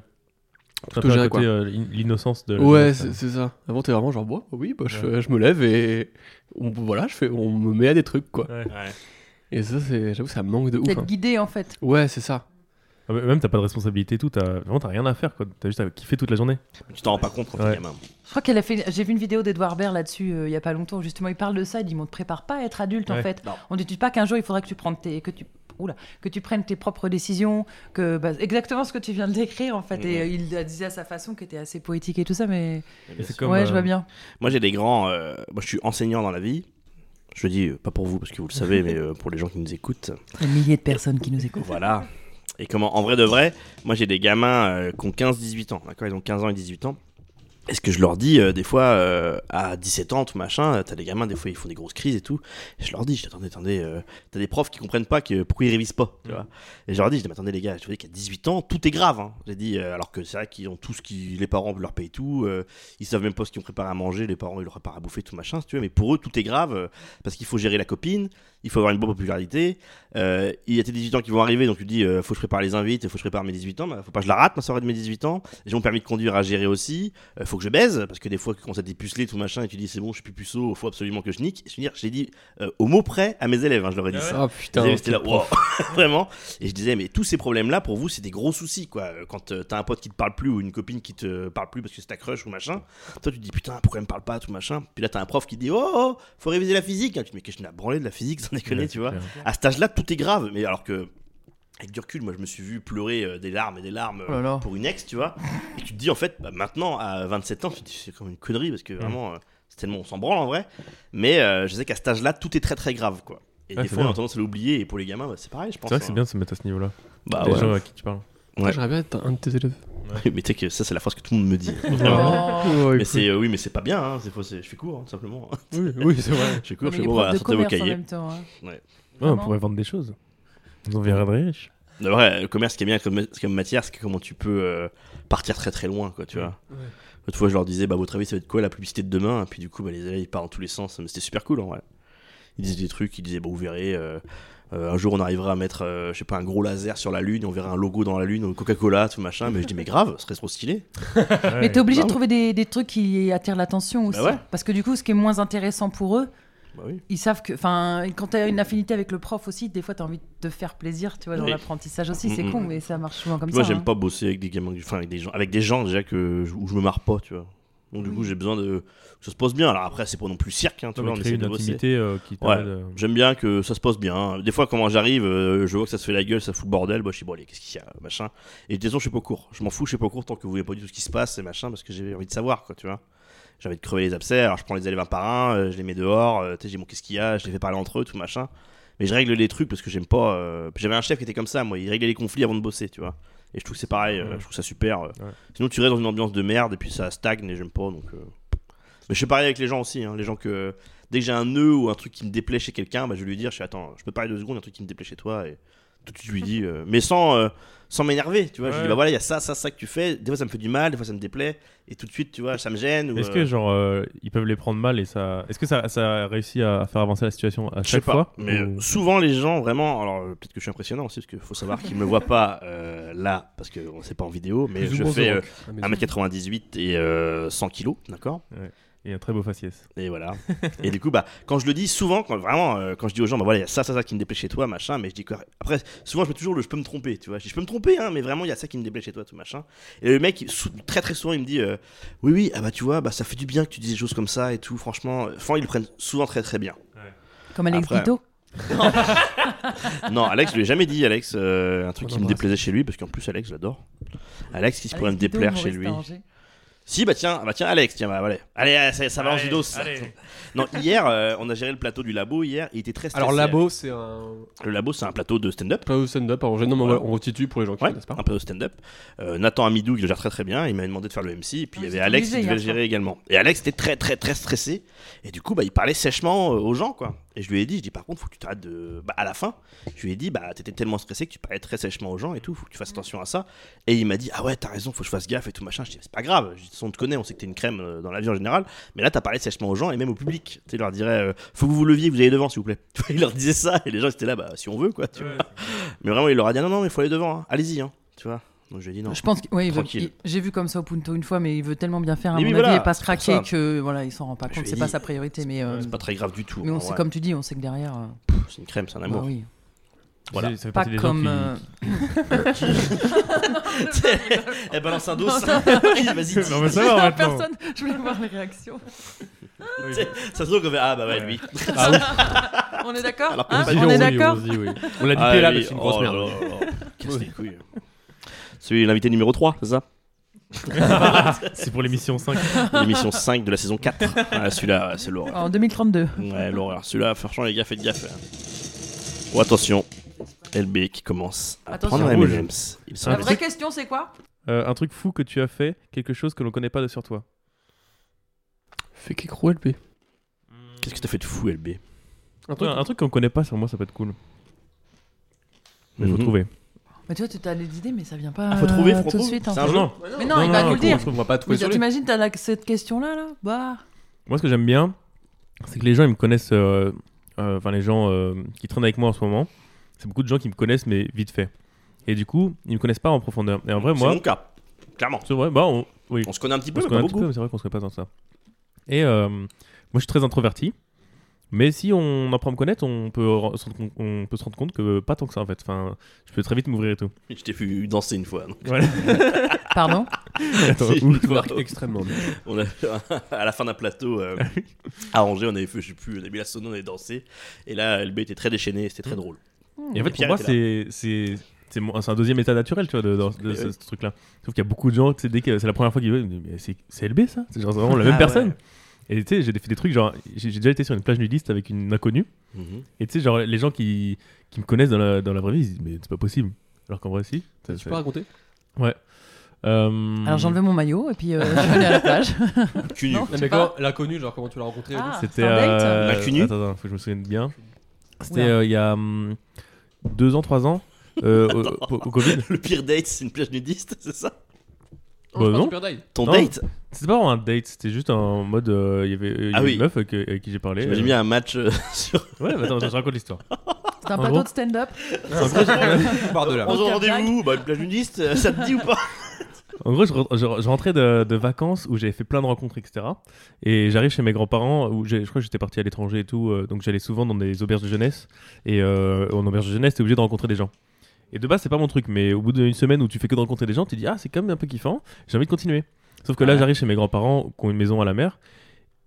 [SPEAKER 4] te
[SPEAKER 1] T'as fait
[SPEAKER 4] gérer,
[SPEAKER 1] un
[SPEAKER 4] quoi.
[SPEAKER 1] côté, euh, l'in- l'innocence de. la
[SPEAKER 4] Ouais,
[SPEAKER 1] jeunesse,
[SPEAKER 4] c'est
[SPEAKER 1] hein.
[SPEAKER 4] c'est ça. Avant, t'es vraiment genre, bon, oui, bah, je,
[SPEAKER 1] Ouais.
[SPEAKER 4] fais- je me lève et on, voilà, je fais, on me met à des trucs, quoi.
[SPEAKER 1] Ouais.
[SPEAKER 2] Ouais.
[SPEAKER 4] Et ça, c'est- j'avoue, ça manque de ouf.
[SPEAKER 3] D'être
[SPEAKER 4] hein.
[SPEAKER 3] guidé, en fait.
[SPEAKER 4] Ouais, c'est ça.
[SPEAKER 1] Ah, mais Même t'as pas de responsabilité et tout, t'as vraiment t'as rien à faire quoi. T'as juste à kiffer toute la journée.
[SPEAKER 2] Mais Tu t'en rends pas compte quand t'es
[SPEAKER 1] Ouais.
[SPEAKER 2] gamin.
[SPEAKER 3] Je crois qu'elle a fait. J'ai vu une vidéo d'Edouard Baird là-dessus euh, il y a pas longtemps. Justement, il parle de ça. Il dit "Mais on te prépare pas à être adulte
[SPEAKER 1] Ouais.
[SPEAKER 3] en fait.
[SPEAKER 2] Non.
[SPEAKER 3] On ne dit pas qu'un jour il faudra que tu prennes tes que tu oula, que tu prennes tes propres décisions. Que bah, exactement ce que tu viens de décrire en fait.
[SPEAKER 2] Mhm.
[SPEAKER 3] Et euh, il la disait à sa façon qui était assez poétique et tout ça. Mais
[SPEAKER 2] Mais
[SPEAKER 1] Et
[SPEAKER 2] bien
[SPEAKER 1] c'est
[SPEAKER 2] sûr.
[SPEAKER 1] comme,
[SPEAKER 3] ouais,
[SPEAKER 1] euh,
[SPEAKER 3] je vois bien.
[SPEAKER 2] Moi, j'ai des grands. euh, moi, je suis enseignant dans la vie. Je le dis euh, pas pour vous parce que vous le savez, mais euh, pour les gens qui nous écoutent.
[SPEAKER 3] Des milliers de personnes qui nous écoutent.
[SPEAKER 2] Voilà. Et comment, en vrai de vrai, moi j'ai des gamins euh, qui ont 15-18 ans, d'accord Ils ont 15 ans et 18 ans. Est-ce que je leur dis euh, des fois euh, à 17 ans, tout machin, euh, t'as des gamins, des fois ils font des grosses crises et tout. Et je leur dis, je dis, attendez, attendez, euh, t'as des profs qui comprennent pas que, pourquoi ils révisent pas, tu vois. Et je leur dis, je dis, mais attendez les gars, je vous dis qu'à 18 ans, tout est grave. hein. J'ai dit, euh, alors que c'est vrai qu'ils ont tout ce qui, les parents leur payent tout, euh, ils savent même pas ce qu'ils ont préparé à manger, les parents ils leur préparent à bouffer, tout machin, si tu veux. Mais pour eux, tout est grave euh, parce qu'il faut gérer la copine, il faut avoir une bonne popularité, euh, il y a tes 18 ans qui vont arriver, donc tu te dis, euh, faut que je prépare les invites, faut que je prépare mes 18 ans, bah, faut pas que je la rate, ma soirée de mes 18 ans. J'ai mon permis de conduire à gérer aussi, euh, faut que je baise, parce que des fois, quand ça t'est pucelé, tout machin, et tu dis, c'est bon, je suis plus puceau, faut absolument que je nique. Je veux dire, je l'ai dit euh, au mot près à mes élèves, hein, je leur ai dit ça.
[SPEAKER 4] Ah putain.
[SPEAKER 2] Ils étaient là, wow. *laughs* vraiment. Et je disais, mais tous ces problèmes-là, pour vous, c'est des gros soucis, quoi. Euh, Quand euh, t'as un pote qui te parle plus ou une copine qui te parle plus parce que c'est ta crush ou machin, toi, tu te dis, putain, pourquoi elle me parle pas, tout machin. Puis là, t'as un prof qui dit, oh, oh, faut réviser la physique. Tu te dis, mais qu'est-ce que je n'ai à branler de la physique, sans déconner,
[SPEAKER 1] ouais,
[SPEAKER 2] tu vois
[SPEAKER 1] c'est clair.
[SPEAKER 2] à cet âge-là, tout est grave. Mais alors que, avec du recul, moi, je me suis vu pleurer euh, des larmes et des larmes euh,
[SPEAKER 3] *laughs* Oh là là.
[SPEAKER 2] pour une ex, tu vois. Et tu te dis, en fait, bah, maintenant, à 27 ans, tu te dis, c'est comme une connerie, parce
[SPEAKER 1] Mm.
[SPEAKER 2] que vraiment, euh, c'est tellement, on s'en branle en vrai. Mais euh, je sais qu'à cet âge-là, tout est très très grave, quoi. Et
[SPEAKER 1] Ouais,
[SPEAKER 2] des
[SPEAKER 1] c'est
[SPEAKER 2] fois, on
[SPEAKER 1] bien.
[SPEAKER 2] a tendance à l'oublier, et pour les gamins, bah, c'est pareil, je pense.
[SPEAKER 1] C'est vrai que c'est
[SPEAKER 2] hein.
[SPEAKER 1] bien de se mettre à ce niveau-là.
[SPEAKER 2] Bah,
[SPEAKER 1] les
[SPEAKER 2] ouais.
[SPEAKER 1] gens à qui tu parles.
[SPEAKER 2] Ouais.
[SPEAKER 4] J'aimerais bien être un de tes élèves.
[SPEAKER 2] mais tu sais que ça, c'est la phrase que tout le monde me dit. Vraiment.
[SPEAKER 3] Oh.
[SPEAKER 2] mais c'est, euh, oui, mais c'est pas bien, hein. Des fois, c'est- je fais court, hein, tout simplement. *laughs*
[SPEAKER 4] Oui, oui, c'est vrai.
[SPEAKER 2] Je fais court,
[SPEAKER 3] On est
[SPEAKER 2] je
[SPEAKER 3] les
[SPEAKER 2] fais
[SPEAKER 3] profs
[SPEAKER 2] bon, voilà,
[SPEAKER 3] de
[SPEAKER 2] sortez vos
[SPEAKER 3] commerce en
[SPEAKER 2] cahiers.
[SPEAKER 3] même temps. hein.
[SPEAKER 1] Ouais, on
[SPEAKER 3] Vraiment.
[SPEAKER 1] pourrait vendre des choses. On en viendrait *laughs* riche.
[SPEAKER 2] De vrai, le commerce, ce qui est bien comme, comme matière, c'est que comment tu peux euh, partir très très loin, quoi, tu vois. L'autre fois, je leur disais, bah, votre avis, ça va être quoi la publicité de demain Et puis, du coup, bah, les élèves, ils partent dans tous les sens. Mais c'était super cool, en vrai. Ils disaient des trucs, ils disaient, bah, vous verrez, euh, euh, un jour, on arrivera à mettre, euh, je sais pas, un gros laser sur la Lune, et on verra un logo dans la Lune, ou Coca-Cola, tout machin. Mais je dis, mais grave, ce serait trop stylé.
[SPEAKER 3] Mais t'es obligé
[SPEAKER 2] Bah
[SPEAKER 3] de
[SPEAKER 2] ouais.
[SPEAKER 3] trouver des, des trucs qui attirent l'attention aussi.
[SPEAKER 2] ouais.
[SPEAKER 3] Parce que du coup, ce qui est moins intéressant pour eux,
[SPEAKER 2] Bah oui.
[SPEAKER 3] ils savent que, enfin, quand t'as une affinité avec le prof aussi, des fois t'as envie de te faire plaisir, tu vois, dans
[SPEAKER 2] Oui.
[SPEAKER 3] l'apprentissage aussi. C'est
[SPEAKER 2] Mm,
[SPEAKER 3] con,
[SPEAKER 2] mm.
[SPEAKER 3] mais ça marche souvent comme
[SPEAKER 2] Moi,
[SPEAKER 3] ça.
[SPEAKER 2] j'aime
[SPEAKER 3] hein.
[SPEAKER 2] pas bosser avec des gamins, enfin, avec des gens, avec des gens déjà que, je- où je me marre pas, tu vois. Donc, du coup, j'ai besoin de. que ça se pose bien. Alors, après, c'est pas non plus cirque, hein, tu vois, on
[SPEAKER 1] créer
[SPEAKER 2] essaie
[SPEAKER 1] une
[SPEAKER 2] de bosser.
[SPEAKER 1] intimité euh, qui te
[SPEAKER 2] Ouais.
[SPEAKER 1] permet de-
[SPEAKER 2] J'aime bien que ça se passe bien. hein. Des fois, quand j'arrive, euh, je vois que ça se fait la gueule, ça fout le bordel. Bah, je dis, bon, allez, qu'est-ce qu'il y a Machin. Et de toute façon, je suis pas au court. Je m'en fous, je suis pas au court tant que vous voyez pas du tout ce qui se passe et machin, parce que j'ai envie de savoir, quoi, tu vois. J'ai envie de crever les abcès. Alors, je prends les élèves un par un, euh, je les mets dehors. euh, tu sais, j'ai bon, qu'est-ce qu'il y a Je les fais parler entre eux, tout machin. Mais je règle les trucs parce que j'aime pas. euh, puis J'avais un chef qui était comme ça, moi. Il réglait les conflits avant de bosser, tu vois. Et je trouve que c'est pareil, euh,
[SPEAKER 1] Ouais.
[SPEAKER 2] je trouve ça super. euh.
[SPEAKER 1] Ouais.
[SPEAKER 2] Sinon, tu restes dans une ambiance de merde et puis ça stagne et j'aime pas, donc. euh. Mais je suis pareil avec les gens aussi, hein, les gens que dès que j'ai un nœud ou un truc qui me déplaît chez quelqu'un, bah, je vais lui dire, je suis attends, je peux parler deux secondes, il y a un truc qui me déplaît chez toi. Et Tout de suite, je lui dis, euh, mais sans, euh, sans m'énerver, tu vois. Je lui
[SPEAKER 1] Ouais.
[SPEAKER 2] dis, bah voilà, il y a ça, ça, ça que tu fais. Des fois, ça me fait du mal, des fois, ça me déplaît. Et tout de suite, tu vois, ça me gêne. ou,
[SPEAKER 1] Est-ce
[SPEAKER 2] euh,
[SPEAKER 1] que genre euh, ils peuvent les prendre mal et ça Est-ce que ça, ça a réussi à faire avancer la situation à
[SPEAKER 2] Je sais
[SPEAKER 1] chaque
[SPEAKER 2] pas,
[SPEAKER 1] fois
[SPEAKER 2] mais
[SPEAKER 1] Ou-
[SPEAKER 2] euh, souvent les gens vraiment, alors euh, peut-être que je suis impressionnant aussi parce qu'il faut savoir qu'ils me voient pas euh, là parce qu'on ne sait pas en vidéo, mais
[SPEAKER 4] Plus ou
[SPEAKER 2] je
[SPEAKER 4] moins
[SPEAKER 2] fais euh,
[SPEAKER 4] The Rock. Ah, mais-
[SPEAKER 2] 1m98 et euh, 100 kilos, d'accord
[SPEAKER 1] Et un très beau faciès.
[SPEAKER 2] Et voilà. et du coup, bah, quand je le dis, souvent, quand, vraiment, euh, quand je dis aux gens, bah voilà, il y a ça, ça, ça qui me déplaît chez toi, machin, mais je dis quoi Après, souvent, je mets toujours le je peux me tromper, tu vois. Je dis, je peux me tromper, hein, mais vraiment, il y a ça qui me déplaît chez toi, tout machin. Et le mec, il- sou- très très souvent, il me dit, euh, oui, oui, ah bah tu vois, bah ça fait du bien que tu dises des choses comme ça et tout, franchement. euh, Enfin, ils le prennent souvent très très bien.
[SPEAKER 3] Comme Alex
[SPEAKER 2] Après-
[SPEAKER 3] Guito.
[SPEAKER 2] Non, Alex, je lui ai jamais dit, Alex, euh, un truc
[SPEAKER 4] On
[SPEAKER 2] qui me
[SPEAKER 4] Oh, l'embrasse.
[SPEAKER 2] déplaisait chez lui, parce qu'en plus, Alex, je l'adore. Alex, qui se pourrait me
[SPEAKER 3] Guito,
[SPEAKER 2] déplaire chez
[SPEAKER 3] humoriste
[SPEAKER 2] lui
[SPEAKER 3] à Angers.
[SPEAKER 2] Si, bah tiens, ah bah tiens, Alex, tiens, bah, voilà. Allez, allez, ça, ça va en judo, ça. Non, hier, euh, on a géré le plateau du labo, hier, il était très stressé.
[SPEAKER 4] Alors, Labo, c'est un.
[SPEAKER 2] Le labo, c'est un plateau de stand-up.
[SPEAKER 4] Pas au stand-up, alors, non, mais
[SPEAKER 2] Voilà.
[SPEAKER 4] on retitue pour les gens qui
[SPEAKER 2] Ouais,
[SPEAKER 4] connaissent pas.
[SPEAKER 2] un peu de stand-up. Euh, Nathan Amidou, qui le gère très très bien, il m'a demandé de faire le MC. Et puis
[SPEAKER 3] Ah,
[SPEAKER 2] il y
[SPEAKER 3] j'étais
[SPEAKER 2] avait Alex
[SPEAKER 3] obligé
[SPEAKER 2] qui devait
[SPEAKER 3] hier
[SPEAKER 2] le gérer également. Et Alex était très très très stressé. Et du coup, bah, il parlait sèchement euh, aux gens, quoi. Et je lui ai dit, je dis par contre, faut que tu t'arrêtes de. Bah, à la fin, je lui ai dit, bah, t'étais tellement stressé que tu parlais très sèchement aux gens et tout, faut que tu fasses
[SPEAKER 3] Mm.
[SPEAKER 2] attention à ça. Et il m'a dit, ah ouais, t'as raison, faut que je fasse gaffe et tout machin. Je dis, c'est pas grave, je dis, on te connaît, on sait que t'es une crème euh, dans la vie en général. Mais là, t'as parlé sèchement aux gens et même au public. Tu sais, il leur dirais, euh, faut que vous vous leviez, vous allez devant, s'il vous plaît. *laughs* Tu vois, il leur disait ça et les gens étaient là, bah, si on veut, quoi. tu vois. Mais vraiment, il leur a dit, non, non, mais faut aller devant, hein. allez-y, hein. Tu vois. Donc je lui ai dit, non.
[SPEAKER 3] Je pense que, ouais, il veut-
[SPEAKER 2] Tranquille.
[SPEAKER 3] il- j'ai vu comme ça au Punto une fois, mais il veut tellement bien faire à
[SPEAKER 2] Mais
[SPEAKER 3] mon
[SPEAKER 2] oui,
[SPEAKER 3] avis
[SPEAKER 2] voilà,
[SPEAKER 3] et pas se
[SPEAKER 2] c'est pour
[SPEAKER 3] craquer
[SPEAKER 2] ça.
[SPEAKER 3] que voilà, il s'en rend pas
[SPEAKER 2] Je
[SPEAKER 3] compte.
[SPEAKER 2] lui ai
[SPEAKER 3] C'est pas
[SPEAKER 2] dit,
[SPEAKER 3] sa priorité, mais euh,
[SPEAKER 2] C'est pas très grave du tout.
[SPEAKER 3] mais on
[SPEAKER 2] en
[SPEAKER 3] sait
[SPEAKER 2] vrai.
[SPEAKER 3] comme tu dis, on sait que derrière, euh,
[SPEAKER 2] C'est une crème, c'est un
[SPEAKER 3] bah
[SPEAKER 2] amour.
[SPEAKER 3] oui.
[SPEAKER 2] Voilà.
[SPEAKER 1] Ça fait
[SPEAKER 3] pas
[SPEAKER 1] partie des gens
[SPEAKER 3] comme.
[SPEAKER 1] qui- *laughs*
[SPEAKER 3] euh,
[SPEAKER 2] Elle Eh, balance un dos. ah,
[SPEAKER 3] Non, ça-
[SPEAKER 2] *laughs* Vas-y, dis.
[SPEAKER 1] Non, mais
[SPEAKER 3] *laughs*
[SPEAKER 1] ça va maintenant.
[SPEAKER 3] Personne, je voulais voir les réactions.
[SPEAKER 2] Ça se trouve qu'on fait *laughs* Ah bah ouais, lui.
[SPEAKER 1] Ah oui,
[SPEAKER 3] *laughs* On est d'accord
[SPEAKER 2] Alors,
[SPEAKER 3] hein
[SPEAKER 1] on se dit,
[SPEAKER 3] On est
[SPEAKER 1] oui,
[SPEAKER 3] d'accord
[SPEAKER 1] on se dit, oui. On l'a dit
[SPEAKER 2] Ah,
[SPEAKER 1] là,
[SPEAKER 2] lui,
[SPEAKER 1] mais c'est une grosse
[SPEAKER 2] oh là
[SPEAKER 1] merde.
[SPEAKER 2] là
[SPEAKER 3] *laughs*
[SPEAKER 2] là là. Casse les couilles. Celui l'invité numéro 3, c'est
[SPEAKER 3] *laughs*
[SPEAKER 2] ça oh
[SPEAKER 1] *laughs* C'est pour l'émission 5.
[SPEAKER 2] L'émission 5 de la saison 4. Ah, celui-là, ouais, c'est l'horreur.
[SPEAKER 3] En 2032.
[SPEAKER 2] Ouais, l'horreur. Celui-là, franchement, les gars, faites gaffe. hein. Oh, attention. LB qui commence à
[SPEAKER 3] Attention.
[SPEAKER 2] prendre un
[SPEAKER 1] Rouge.
[SPEAKER 2] M&M's. Il me
[SPEAKER 3] La
[SPEAKER 2] semble
[SPEAKER 3] vraie question, c'est quoi
[SPEAKER 1] Euh, un truc fou que tu as fait, quelque chose que l'on connaît pas de sur toi.
[SPEAKER 4] Fait qu'écrou LP.
[SPEAKER 2] Qu'est-ce que t'as fait de fou, LB
[SPEAKER 4] Un
[SPEAKER 1] Ouais,
[SPEAKER 4] truc.
[SPEAKER 1] un truc qu'on connaît pas sur moi, ça peut être cool. Mais faut
[SPEAKER 2] Mhm.
[SPEAKER 1] trouver.
[SPEAKER 3] Mais toi, Bah, tu as des idées, mais ça vient pas
[SPEAKER 2] Ah, faut
[SPEAKER 3] euh,
[SPEAKER 2] trouver, faut
[SPEAKER 3] tout de
[SPEAKER 2] trouver.
[SPEAKER 3] suite.
[SPEAKER 2] C'est
[SPEAKER 3] en
[SPEAKER 2] un
[SPEAKER 1] Ah
[SPEAKER 3] fait.
[SPEAKER 2] jeu.
[SPEAKER 1] non,
[SPEAKER 3] Mais non, il va
[SPEAKER 1] non,
[SPEAKER 3] nous le
[SPEAKER 1] cool.
[SPEAKER 3] dire.
[SPEAKER 4] On va pas trouver
[SPEAKER 3] Mais
[SPEAKER 4] sur les.
[SPEAKER 3] T'imagines, t'as la- cette question-là, là Bah.
[SPEAKER 1] Moi, ce que j'aime bien, c'est que les gens, ils me connaissent. euh, euh, Enfin, les gens euh, qui traînent avec moi en ce moment, c'est beaucoup de gens qui me connaissent, mais vite fait. Et du coup, ils me connaissent pas en profondeur. Et en vrai,
[SPEAKER 2] C'est
[SPEAKER 1] moi,
[SPEAKER 2] mon cas. Clairement.
[SPEAKER 1] c'est vrai, bah, on- oui.
[SPEAKER 2] On se connaît un petit
[SPEAKER 1] On
[SPEAKER 2] peu,
[SPEAKER 1] se
[SPEAKER 2] mais
[SPEAKER 1] connaît
[SPEAKER 2] pas
[SPEAKER 1] un petit peu,
[SPEAKER 2] beaucoup.
[SPEAKER 1] mais c'est vrai qu'on se connaît pas dans ça. Et euh, moi, je suis très introverti. Mais si on apprend à me connaître, on peut, re- se rendre compte- on peut se rendre compte que pas tant que ça en fait. Enfin, je peux très vite m'ouvrir et tout.
[SPEAKER 2] Je t'ai vu danser une fois. donc.
[SPEAKER 1] Voilà.
[SPEAKER 3] Pardon
[SPEAKER 1] Attends,
[SPEAKER 2] Si,
[SPEAKER 1] ouf.
[SPEAKER 2] une fois.
[SPEAKER 4] Extrêmement bien.
[SPEAKER 2] On a fait un- à la fin d'un plateau euh, à Angers, on avait fait, je sais plus, on avait mis la sono, on avait dansé. Et là, LB était très déchaîné, c'était très drôle.
[SPEAKER 1] Et en fait, pour
[SPEAKER 2] Pierre
[SPEAKER 1] moi, c'est
[SPEAKER 2] était
[SPEAKER 1] c'est c'est mon- c'est un deuxième état naturel, tu vois, de, dans- de
[SPEAKER 2] Mais
[SPEAKER 1] ce,
[SPEAKER 2] oui.
[SPEAKER 1] ce truc-là. Sauf qu'il y a beaucoup de gens, tu sais, dès que c'est la première fois qu'ils voient, ils me disent, mais c'est c'est LB ça C'est genre c'est vraiment la même
[SPEAKER 2] Ah
[SPEAKER 1] personne. Et tu sais, j'ai fait des trucs, genre, j'ai j'ai déjà été sur une plage nudiste avec une inconnue. Et tu sais, genre, les gens qui, qui me connaissent dans la, dans la vraie vie, ils se disent, mais c'est pas possible. Alors qu'en vrai, si. Ça-
[SPEAKER 4] Tu
[SPEAKER 1] ça-
[SPEAKER 4] peux raconter
[SPEAKER 1] Euh,
[SPEAKER 3] *laughs* Alors, j'ai enlevé mon maillot et *laughs* puis euh, je suis allée à la plage.
[SPEAKER 2] Cul nu.
[SPEAKER 3] Non.
[SPEAKER 4] Non,
[SPEAKER 3] Je sais
[SPEAKER 4] mais
[SPEAKER 3] pas.
[SPEAKER 4] quand- la connue, genre comment tu l'as rencontrée
[SPEAKER 3] Ah,
[SPEAKER 1] C'était.
[SPEAKER 3] c'est un date
[SPEAKER 1] euh,
[SPEAKER 2] Bah, cul nu.
[SPEAKER 1] Attends, attends, faut que je me souvienne bien. C'était
[SPEAKER 3] Oula.
[SPEAKER 1] euh, il y a hum, deux ans, trois ans, euh, au, au- au Covid.
[SPEAKER 2] Le pire date, c'est une plage nudiste, c'est ça
[SPEAKER 4] Oh,
[SPEAKER 1] Bah, non.
[SPEAKER 4] Super Dave.
[SPEAKER 2] Ton
[SPEAKER 1] Non.
[SPEAKER 2] date
[SPEAKER 1] C'était pas vraiment un date, c'était juste en mode. euh, Il y avait euh, il y
[SPEAKER 2] Ah
[SPEAKER 1] avait
[SPEAKER 2] oui.
[SPEAKER 1] une meuf avec, avec qui j'ai parlé.
[SPEAKER 2] J'ai mis un match euh, sur.
[SPEAKER 1] euh, Ouais, bah, attends, attends, je raconte l'histoire.
[SPEAKER 3] C'était un
[SPEAKER 1] En
[SPEAKER 3] plateau
[SPEAKER 1] gros-
[SPEAKER 3] de stand-up.
[SPEAKER 4] Par de là.
[SPEAKER 2] On se
[SPEAKER 3] Aucun
[SPEAKER 2] rendez-vous, bah, une plage nudiste, euh, ça te dit ou pas
[SPEAKER 1] En gros, je, re- je- je rentrais de, de vacances où j'avais fait plein de rencontres, etc. Et j'arrive chez mes grands-parents où j'ai- je crois que j'étais parti à l'étranger et tout, euh, donc j'allais souvent dans des auberges de jeunesse. Et euh, en auberge de jeunesse, t'es obligé de rencontrer des gens. Et de base, c'est pas mon truc, mais au bout d'une semaine où tu fais que de rencontrer des gens, tu dis ah c'est quand même un peu kiffant, j'ai envie de continuer. Sauf que là, j'arrive chez mes grands-parents qui ont une maison à la mer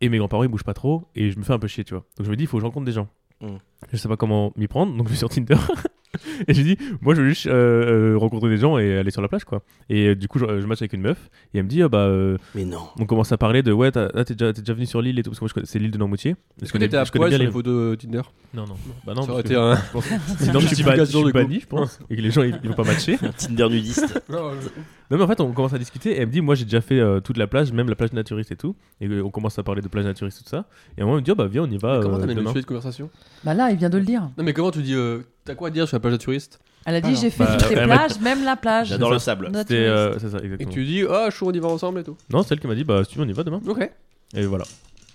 [SPEAKER 1] et mes grands-parents ils bougent pas trop et je me fais un peu chier, tu vois. Donc je me dis il faut que je rencontre des gens.
[SPEAKER 2] Mm.
[SPEAKER 1] Je sais pas comment m'y prendre, donc je vais sur Tinder. *laughs* et j'ai dit, moi je veux juste euh, euh, rencontrer des gens et aller sur la plage, quoi. Et euh, du coup, je, je match avec une meuf et elle me dit, ah bah, euh,
[SPEAKER 2] Mais non.
[SPEAKER 1] on commence à parler de ouais, t'as- ah, t'es déjà, t'es déjà venu sur l'île et tout, parce que moi je connais- c'est l'île de Normoutier. Je
[SPEAKER 4] Est-ce que
[SPEAKER 1] connais-
[SPEAKER 4] t'étais à
[SPEAKER 1] je connais
[SPEAKER 4] poil
[SPEAKER 1] bien
[SPEAKER 4] sur les
[SPEAKER 1] les-
[SPEAKER 4] photos de Tinder
[SPEAKER 1] Non, non, bah non,
[SPEAKER 4] Ça
[SPEAKER 1] parce
[SPEAKER 4] aurait
[SPEAKER 1] que-
[SPEAKER 4] été un.
[SPEAKER 1] je pense- *laughs* sinon je suis ban- je
[SPEAKER 4] justification,
[SPEAKER 1] suis
[SPEAKER 4] du coup.
[SPEAKER 1] banni, je
[SPEAKER 4] *laughs*
[SPEAKER 1] pense, et que les gens ils, ils vont pas matcher.
[SPEAKER 2] Un Tinder
[SPEAKER 3] *laughs*
[SPEAKER 2] nudiste.
[SPEAKER 1] Non mais en fait on commence à discuter et elle me dit moi j'ai déjà fait euh, toute la plage, même la plage naturiste et tout, et euh, on commence à parler de plage naturiste tout ça, et à un moment elle me dit Ah bah viens on y va
[SPEAKER 4] Comment
[SPEAKER 1] euh,
[SPEAKER 4] t'amènes le
[SPEAKER 1] demain.
[SPEAKER 4] sujet de conversation
[SPEAKER 3] Bah là, il vient de le dire.
[SPEAKER 4] Non mais comment tu dis euh, T'as quoi à dire sur la plage de touriste
[SPEAKER 3] Elle a dit
[SPEAKER 4] Alors.
[SPEAKER 3] j'ai fait
[SPEAKER 1] Bah,
[SPEAKER 3] toutes les
[SPEAKER 1] elle m'a-
[SPEAKER 3] plages, même la plage.
[SPEAKER 2] J'adore le sable.
[SPEAKER 3] Not
[SPEAKER 1] C'était,
[SPEAKER 3] tourist.
[SPEAKER 1] euh, c'est ça,
[SPEAKER 4] Et
[SPEAKER 1] exactement.
[SPEAKER 4] tu dis, ah, chou, on y va ensemble et tout.
[SPEAKER 1] Non, c'est elle qui m'a dit, bah si tu veux, on y va demain.
[SPEAKER 4] Ok.
[SPEAKER 1] Et voilà.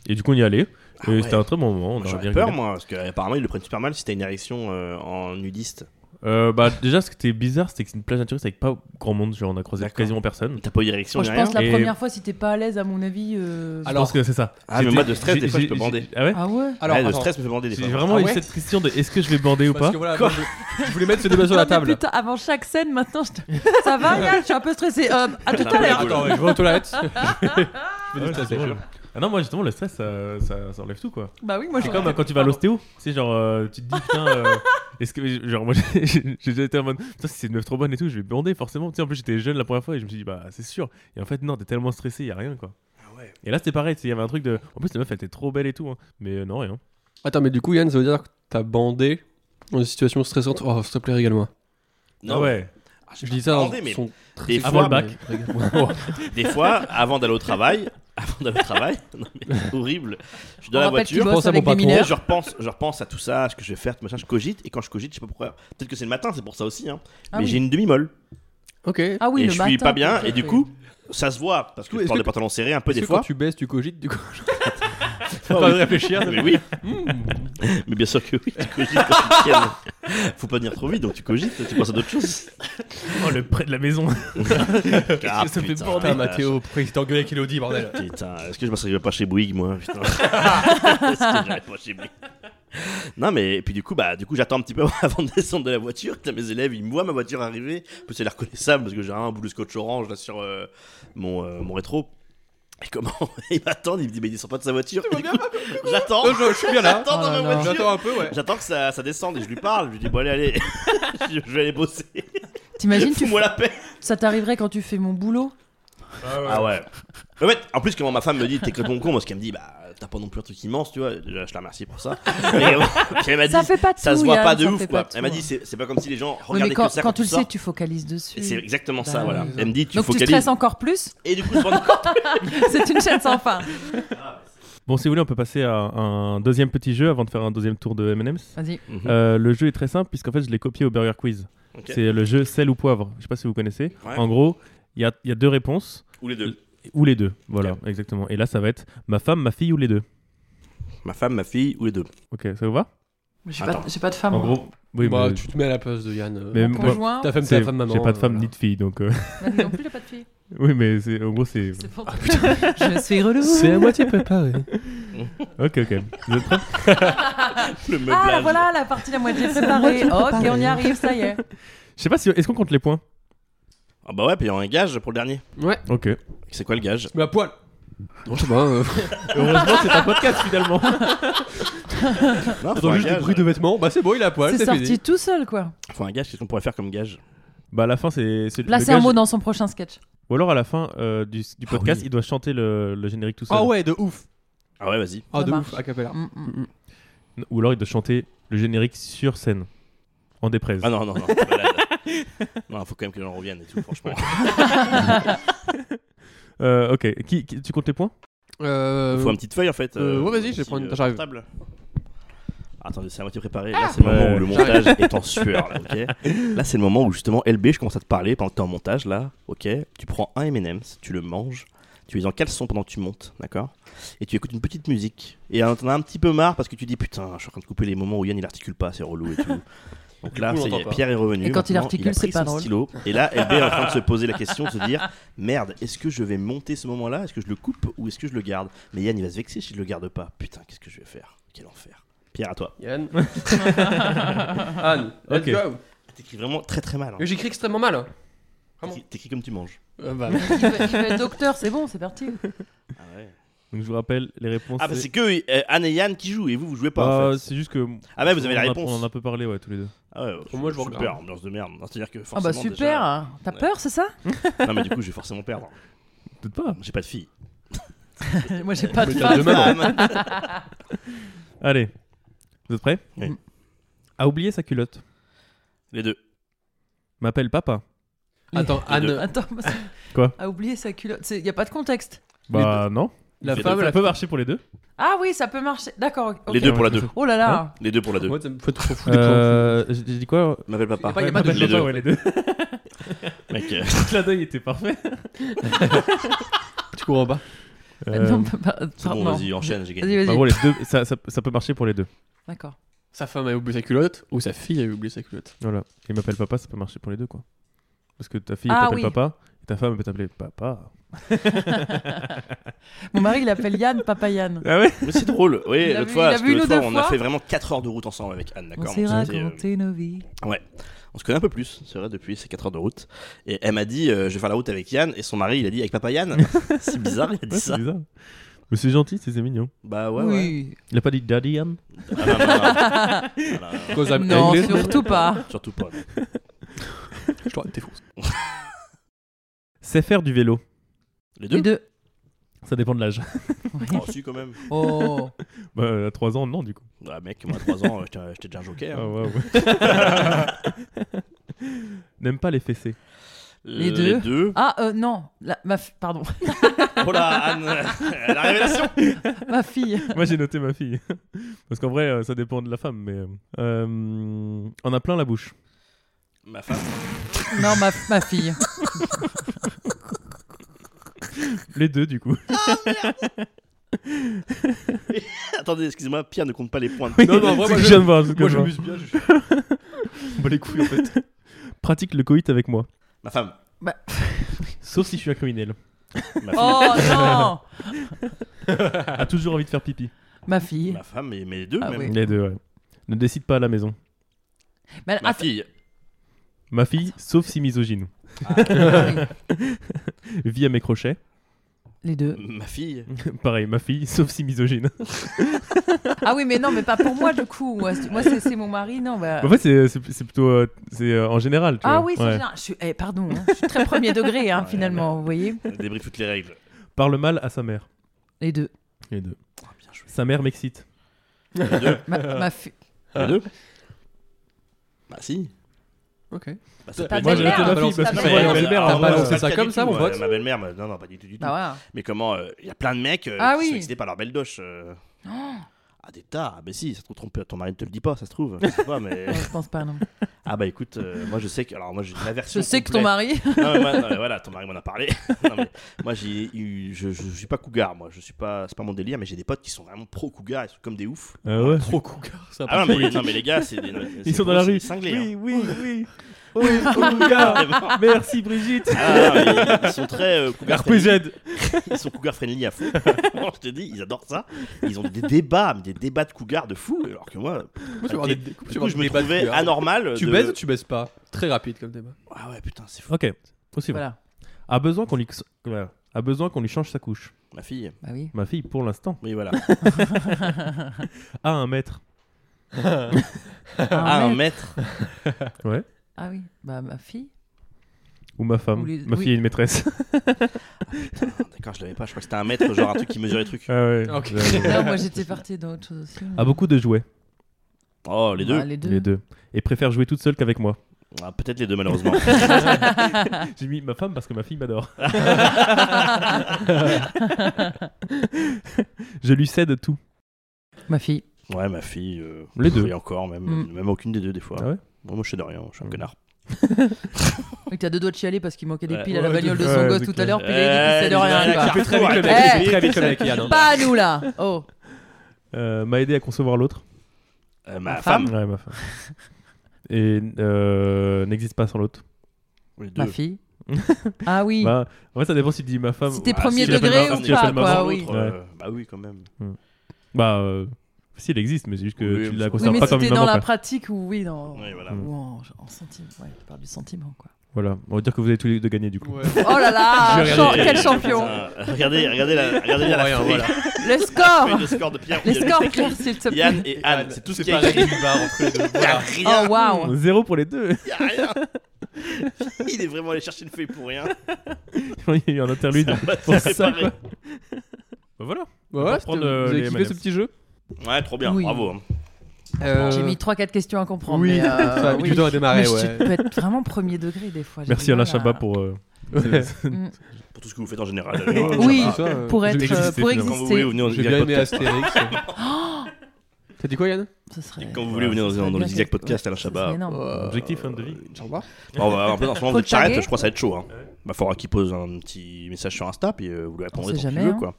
[SPEAKER 1] Et du coup, on y allait.
[SPEAKER 2] Ah
[SPEAKER 1] et
[SPEAKER 2] ouais.
[SPEAKER 1] c'était un très bon moment. On a bien
[SPEAKER 2] J'aurais peur,
[SPEAKER 1] rigolé.
[SPEAKER 2] moi, parce qu'apparemment, ils le prennent super mal si t'as une érection euh, en nudiste.
[SPEAKER 1] Euh, bah, déjà, ce qui était bizarre, c'était que c'est une plage naturiste avec pas grand monde. Genre, on a croisé
[SPEAKER 2] D'accord.
[SPEAKER 1] quasiment
[SPEAKER 4] Hmm.
[SPEAKER 1] personne.
[SPEAKER 2] T'as pas eu d'érection,
[SPEAKER 3] Moi,
[SPEAKER 2] ni
[SPEAKER 3] je
[SPEAKER 2] rien.
[SPEAKER 3] pense la
[SPEAKER 1] Et-
[SPEAKER 3] première fois, si t'es pas à l'aise, à mon avis. euh,
[SPEAKER 1] Je
[SPEAKER 4] Alors-
[SPEAKER 1] pense que c'est ça.
[SPEAKER 2] Ah, mais
[SPEAKER 1] J'étais-
[SPEAKER 2] moi, de stress, des
[SPEAKER 1] j'ai-
[SPEAKER 2] fois, je
[SPEAKER 1] j'ai-
[SPEAKER 2] peux bander.
[SPEAKER 1] Ah ouais
[SPEAKER 3] Ah ouais
[SPEAKER 4] Alors,
[SPEAKER 2] Ouais, le
[SPEAKER 4] attends,
[SPEAKER 2] stress me fait bander des
[SPEAKER 1] J'ai
[SPEAKER 2] fois.
[SPEAKER 1] vraiment
[SPEAKER 4] Ah
[SPEAKER 1] eu
[SPEAKER 4] ouais
[SPEAKER 1] cette question de est-ce que je vais bander ou
[SPEAKER 4] parce
[SPEAKER 1] pas
[SPEAKER 4] que voilà, moi, je, je voulais mettre ce débat sur la
[SPEAKER 3] Non, mais
[SPEAKER 4] table.
[SPEAKER 3] putain, avant chaque scène, maintenant, je te- ça va, Yann Je suis un peu stressée. Euh, à tout
[SPEAKER 4] *laughs*
[SPEAKER 3] à l'heure.
[SPEAKER 4] Attends, ouais, je vais aux toilettes.
[SPEAKER 1] Ah ouais, c'est drôle. Ah non, moi justement, le stress, ça, ça, ça enlève tout quoi.
[SPEAKER 3] Bah oui, moi,
[SPEAKER 1] C'est
[SPEAKER 3] je.
[SPEAKER 1] comme euh, quand tu vas à l'ostéo, c'est genre, euh, tu te dis putain, euh, est-ce que. Genre, moi *laughs* j'ai- j'ai j'ai déjà été en mode, putain, si c'est une meuf trop bonne et tout, je vais bander forcément. Tu sais, en plus j'étais jeune la première fois et je me suis dit, bah c'est sûr. Et en fait, non, t'es tellement stressé, y a rien quoi.
[SPEAKER 2] Ah ouais.
[SPEAKER 1] Et là, c'était pareil, tu sais, il y avait un truc de. En plus, la meuf, elle était trop belle et tout, hein. mais euh, non, rien.
[SPEAKER 4] Attends, mais du coup, Yann, ça veut dire que t'as bandé dans une situation stressante. Oh, s'il te plaît, régale-moi.
[SPEAKER 1] Ah
[SPEAKER 2] Non,
[SPEAKER 1] ouais.
[SPEAKER 2] Ah,
[SPEAKER 4] Je dis ça dans
[SPEAKER 2] Bandé, mais
[SPEAKER 4] son
[SPEAKER 2] Des
[SPEAKER 1] Avant le
[SPEAKER 2] fois,
[SPEAKER 1] bac.
[SPEAKER 4] mais régale-moi.
[SPEAKER 2] des fois, avant d'aller au travail, *laughs* avant d'aller au travail, *laughs* non
[SPEAKER 4] *laughs*
[SPEAKER 2] mais c'est horrible. Je suis dans
[SPEAKER 3] On
[SPEAKER 2] la
[SPEAKER 3] rappelle qu'il
[SPEAKER 2] voiture.
[SPEAKER 3] bosse
[SPEAKER 4] pense à mon
[SPEAKER 3] avec des
[SPEAKER 4] patron.
[SPEAKER 2] Ouais,
[SPEAKER 3] mineurs.
[SPEAKER 2] je repense, je repense à tout ça, à ce que je vais faire, tout machin, je cogite, et quand je cogite, je sais pas pourquoi. Peut-être que c'est le matin, c'est pour ça aussi, hein.
[SPEAKER 3] Ah
[SPEAKER 2] mais
[SPEAKER 3] oui.
[SPEAKER 2] j'ai une demi-molle.
[SPEAKER 4] *laughs* Ok. Est-ce
[SPEAKER 3] Ah oui,
[SPEAKER 2] et
[SPEAKER 3] le
[SPEAKER 2] je
[SPEAKER 3] matin,
[SPEAKER 2] suis pas bien,
[SPEAKER 3] peut-être,
[SPEAKER 2] et du
[SPEAKER 3] oui.
[SPEAKER 2] coup, ça se voit, parce que
[SPEAKER 4] Oui,
[SPEAKER 2] je
[SPEAKER 4] est-ce
[SPEAKER 2] porte des
[SPEAKER 4] que-
[SPEAKER 2] pantalons serrés un peu des
[SPEAKER 4] que
[SPEAKER 2] fois.
[SPEAKER 4] quand tu baisses, tu cogites du coup
[SPEAKER 2] Ah,
[SPEAKER 1] Pas
[SPEAKER 2] oui.
[SPEAKER 1] de réfléchir. Hmm.
[SPEAKER 2] mais oui, mais bien sûr que oui, tu cogites quand tu tiennes. Faut pas venir trop vite, donc tu cogites, tu penses à d'autres choses.
[SPEAKER 1] Oh, le près de la maison.
[SPEAKER 2] Ah,
[SPEAKER 1] que ça fait
[SPEAKER 2] putain,
[SPEAKER 1] bander
[SPEAKER 4] Putain, Mathéo, pourquoi il t'engueulait avec Elodie, bordel
[SPEAKER 2] Putain, est-ce que je passerai pas chez Bouygues, moi Putain. Est-ce que j'arrive pas chez Bouygues Non, mais et puis du coup, bah, du coup, j'attends un petit peu *laughs* avant de descendre de la voiture. Putain, mes élèves, ils me voient ma voiture arriver. En plus, elle est reconnaissable parce que j'ai un bout de scotch orange là sur euh, mon, euh, mon rétro. Et comment *laughs* Ils m'attendent, ils me disent, mais il descend pas de sa voiture. Et du coup, J'attends,
[SPEAKER 4] Non, Euh, je, je suis bien là.
[SPEAKER 2] j'attends dans
[SPEAKER 3] Oh là
[SPEAKER 2] ma
[SPEAKER 3] là.
[SPEAKER 2] voiture.
[SPEAKER 4] J'attends un peu, ouais.
[SPEAKER 2] J'attends que ça, ça descende et je lui parle. Je lui dis, bon, allez, allez, *laughs* je je vais aller bosser.
[SPEAKER 3] T'imagines, tu...
[SPEAKER 2] Fous-moi la paix.
[SPEAKER 3] ça t'arriverait quand tu fais mon boulot
[SPEAKER 2] Ah ouais. Mais ouais, en plus, comment ma femme me dit t'es complètement con, parce qu'elle me dit bah t'as pas non plus un truc immense, tu vois. Déjà, je la remercie pour ça. Mais euh, puis elle m'a dit
[SPEAKER 3] Ça fait pas de
[SPEAKER 2] ça
[SPEAKER 3] tout,
[SPEAKER 2] se voit
[SPEAKER 3] Yann,
[SPEAKER 2] pas de
[SPEAKER 3] ça
[SPEAKER 2] ouf
[SPEAKER 3] fait
[SPEAKER 2] quoi.
[SPEAKER 3] pas de
[SPEAKER 2] Elle m'a
[SPEAKER 3] tout. hein.
[SPEAKER 2] dit c'est c'est pas comme si les gens
[SPEAKER 3] Oui,
[SPEAKER 2] regardaient
[SPEAKER 3] mais quand,
[SPEAKER 2] que ça
[SPEAKER 3] quand tu le
[SPEAKER 2] sors.
[SPEAKER 3] sais, tu focalises dessus.
[SPEAKER 2] Et C'est exactement
[SPEAKER 3] Bah
[SPEAKER 2] ça, voilà.
[SPEAKER 3] oui.
[SPEAKER 2] Elle me dit tu
[SPEAKER 3] Donc tu
[SPEAKER 2] focalises.
[SPEAKER 3] stresses encore plus *laughs*
[SPEAKER 2] Et du coup, je pense-
[SPEAKER 3] C'est une chaîne sans fin.
[SPEAKER 1] Bon, si vous voulez, on peut passer à un deuxième petit jeu avant de faire un deuxième tour de MM's.
[SPEAKER 3] Vas-y.
[SPEAKER 1] Euh, le jeu est très simple puisqu'en fait je l'ai copié au Burger Quiz.
[SPEAKER 2] Ok.
[SPEAKER 1] C'est le jeu sel ou poivre. Je sais pas si vous connaissez.
[SPEAKER 2] Ouais.
[SPEAKER 1] En gros, il y a, il y a deux réponses
[SPEAKER 2] Ou les deux.
[SPEAKER 1] ou les deux. Voilà, exactement. Et là ça va être ma femme, ma fille ou les deux.
[SPEAKER 2] Ma femme, ma fille, ou les deux.
[SPEAKER 1] Ok, ça vous va
[SPEAKER 3] J'ai
[SPEAKER 2] pas- Attends.
[SPEAKER 3] pas de femme.
[SPEAKER 1] En gros, oui,
[SPEAKER 4] bah,
[SPEAKER 1] mais-
[SPEAKER 4] tu te mets à la place de Yann. euh.
[SPEAKER 1] Mais-
[SPEAKER 3] Mon
[SPEAKER 1] moi,
[SPEAKER 3] conjoint,
[SPEAKER 4] Ta femme,
[SPEAKER 1] c'est-
[SPEAKER 4] ta femme, maman.
[SPEAKER 1] J'ai pas de
[SPEAKER 4] euh,
[SPEAKER 1] femme
[SPEAKER 4] voilà.
[SPEAKER 1] ni de fille donc. euh, *laughs*
[SPEAKER 3] non plus, j'ai pas de fille.
[SPEAKER 1] oui, mais c'est en gros c'est.
[SPEAKER 3] C'est pour *laughs* Je suis relou.
[SPEAKER 4] *laughs* C'est à moitié préparé.
[SPEAKER 1] Ok, ok. Vous êtes prêts
[SPEAKER 2] Le
[SPEAKER 3] Ah,
[SPEAKER 2] meublage.
[SPEAKER 3] voilà la partie la moitié préparée. ok, on y arrive, ça y est.
[SPEAKER 1] Je sais pas si est-ce qu'on compte les points.
[SPEAKER 2] Ah bah ouais, puis il y aura un gage pour le dernier.
[SPEAKER 4] Ouais.
[SPEAKER 1] Ok.
[SPEAKER 2] C'est quoi le gage
[SPEAKER 4] Mais à poil. Non, je sais pas. Euh...
[SPEAKER 1] Heureusement c'est un podcast finalement.
[SPEAKER 2] Non, faut
[SPEAKER 4] Attends,
[SPEAKER 2] un
[SPEAKER 4] juste des
[SPEAKER 2] gage.
[SPEAKER 4] bruits de vêtements. Bah, c'est bon, il est à poil.
[SPEAKER 3] C'est
[SPEAKER 4] C'est
[SPEAKER 3] sorti
[SPEAKER 4] fini.
[SPEAKER 3] tout seul, quoi.
[SPEAKER 2] Faut un gage, qu'est-ce qu'on pourrait faire comme gage
[SPEAKER 1] bah à la fin c'est.
[SPEAKER 3] Là,
[SPEAKER 1] le
[SPEAKER 3] c'est un
[SPEAKER 1] gage-
[SPEAKER 3] mot dans son prochain sketch.
[SPEAKER 1] Ou alors à la fin euh, du, du
[SPEAKER 2] Ah
[SPEAKER 1] podcast
[SPEAKER 2] oui.
[SPEAKER 1] il doit chanter le, le générique tout seul.
[SPEAKER 4] Ah ouais, de ouf.
[SPEAKER 2] Ah ouais, vas-y.
[SPEAKER 4] Ah,
[SPEAKER 3] Ça
[SPEAKER 4] de
[SPEAKER 3] marche.
[SPEAKER 4] ouf, a cappella.
[SPEAKER 3] Mm, mm.
[SPEAKER 1] Ou alors il doit chanter le générique sur scène en dépresse.
[SPEAKER 2] Ah non, non, non. c'est pas là, là.
[SPEAKER 4] *laughs*
[SPEAKER 2] non, faut quand même que j'en revienne et tout, franchement.
[SPEAKER 1] Euh, ok, qui, qui- tu comptes les points
[SPEAKER 4] Euh...
[SPEAKER 2] Faut une petite feuille en fait.
[SPEAKER 4] euh, ouais, vas-y, je vais
[SPEAKER 2] petit,
[SPEAKER 4] prendre une-
[SPEAKER 2] euh,
[SPEAKER 4] j'arrive. Ah
[SPEAKER 2] portable. Attendez, c'est à moitié préparé. Là, c'est le
[SPEAKER 1] Ouais.
[SPEAKER 2] moment où le montage est en sueur. Là, ok là c'est le moment où justement, LB, je commence à te parler pendant que t'es en montage. Là, ok Tu prends un MM's, tu le manges, tu es en caleçon pendant que tu montes, d'accord Et tu écoutes une petite musique. Et euh, t'en as un petit peu marre parce que tu dis putain, je suis en train de couper les moments où Yann il articule pas, c'est relou et
[SPEAKER 4] *laughs*
[SPEAKER 2] tout. Donc
[SPEAKER 4] Du
[SPEAKER 2] là,
[SPEAKER 4] coup, on
[SPEAKER 2] ça y est,
[SPEAKER 4] l'entend pas.
[SPEAKER 2] Pierre est revenu.
[SPEAKER 3] Et quand il
[SPEAKER 2] maintenant,
[SPEAKER 3] articule,
[SPEAKER 2] a pris
[SPEAKER 3] c'est pas
[SPEAKER 2] son
[SPEAKER 3] drôle.
[SPEAKER 2] stylo. Et là, LB est en train de se poser la question, de se dire merde, est-ce que je vais monter ce moment-là Est-ce que je le coupe ou est-ce que je le garde Mais Yann, il va se vexer si je le garde pas. Putain, qu'est-ce que je vais faire Quel enfer. Pierre, à toi.
[SPEAKER 4] Yann. Anne. Let's
[SPEAKER 1] Ok.
[SPEAKER 4] go.
[SPEAKER 2] T'écris vraiment très très mal. hein.
[SPEAKER 4] Mais J'écris extrêmement mal. hein. Comment
[SPEAKER 2] T'écris- T'écris comme tu manges.
[SPEAKER 4] Euh, *laughs* bah,
[SPEAKER 3] Il fait- il fait docteur, c'est bon, c'est parti.
[SPEAKER 2] Ah, ouais.
[SPEAKER 1] Donc je vous rappelle les réponses.
[SPEAKER 2] ah bah c'est que euh, Anne et Yann qui jouent et vous, vous jouez pas
[SPEAKER 1] Euh,
[SPEAKER 2] en fait.
[SPEAKER 1] c'est juste que.
[SPEAKER 2] Ah ouais, vous avez la
[SPEAKER 1] on en a-
[SPEAKER 2] réponse.
[SPEAKER 1] On en a peu parlé, ouais, tous les deux.
[SPEAKER 2] Ah ouais,
[SPEAKER 4] Pour moi, je vous
[SPEAKER 2] super,
[SPEAKER 4] regarde.
[SPEAKER 2] ambiance de merde. Non, C'est-à-dire que
[SPEAKER 3] Ah
[SPEAKER 2] forcément.
[SPEAKER 3] bah super.
[SPEAKER 2] déjà-
[SPEAKER 3] hein. T'as
[SPEAKER 2] Ouais.
[SPEAKER 3] peur,
[SPEAKER 2] *laughs*
[SPEAKER 3] c'est ça
[SPEAKER 2] Non, mais du coup, je vais forcément perdre.
[SPEAKER 1] Peut-être pas.
[SPEAKER 2] J'ai pas de fille.
[SPEAKER 3] Moi, j'ai pas de
[SPEAKER 4] Mais
[SPEAKER 3] femme.
[SPEAKER 4] t'as deux mains.
[SPEAKER 2] Ah,
[SPEAKER 1] Allez, vous êtes prêts
[SPEAKER 2] Oui.
[SPEAKER 1] A oublié sa culotte.
[SPEAKER 2] Les deux.
[SPEAKER 1] M'appelle papa.
[SPEAKER 4] Attends,
[SPEAKER 2] deux.
[SPEAKER 4] Anne.
[SPEAKER 3] Attends, parce que- Ah,
[SPEAKER 1] Quoi
[SPEAKER 3] A oublié sa culotte. Il y a pas de contexte.
[SPEAKER 1] Bah non.
[SPEAKER 4] La
[SPEAKER 2] fait
[SPEAKER 1] Ça
[SPEAKER 4] femme, la
[SPEAKER 1] peut marcher pour les deux.
[SPEAKER 3] Ah oui, ça peut marcher. D'accord. ok.
[SPEAKER 2] Les deux Hein pour la deux.
[SPEAKER 3] Oh là là.
[SPEAKER 2] Les deux pour la deux.
[SPEAKER 4] Moi, ça me faut trop fou des plans.
[SPEAKER 1] Euh, J'ai j'ai dit quoi
[SPEAKER 2] M'appelle papa.
[SPEAKER 4] pas- y a pas de-
[SPEAKER 2] Les deux.
[SPEAKER 1] Ouais, les deux. *laughs*
[SPEAKER 2] Mec, euh,
[SPEAKER 1] La deuil était parfait.
[SPEAKER 4] Tu cours en bas.
[SPEAKER 1] Euh,
[SPEAKER 3] *laughs* Non, pas- pas-
[SPEAKER 2] c'est bon,
[SPEAKER 3] Ah, non.
[SPEAKER 2] vas-y, enchaîne, j'ai gagné.
[SPEAKER 3] Vas-y,
[SPEAKER 1] bah,
[SPEAKER 3] vas-y.
[SPEAKER 1] bon, les deux ça, ça- ça peut marcher pour les deux.
[SPEAKER 3] D'accord. *laughs*
[SPEAKER 4] Sa femme avait oublié sa culotte ou sa fille avait oublié sa culotte.
[SPEAKER 1] Voilà. Il m'appelle papa, ça peut marcher pour les deux, quoi. Parce que ta fille elle
[SPEAKER 3] Ah,
[SPEAKER 1] t'appelle
[SPEAKER 3] oui.
[SPEAKER 1] papa, et ta femme elle peut t'appeler papa.
[SPEAKER 3] Mon mari, il l'appelle Yann, papa Yann.
[SPEAKER 1] Ah ouais
[SPEAKER 2] Mais c'est drôle.
[SPEAKER 3] Il
[SPEAKER 2] Oui,
[SPEAKER 3] a
[SPEAKER 2] l'autre
[SPEAKER 3] vu-
[SPEAKER 2] fois,
[SPEAKER 3] il a
[SPEAKER 2] parce
[SPEAKER 3] vu
[SPEAKER 2] que
[SPEAKER 3] une
[SPEAKER 2] l'autre
[SPEAKER 3] ou deux
[SPEAKER 2] fois, on a
[SPEAKER 3] fois.
[SPEAKER 2] fait vraiment 4 heures de route ensemble avec Anne,
[SPEAKER 3] On
[SPEAKER 2] d'accord
[SPEAKER 3] s'est
[SPEAKER 2] Donc, c'était, euh,
[SPEAKER 3] raconté nos vies.
[SPEAKER 2] On se connaît un peu plus, c'est vrai, depuis ces 4 heures de route. Et elle m'a dit, euh, je vais faire la route avec Yann, et son mari, il a dit, avec papa
[SPEAKER 3] *laughs*
[SPEAKER 2] Yann. c'est bizarre, il a dit
[SPEAKER 1] Ouais,
[SPEAKER 2] ça.
[SPEAKER 1] c'est bizarre. Mais c'est gentil, c'est c'est mignon.
[SPEAKER 2] Bah ouais, ouais. *laughs*
[SPEAKER 3] oui.
[SPEAKER 1] Il a pas dit daddy Yann
[SPEAKER 2] Ah, non, non, non. Voilà.
[SPEAKER 4] Cause I'm
[SPEAKER 3] Non,
[SPEAKER 4] English.
[SPEAKER 3] surtout pas.
[SPEAKER 2] Surtout pas.
[SPEAKER 4] Je t'aurais été fou.
[SPEAKER 1] C'est faire du vélo.
[SPEAKER 2] Les deux
[SPEAKER 3] Les deux.
[SPEAKER 1] Ça dépend de l'âge.
[SPEAKER 3] Oui.
[SPEAKER 2] Oh, si, quand même.
[SPEAKER 3] Oh.
[SPEAKER 1] *laughs* Bah, à 3 ans, non, du coup.
[SPEAKER 2] Ah, mec, moi, à 3 ans, euh, j'étais j'étais déjà un joker.
[SPEAKER 1] Ah, waouh. Ah, *laughs* N'aime pas les fessées.
[SPEAKER 2] Les
[SPEAKER 3] Les deux.
[SPEAKER 2] deux.
[SPEAKER 3] Ah, euh, non. La- ma f- Pardon.
[SPEAKER 2] Oh là, Anne, *laughs* euh, la révélation.
[SPEAKER 3] *laughs* ma fille.
[SPEAKER 1] Moi, j'ai noté ma fille. *laughs* Parce qu'en vrai, euh, ça dépend de la femme, mais. euh, euh, on a plein la bouche.
[SPEAKER 2] Ma femme. *laughs*
[SPEAKER 3] Non, ma, ma fille.
[SPEAKER 1] Les deux, du
[SPEAKER 4] *laughs*
[SPEAKER 1] coup.
[SPEAKER 2] Attendez, excusez-moi, Pierre ne compte pas les points.
[SPEAKER 1] Oui,
[SPEAKER 4] non, non,
[SPEAKER 1] c'est
[SPEAKER 4] moi,
[SPEAKER 1] ce que
[SPEAKER 4] je-
[SPEAKER 1] je viens de voir, c'est ce que
[SPEAKER 4] Moi,
[SPEAKER 1] je vois.
[SPEAKER 4] j'amuse bien. je- Bah, les couilles en fait.
[SPEAKER 1] Pratique le coït avec moi.
[SPEAKER 2] Ma femme.
[SPEAKER 1] Sauf si je suis un criminel.
[SPEAKER 2] Ma fille.
[SPEAKER 3] Oh
[SPEAKER 2] *laughs*
[SPEAKER 3] non.
[SPEAKER 1] A toujours envie de faire pipi.
[SPEAKER 3] Ma fille.
[SPEAKER 2] Ma femme, et mes deux,
[SPEAKER 3] Ah
[SPEAKER 2] même.
[SPEAKER 3] oui.
[SPEAKER 1] Les deux, ouais. Ne décide pas à la maison.
[SPEAKER 3] Mais elle-
[SPEAKER 2] Ma
[SPEAKER 3] attends,
[SPEAKER 2] fille.
[SPEAKER 1] Ma fille, sauf si misogyne. *laughs* Vie à mes crochets.
[SPEAKER 3] Les deux.
[SPEAKER 2] Ma fille.
[SPEAKER 1] Pareil, ma fille, sauf si misogyne.
[SPEAKER 3] Ah oui, mais non, mais pas pour moi du coup. Moi, c'est- moi, c'est c'est mon mari. Non, bah.
[SPEAKER 1] En fait, c'est- c'est c'est plutôt. euh, c'est euh, en général, tu
[SPEAKER 3] Ah
[SPEAKER 1] vois.
[SPEAKER 3] oui, c'est
[SPEAKER 1] Ouais.
[SPEAKER 3] génial. Je suis, eh, pardon, hein. je suis très premier degré hein,
[SPEAKER 2] Ouais,
[SPEAKER 3] finalement, vous voyez.
[SPEAKER 2] Débrief toutes les règles.
[SPEAKER 1] Parle mal à sa mère.
[SPEAKER 3] Les deux.
[SPEAKER 1] Les deux.
[SPEAKER 2] Ah, bien joué.
[SPEAKER 1] Sa mère m'excite.
[SPEAKER 2] Les deux.
[SPEAKER 3] Ma, ma fi-
[SPEAKER 2] Les deux. Bah si.
[SPEAKER 4] Ok.
[SPEAKER 2] Bah, ça
[SPEAKER 3] Ta
[SPEAKER 2] peut
[SPEAKER 1] Moi, j'ai
[SPEAKER 2] être-
[SPEAKER 3] belle-mère.
[SPEAKER 1] noté ma fille
[SPEAKER 4] balance-
[SPEAKER 1] parce que
[SPEAKER 3] ta
[SPEAKER 1] c'est
[SPEAKER 2] Ouais,
[SPEAKER 1] ma
[SPEAKER 4] belle-mère.
[SPEAKER 1] belle-mère.
[SPEAKER 4] T'as
[SPEAKER 1] alors voilà.
[SPEAKER 4] balancé
[SPEAKER 2] hein, pas
[SPEAKER 4] ça
[SPEAKER 2] le cas
[SPEAKER 4] comme
[SPEAKER 2] du
[SPEAKER 4] ça,
[SPEAKER 2] tout,
[SPEAKER 4] mon
[SPEAKER 2] euh,
[SPEAKER 4] pote
[SPEAKER 2] Ma belle-mère, mais- non, non, pas du tout, du tout.
[SPEAKER 3] Bah voilà.
[SPEAKER 2] Mais comment, euh, il y a plein de mecs euh,
[SPEAKER 3] Ah
[SPEAKER 2] qui
[SPEAKER 3] oui.
[SPEAKER 2] sont excités par leur belle doche. euh. Ah, des tas. Ah, bah si, ça se trouve, trompé. ton mari ne te le dit pas, ça se trouve. Je sais pas, mais.
[SPEAKER 3] *laughs* Non, je pense pas, non.
[SPEAKER 2] Ah, bah écoute, euh, moi je sais que. Alors, moi j'ai la version.
[SPEAKER 3] Je sais que ton
[SPEAKER 2] complète.
[SPEAKER 3] mari.
[SPEAKER 2] Non, mais moi- non, mais voilà, ton mari m'en a parlé. *laughs* Non, mais moi, j'ai eu, je, je, je suis pas cougar, moi. Je suis pas, c'est pas mon délire, mais j'ai des potes qui sont vraiment pro cougar, ils sont comme des oufs.
[SPEAKER 1] Ah ouais.
[SPEAKER 4] Trop cougar, ça.
[SPEAKER 2] Ah non, mais, non, mais les gars, c'est des, c'est-
[SPEAKER 1] sont dans la
[SPEAKER 2] c'est des
[SPEAKER 1] rue.
[SPEAKER 2] Cinglés, hein.
[SPEAKER 1] oui, oui. Oui, gars. Merci Brigitte.
[SPEAKER 2] Ah, non, mais ils sont très euh, cougar friendly.
[SPEAKER 1] RPZ.
[SPEAKER 2] Ils sont cougar friendly à fond. Non, je te dis, ils adorent ça. Ils ont des débats, mais des débats de cougar de fou. Alors que moi, du coup, je me trouvais anormal.
[SPEAKER 4] Tu
[SPEAKER 2] de-
[SPEAKER 4] baises ou tu baises pas Très rapide comme débat.
[SPEAKER 2] Ah ouais, putain, c'est fou.
[SPEAKER 1] Ok. Au
[SPEAKER 3] *laughs*
[SPEAKER 1] suivant.
[SPEAKER 3] Voilà.
[SPEAKER 1] A besoin qu'on lui voilà. a besoin qu'on lui change sa couche.
[SPEAKER 2] Ma fille.
[SPEAKER 3] Bah
[SPEAKER 1] *laughs*
[SPEAKER 3] oui.
[SPEAKER 1] Ma fille, pour l'instant,
[SPEAKER 2] Oui, voilà.
[SPEAKER 1] a un maître.
[SPEAKER 2] Ah,
[SPEAKER 3] Ah,
[SPEAKER 2] un
[SPEAKER 3] merde.
[SPEAKER 2] maître.
[SPEAKER 3] Ah oui. Bah ma fille.
[SPEAKER 1] Ou ma femme.
[SPEAKER 3] Ou les-
[SPEAKER 1] Ma
[SPEAKER 3] oui.
[SPEAKER 1] fille est une maîtresse.
[SPEAKER 2] Ah, D'accord, je l'avais pas. Je crois que c'était un maître, genre un truc qui mesurait les trucs.
[SPEAKER 1] *laughs* Ah ouais.
[SPEAKER 2] *laughs*
[SPEAKER 4] Ok.
[SPEAKER 1] Ouais.
[SPEAKER 3] Non, moi j'étais partie dans autre chose aussi.
[SPEAKER 1] *laughs* A Ah, beaucoup de jouets.
[SPEAKER 2] Oh, les deux.
[SPEAKER 3] Bah, les deux.
[SPEAKER 1] Les deux. Et préfère jouer toute seule qu'avec moi.
[SPEAKER 2] Ah, Peut-être les deux, malheureusement.
[SPEAKER 1] J'ai mis ma femme parce que ma fille m'adore. *laughs* Je lui cède tout.
[SPEAKER 3] *laughs* Ma fille.
[SPEAKER 2] Ouais, ma fille. euh,
[SPEAKER 1] Les deux.
[SPEAKER 2] Et encore, même,
[SPEAKER 3] Mm.
[SPEAKER 2] même aucune des deux, des fois.
[SPEAKER 1] Ah ouais
[SPEAKER 2] Moi, moi, je sais de rien, je suis un
[SPEAKER 1] Mm.
[SPEAKER 2] connard.
[SPEAKER 3] Et t'as deux doigts de chialer parce qu'il manquait des
[SPEAKER 2] Ouais.
[SPEAKER 3] piles à la
[SPEAKER 4] Ouais,
[SPEAKER 3] bagnole de
[SPEAKER 1] ouais,
[SPEAKER 3] son gosse
[SPEAKER 1] c'est
[SPEAKER 3] tout à
[SPEAKER 1] clair.
[SPEAKER 3] l'heure, puis il
[SPEAKER 2] Euh,
[SPEAKER 3] a dit qu'il sait de rien. quoi.
[SPEAKER 4] Fais très vite le
[SPEAKER 2] Ouais.
[SPEAKER 4] mec, fais
[SPEAKER 3] Eh.
[SPEAKER 4] très vite le mec, Yann. hein.
[SPEAKER 3] Pas nous là. Oh.
[SPEAKER 1] Euh, m'a aidé à concevoir l'autre.
[SPEAKER 2] Euh, ma
[SPEAKER 3] Ma
[SPEAKER 2] femme.
[SPEAKER 1] Ouais, ma femme. Ah. *laughs* Et euh, n'existe pas sans l'autre.
[SPEAKER 2] Les deux.
[SPEAKER 3] Ma fille.
[SPEAKER 1] *laughs*
[SPEAKER 3] Ah oui.
[SPEAKER 1] Bah, en vrai, ça dépend si tu dis ma femme.
[SPEAKER 3] Si t'es
[SPEAKER 2] Ah,
[SPEAKER 3] premier
[SPEAKER 2] si
[SPEAKER 1] j'appelle
[SPEAKER 3] degré
[SPEAKER 1] ma- si
[SPEAKER 3] ou pas,
[SPEAKER 1] j'appelle ma
[SPEAKER 3] quoi.
[SPEAKER 1] maman,
[SPEAKER 3] Oui.
[SPEAKER 2] L'autre, euh, Bah oui, quand même.
[SPEAKER 1] Bah, euh, si elle existe, mais c'est juste que
[SPEAKER 2] Oui,
[SPEAKER 1] tu
[SPEAKER 2] mais
[SPEAKER 1] la
[SPEAKER 2] c'est-
[SPEAKER 3] Oui,
[SPEAKER 1] considères
[SPEAKER 3] mais
[SPEAKER 1] pas
[SPEAKER 3] si
[SPEAKER 1] comme
[SPEAKER 3] t'es
[SPEAKER 1] une
[SPEAKER 3] dans
[SPEAKER 1] maman.
[SPEAKER 3] la
[SPEAKER 1] quoi.
[SPEAKER 3] pratique ou oui, dans.
[SPEAKER 2] Oui, voilà.
[SPEAKER 1] Mm.
[SPEAKER 3] Ou en, en sentiment. Ouais, tu parles du sentiment, quoi.
[SPEAKER 1] Voilà, on va dire que vous avez tous les deux gagné du coup.
[SPEAKER 4] Ouais.
[SPEAKER 3] Oh là
[SPEAKER 2] *laughs*
[SPEAKER 3] là
[SPEAKER 1] Je vais
[SPEAKER 3] chan-
[SPEAKER 1] regarder.
[SPEAKER 3] Quel champion
[SPEAKER 2] Putain, Ah, Regardez, regardez la, regardez bien la
[SPEAKER 4] Ouais,
[SPEAKER 2] feuille,
[SPEAKER 4] voilà.
[SPEAKER 3] *laughs* Le score
[SPEAKER 2] feuille de score de Pierre.
[SPEAKER 3] Ah, Les
[SPEAKER 2] Il y a
[SPEAKER 3] scores,
[SPEAKER 2] juste
[SPEAKER 3] Claire,
[SPEAKER 2] écrit
[SPEAKER 3] s'il te
[SPEAKER 2] *laughs*
[SPEAKER 3] plaît.
[SPEAKER 2] Yann et Anne, c'est tout ce qui est
[SPEAKER 4] séparé
[SPEAKER 2] écrit.
[SPEAKER 4] du bar entre les deux.
[SPEAKER 2] Il y a
[SPEAKER 4] Voilà.
[SPEAKER 3] Oh,
[SPEAKER 2] rien.
[SPEAKER 1] *laughs*
[SPEAKER 3] waouh
[SPEAKER 1] Zéro pour les deux.
[SPEAKER 3] Oh.
[SPEAKER 2] Il y a rien. *laughs* Il est vraiment allé chercher une feuille pour rien.
[SPEAKER 1] Il y a eu un interlude.
[SPEAKER 2] Pour
[SPEAKER 1] ça,
[SPEAKER 2] séparer.
[SPEAKER 1] Bah voilà.
[SPEAKER 4] Bah
[SPEAKER 1] On va
[SPEAKER 4] voilà,
[SPEAKER 1] reprendre,
[SPEAKER 4] c'était-
[SPEAKER 1] euh,
[SPEAKER 4] vous avez
[SPEAKER 1] les
[SPEAKER 4] kiffé
[SPEAKER 1] M&M's.
[SPEAKER 4] ce petit jeu
[SPEAKER 2] Ouais, trop bien,
[SPEAKER 3] Oui.
[SPEAKER 2] bravo. hein.
[SPEAKER 4] Euh,
[SPEAKER 3] J'ai mis 3-4 questions à comprendre.
[SPEAKER 4] Oui,
[SPEAKER 3] mais, euh,
[SPEAKER 4] ça a mis
[SPEAKER 3] oui.
[SPEAKER 4] du temps à démarrer,
[SPEAKER 3] Mais je
[SPEAKER 4] ouais.
[SPEAKER 3] peux être vraiment premier degré des fois.
[SPEAKER 1] *laughs*
[SPEAKER 3] j'ai
[SPEAKER 1] Merci
[SPEAKER 3] du
[SPEAKER 1] Alain
[SPEAKER 3] mal à-
[SPEAKER 1] Chabat pour euh, Ouais.
[SPEAKER 3] Mm.
[SPEAKER 2] Pour tout ce que vous faites en général. d'ailleurs.
[SPEAKER 3] Oui,
[SPEAKER 4] ça, euh,
[SPEAKER 3] pour
[SPEAKER 1] j'ai
[SPEAKER 3] être,
[SPEAKER 1] existé,
[SPEAKER 3] euh, pour
[SPEAKER 1] finalement.
[SPEAKER 2] Quand vous voulez,
[SPEAKER 3] exister.
[SPEAKER 2] vous venez dans le
[SPEAKER 4] J'ai
[SPEAKER 2] Zigzag
[SPEAKER 4] bien aimé
[SPEAKER 2] Podcast.
[SPEAKER 4] Astérix. *gasps* T'as dit quoi, Yann
[SPEAKER 3] Ce serait.
[SPEAKER 2] Quand vous voulez, vous venez dans- dans le Zigzag Podcast, Alain Chabat.
[SPEAKER 3] C'est énorme.
[SPEAKER 1] Objectif, fin hein, de vie.
[SPEAKER 2] Bon, bah, en plus, en ce moment,
[SPEAKER 3] Euh, Faut
[SPEAKER 2] vous
[SPEAKER 3] le
[SPEAKER 2] êtes charrette,
[SPEAKER 3] taguer.
[SPEAKER 2] je crois que ça va être chaud. Hein. Bah, faudra qu'il pose un petit message sur Insta, puis euh, vous lui répondrez
[SPEAKER 3] sait
[SPEAKER 2] tant qu'il
[SPEAKER 3] jamais,
[SPEAKER 2] veut,
[SPEAKER 3] hein.
[SPEAKER 2] quoi.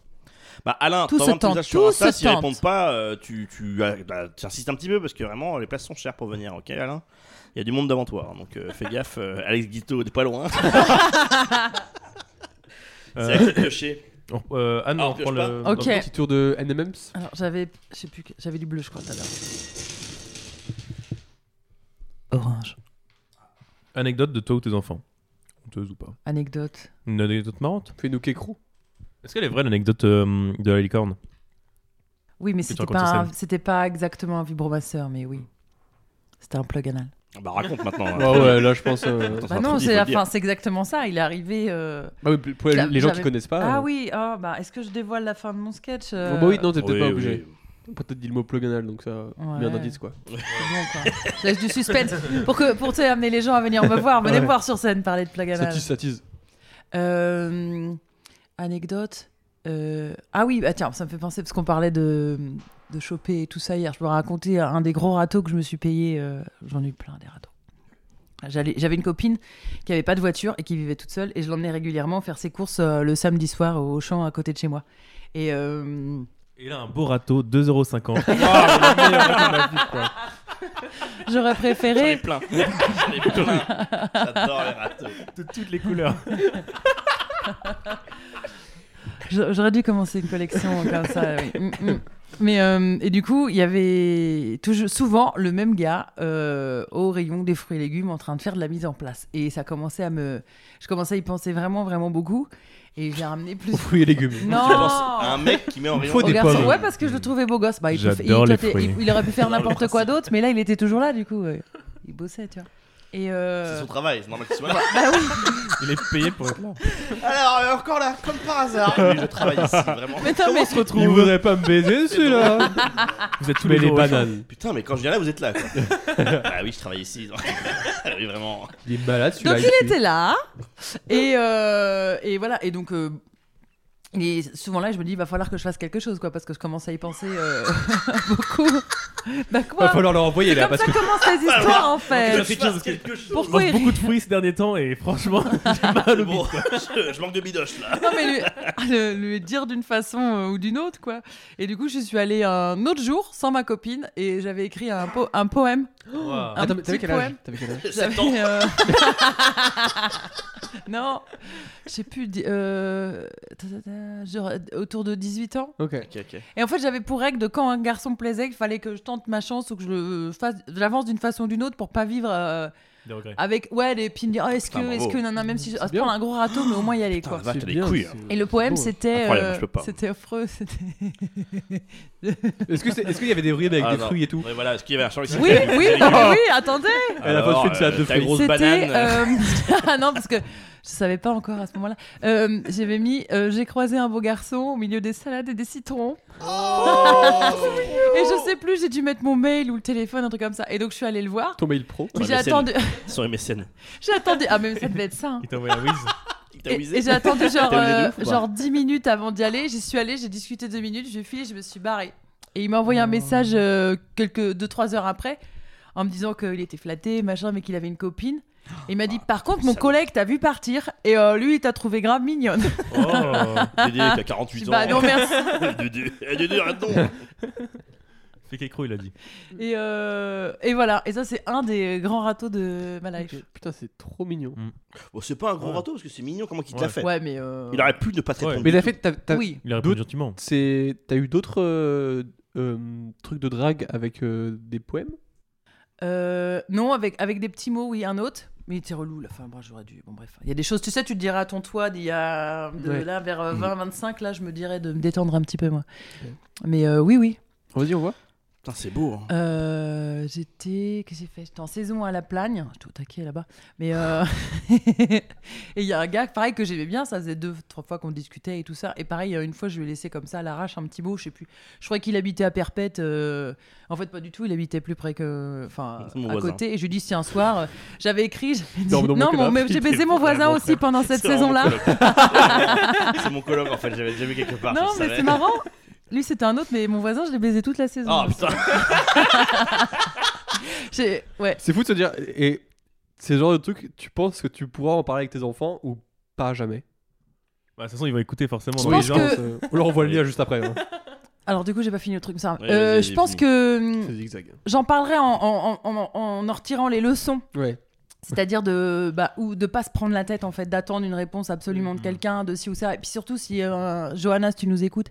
[SPEAKER 2] Bah, Alain,
[SPEAKER 3] Tout se
[SPEAKER 2] t'envoies un petit
[SPEAKER 3] tente,
[SPEAKER 2] message sur
[SPEAKER 3] tout
[SPEAKER 2] Insta,
[SPEAKER 3] se
[SPEAKER 2] s'il
[SPEAKER 3] tente.
[SPEAKER 2] répond pas, euh, tu, tu, ah, bah, tu insistes un petit peu, parce que vraiment, les places sont chères pour venir, ok, Alain Il y a du monde devant toi, hein, donc euh, fais gaffe, euh, Alex Guito, t'es pas
[SPEAKER 3] *laughs*
[SPEAKER 2] loin. C'est à qui de piocher
[SPEAKER 1] On- euh, Anne,
[SPEAKER 2] Ah,
[SPEAKER 1] on
[SPEAKER 2] on pioche
[SPEAKER 1] prend le.
[SPEAKER 3] Ok.
[SPEAKER 1] dans-
[SPEAKER 4] Petit tour de NMMs.
[SPEAKER 3] Alors j'avais, je sais plus, que- j'avais du bleu, je crois, tout à l'heure. Orange.
[SPEAKER 1] Anecdote de toi ou tes enfants. Honteuse ou pas
[SPEAKER 3] Anecdote.
[SPEAKER 1] Une anecdote marrante.
[SPEAKER 4] Fais-nous qu'écrou.
[SPEAKER 1] Est-ce qu'elle est vraie l'anecdote euh, de la licorne
[SPEAKER 3] Oui, mais
[SPEAKER 1] tu
[SPEAKER 3] c'était
[SPEAKER 1] racontes
[SPEAKER 3] pas,
[SPEAKER 1] sur
[SPEAKER 3] un- c'était pas exactement un vibromasseur, mais oui. C'était un plug anal.
[SPEAKER 2] Bah, raconte maintenant. hein.
[SPEAKER 4] Ah ouais, là, je pense. euh,
[SPEAKER 2] Attends, ça
[SPEAKER 3] Bah
[SPEAKER 2] va
[SPEAKER 3] non,
[SPEAKER 2] trop vite,
[SPEAKER 3] c'est
[SPEAKER 2] faut
[SPEAKER 3] la
[SPEAKER 2] le dire.
[SPEAKER 3] fin, c'est exactement ça. Il est arrivé. euh,
[SPEAKER 4] Ah oui, pour- pour
[SPEAKER 3] J'a-
[SPEAKER 4] les gens qui
[SPEAKER 3] j'avais-
[SPEAKER 4] connaissent pas.
[SPEAKER 3] Ah,
[SPEAKER 4] euh,
[SPEAKER 3] oui, oh, bah, est-ce que je dévoile la fin de mon sketch euh,
[SPEAKER 4] Bon, bah oui, non, t'es
[SPEAKER 2] Oui,
[SPEAKER 4] peut-être pas
[SPEAKER 2] oui.
[SPEAKER 4] obligé. On peut Peut-être dit le mot plug anal, donc ça. Bien
[SPEAKER 3] Ouais.
[SPEAKER 4] indice quoi.
[SPEAKER 3] c'est bon, quoi. Je laisse du suspense pour que pour tu sais, amener les gens à venir me voir, venez me voir sur scène parler de plug
[SPEAKER 4] Ça
[SPEAKER 3] anal.
[SPEAKER 4] tease, ça tease.
[SPEAKER 3] Euh, anecdote. euh, ah oui, bah tiens, ça me fait penser parce qu'on parlait de, de choper et tout ça hier. Je peux raconter un des gros râteaux que je me suis payé. euh, J'en ai eu plein des râteaux. J'allais- J'avais une copine qui avait pas de voiture et qui vivait toute seule et je l'emmenais régulièrement faire ses courses euh, le samedi soir au champ à côté de chez moi. Et euh,
[SPEAKER 1] Et là, un beau râteau, *laughs* 2,50€.
[SPEAKER 2] J'en ai
[SPEAKER 3] j'aurais préféré.
[SPEAKER 2] plein. *laughs* J'en ai plein. J'adore les râteaux.
[SPEAKER 1] de toutes les couleurs.
[SPEAKER 3] J'a- J'aurais dû commencer une collection comme ça. oui. Mm, mm. Mais euh, et du coup, il y avait toujours, souvent le même gars euh, au rayon des fruits et légumes en train de faire de la mise en place. Et ça commençait à me, je commençais à y penser vraiment, vraiment beaucoup. Et j'ai ramené plus.
[SPEAKER 4] Aux fruits et légumes.
[SPEAKER 3] *laughs* non.
[SPEAKER 2] Tu penses à un mec qui met en rayon
[SPEAKER 1] faut
[SPEAKER 3] Au
[SPEAKER 1] des
[SPEAKER 3] garçon.
[SPEAKER 1] pommes.
[SPEAKER 3] Ouais, parce que je le trouvais beau gosse. Bah, il, peut-
[SPEAKER 1] J'adore
[SPEAKER 3] il-
[SPEAKER 1] les
[SPEAKER 3] il-
[SPEAKER 1] fruits.
[SPEAKER 3] il
[SPEAKER 2] *laughs*
[SPEAKER 3] aurait pu faire
[SPEAKER 2] J'adore le
[SPEAKER 3] n'importe quoi
[SPEAKER 2] principe.
[SPEAKER 3] d'autre, mais là, il était toujours là, du coup. euh, il bossait, tu vois. Et euh,
[SPEAKER 2] C'est son travail, c'est normal qu'il soit là.
[SPEAKER 1] Il est payé pour être là.
[SPEAKER 2] Alors, euh, encore là, comme par hasard. Oui, je travaille ici, vraiment.
[SPEAKER 3] mais non, mais
[SPEAKER 1] Il
[SPEAKER 4] voudrait pas me *laughs* baiser
[SPEAKER 2] celui-là.
[SPEAKER 1] Vous êtes tous
[SPEAKER 4] Mais
[SPEAKER 1] les
[SPEAKER 4] les
[SPEAKER 1] jours au champ.
[SPEAKER 4] bananes.
[SPEAKER 2] Putain, mais quand je viens là, vous êtes là. *laughs* Quoi. ah oui, je travaille ici. donc. *laughs* oui, vraiment.
[SPEAKER 4] Il est malade celui-là.
[SPEAKER 3] Donc il, était là. Et, euh, et voilà. Et donc. euh, il est souvent là, je me dis, il va falloir que je fasse quelque chose, quoi, parce que je commence à y penser euh, *laughs* beaucoup. bah quoi
[SPEAKER 4] Va falloir leur envoyer
[SPEAKER 3] Comme
[SPEAKER 4] là parce
[SPEAKER 3] ça
[SPEAKER 4] que.
[SPEAKER 3] commencent les histoires, en fait.
[SPEAKER 2] je fasse quelque chose.
[SPEAKER 1] Je mange
[SPEAKER 3] Pourquoi
[SPEAKER 1] beaucoup de fruits ces derniers temps et franchement, *laughs* j'ai mal au
[SPEAKER 2] Bon,
[SPEAKER 1] bide.
[SPEAKER 2] je, je manque de bidoche
[SPEAKER 3] *laughs*
[SPEAKER 2] là.
[SPEAKER 3] Non, mais lui, ah, le, lui dire d'une façon euh, ou d'une autre, quoi. Et du coup, je suis allée un autre jour sans ma copine et j'avais écrit un, po- un poème. Un
[SPEAKER 4] Attends, mais
[SPEAKER 3] petit
[SPEAKER 4] t'avais quel âge
[SPEAKER 3] poème.
[SPEAKER 4] T'avais quel âge
[SPEAKER 2] Sept
[SPEAKER 3] J'avais,
[SPEAKER 2] ans.
[SPEAKER 3] euh, *laughs* non, je sais plus. di- euh, ta- ta- ta, genre, autour de 18 ans.
[SPEAKER 2] *laughs*
[SPEAKER 4] Ok.
[SPEAKER 2] Ok, ok.
[SPEAKER 3] Et en fait, j'avais pour règle de quand un garçon me plaisait, qu'il fallait que je tente ma chance ou que je le fasse, j'avance d'une façon ou d'une autre pour pas vivre euh,
[SPEAKER 1] Des regrets.
[SPEAKER 3] avec ouais les puis me dire oh, est-ce que
[SPEAKER 2] Putain, bravo.
[SPEAKER 3] est-ce que non, non, même si je
[SPEAKER 4] C'est
[SPEAKER 3] ah, se
[SPEAKER 4] bien.
[SPEAKER 3] prendre un gros râteau mais au moins y aller
[SPEAKER 2] Putain,
[SPEAKER 3] quoi.
[SPEAKER 2] la vache,
[SPEAKER 4] C'est
[SPEAKER 2] t'as les
[SPEAKER 4] bien,
[SPEAKER 2] couilles.
[SPEAKER 4] c'est-
[SPEAKER 2] hein.
[SPEAKER 3] Et le poème
[SPEAKER 4] c'est beau.
[SPEAKER 3] c'était euh,
[SPEAKER 2] Incroyable, je peux pas.
[SPEAKER 3] c'était
[SPEAKER 2] *laughs*
[SPEAKER 3] affreux, c'était
[SPEAKER 4] Est-ce que c'est- est-ce qu'il y avait des ribs avec
[SPEAKER 2] Ah,
[SPEAKER 4] des
[SPEAKER 2] non.
[SPEAKER 4] fruits et tout
[SPEAKER 2] Ouais, voilà, est-ce qu'il y avait un champ ici
[SPEAKER 3] Oui, oui, non, mais oui, attendez.
[SPEAKER 4] Elle a pas
[SPEAKER 2] Alors,
[SPEAKER 4] fait une salade
[SPEAKER 2] euh,
[SPEAKER 4] de
[SPEAKER 2] ta
[SPEAKER 4] fruits.
[SPEAKER 2] grosse
[SPEAKER 3] C'était
[SPEAKER 2] banane.
[SPEAKER 3] euh, *laughs* ah non parce que je savais pas encore à ce moment-là. Euh, j'avais mis euh, j'ai croisé un beau garçon au milieu des salades et des citrons. *laughs* Et je sais plus, j'ai dû mettre mon mail ou le téléphone, un truc comme ça. Et donc je suis allée le voir.
[SPEAKER 4] Ton mail pro.
[SPEAKER 3] Mais
[SPEAKER 2] Ouais,
[SPEAKER 3] J'ai
[SPEAKER 2] mais c'est
[SPEAKER 3] attendu,
[SPEAKER 2] Ils sont euh, MSN.
[SPEAKER 3] j'ai attendu. Ah mais ça devait être ça. hein.
[SPEAKER 1] Il t'a envoyé un whiz.
[SPEAKER 2] Il t'a
[SPEAKER 3] Et,
[SPEAKER 2] whizzé
[SPEAKER 3] et j'ai attendu
[SPEAKER 2] *laughs*
[SPEAKER 3] genre,
[SPEAKER 4] T'as whizzé de
[SPEAKER 3] euh,
[SPEAKER 4] ouf ou pas
[SPEAKER 3] genre 10 minutes avant d'y aller. J'y suis allée, j'ai discuté deux minutes, j'ai filé, je me suis barrée. Et il m'a
[SPEAKER 2] Oh.
[SPEAKER 3] envoyé un message euh, quelques 2-3 heures après en me disant qu'il était flatté, machin, mais qu'il avait une copine. Et il m'a dit
[SPEAKER 2] Oh,
[SPEAKER 3] Par contre, mon
[SPEAKER 2] salaud.
[SPEAKER 3] collègue t'a vu partir et euh, lui, il t'a trouvé grave mignonne.
[SPEAKER 1] Oh,
[SPEAKER 2] Dédé, t'as
[SPEAKER 3] Je dis,
[SPEAKER 2] 48 ans.
[SPEAKER 3] *laughs* bah non,
[SPEAKER 2] *laughs*
[SPEAKER 3] merci.
[SPEAKER 2] Dédé, eh, Dédé, arrête donc.
[SPEAKER 1] fait qu'écrou, il a dit.
[SPEAKER 3] Et, euh, et voilà. Et ça, c'est un des grands râteaux de ma life.
[SPEAKER 4] Ok. Putain, c'est trop mignon.
[SPEAKER 2] Bon, c'est pas un gros
[SPEAKER 1] Ouais.
[SPEAKER 2] râteau parce que c'est mignon comment il te
[SPEAKER 1] Ouais.
[SPEAKER 2] l'a fait.
[SPEAKER 3] Ouais, mais. euh,
[SPEAKER 2] Il aurait pu ne pas te
[SPEAKER 1] Ouais.
[SPEAKER 2] répondre.
[SPEAKER 4] Mais
[SPEAKER 2] du
[SPEAKER 4] t'as
[SPEAKER 2] tout.
[SPEAKER 4] fait. t'as- t'as-
[SPEAKER 3] Oui.
[SPEAKER 1] Il a répondu
[SPEAKER 4] D'autres-
[SPEAKER 1] gentiment.
[SPEAKER 4] c'est- T'as eu d'autres euh, euh, trucs de drague avec euh, des poèmes
[SPEAKER 3] Euh, non, avec, avec des petits mots, oui, un autre. Mais il était relou, la fin, bon, j'aurais dû. Bon, bref. Il y a des choses, tu sais, tu te diras à ton toit d'il y a. de
[SPEAKER 4] Ouais.
[SPEAKER 3] là, vers 20-25, là, je me dirais de me détendre un petit peu, moi. Mais euh, oui, oui.
[SPEAKER 4] Vas-y, on voit.
[SPEAKER 2] Putain, c'est beau. hein.
[SPEAKER 3] Euh, j'étais. Qu'est-ce que j'ai fait J'étais en saison à La Plagne. J'étais au taquet là-bas. Mais. euh, et il y a un gars, pareil, que j'aimais bien. Ça faisait deux, trois fois qu'on discutait et tout ça. Et pareil, euh, une fois, je lui ai laissé comme ça à l'arrache un petit mot. Je sais plus. Je croyais qu'il habitait à Perpète. euh, En fait, pas du tout. Il habitait plus près que. Enfin,
[SPEAKER 2] C'est mon
[SPEAKER 3] à
[SPEAKER 2] voisin.
[SPEAKER 3] côté. Et je lui ai dit si un soir, euh, j'avais
[SPEAKER 2] *laughs*
[SPEAKER 3] écrit. j'avais dit,
[SPEAKER 4] Non,
[SPEAKER 3] non,
[SPEAKER 4] non, mon
[SPEAKER 3] mon-
[SPEAKER 4] connard,
[SPEAKER 3] mais j'ai baisé mon voisin
[SPEAKER 2] vraiment
[SPEAKER 3] aussi pendant
[SPEAKER 2] *laughs*
[SPEAKER 3] cette
[SPEAKER 2] C'est vraiment
[SPEAKER 3] saison-là.
[SPEAKER 2] mon coloc.
[SPEAKER 3] *laughs*
[SPEAKER 2] c'est mon coloc en fait, j'avais déjà vu quelque part.
[SPEAKER 3] Non,
[SPEAKER 2] je
[SPEAKER 3] mais
[SPEAKER 2] savais.
[SPEAKER 3] c'est marrant. Lui, c'était un autre, mais mon voisin, je l'ai baisé toute la saison.
[SPEAKER 2] Ah putain,
[SPEAKER 3] J'ai- Ouais.
[SPEAKER 4] C'est fou de se dire. Et c'est le genre de truc, tu penses que tu pourras en parler avec tes enfants ou pas jamais
[SPEAKER 1] Bah, de toute façon, ils vont écouter forcément.
[SPEAKER 3] Je
[SPEAKER 1] dans
[SPEAKER 3] pense
[SPEAKER 1] les gens.
[SPEAKER 3] que-
[SPEAKER 4] euh, on leur envoie le lien juste *laughs* après. hein.
[SPEAKER 3] Alors du coup, j'ai pas fini le truc, ça.
[SPEAKER 2] Ouais,
[SPEAKER 3] Euh,
[SPEAKER 2] vas-y,
[SPEAKER 3] je
[SPEAKER 2] vas-y,
[SPEAKER 3] pense
[SPEAKER 2] finis.
[SPEAKER 3] que hum,
[SPEAKER 4] zigzag.
[SPEAKER 3] j'en parlerai en en, en- en- en en retirant les leçons,
[SPEAKER 4] Ouais.
[SPEAKER 3] c'est-à-dire de bah, ou de pas se prendre la tête en fait, d'attendre une réponse absolument
[SPEAKER 4] Mm-hmm.
[SPEAKER 3] de quelqu'un, de ci ou ça. Et puis surtout, si euh, Johanna, si tu nous écoutes,